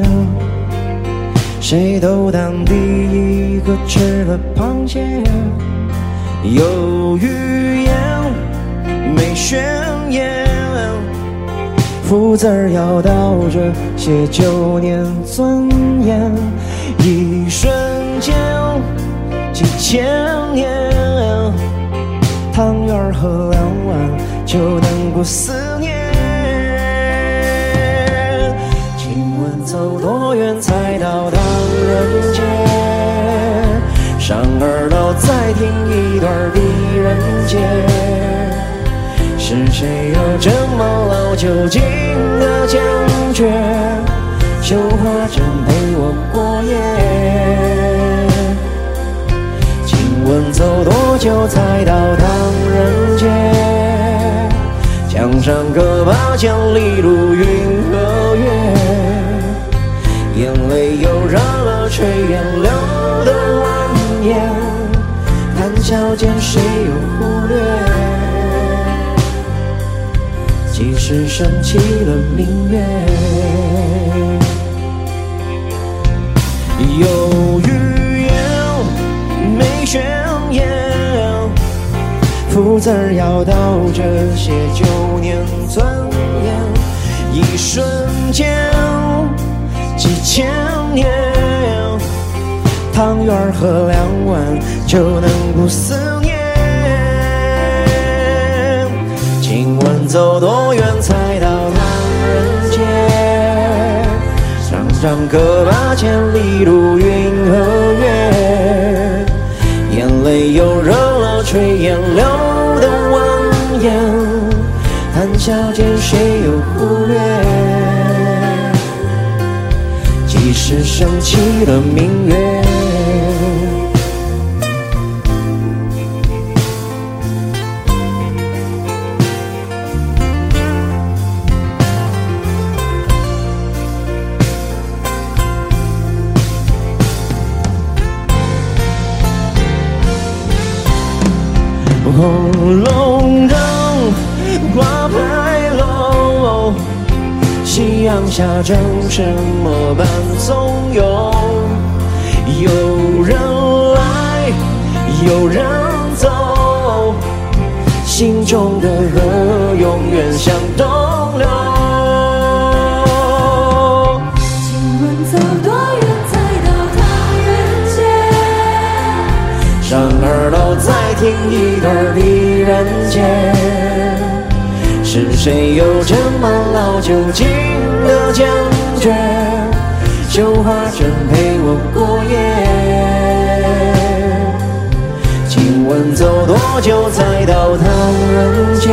E: 谁都当第一个吃了螃蟹。有语言没宣言，福字儿要倒着写九年尊严，一瞬间几千年，汤圆儿和两碗就能过思念。请问走多远才到唐人街？上二楼再听一段《狄仁杰》，是谁有这么老酒精的坚决？绣花针陪我过夜。请问走多久才到唐人街？墙上刻八千里路云和月，眼泪又热了炊烟流的晚。谈笑间，谁又忽略？即使升起了明月，有语言没宣言，福字儿要倒着写九年尊严，一瞬间，几千年。汤圆儿和两碗就能不思念。请问走多远才到唐人街？上可把千里路云和月，眼泪又热了炊烟流的蜿蜒，谈笑间谁又忽略？即使升起了明月。红龙灯挂牌楼，夕阳下正沉默般怂恿。有人来，有人走，心中的河永远向东流。
O: 请问走多远才到唐人街？
E: 上二楼再听一段狄仁杰，是谁又斟满老酒敬的坚决？绣花针陪我过夜。请问走多久才到唐人街？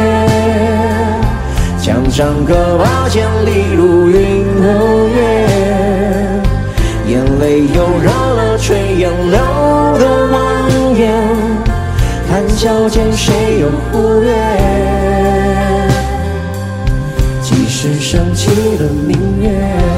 E: 墙上刻八千里路云和月。眼泪又热了炊烟流的蜿蜒，谈笑间谁又忽略？即使升起了明月。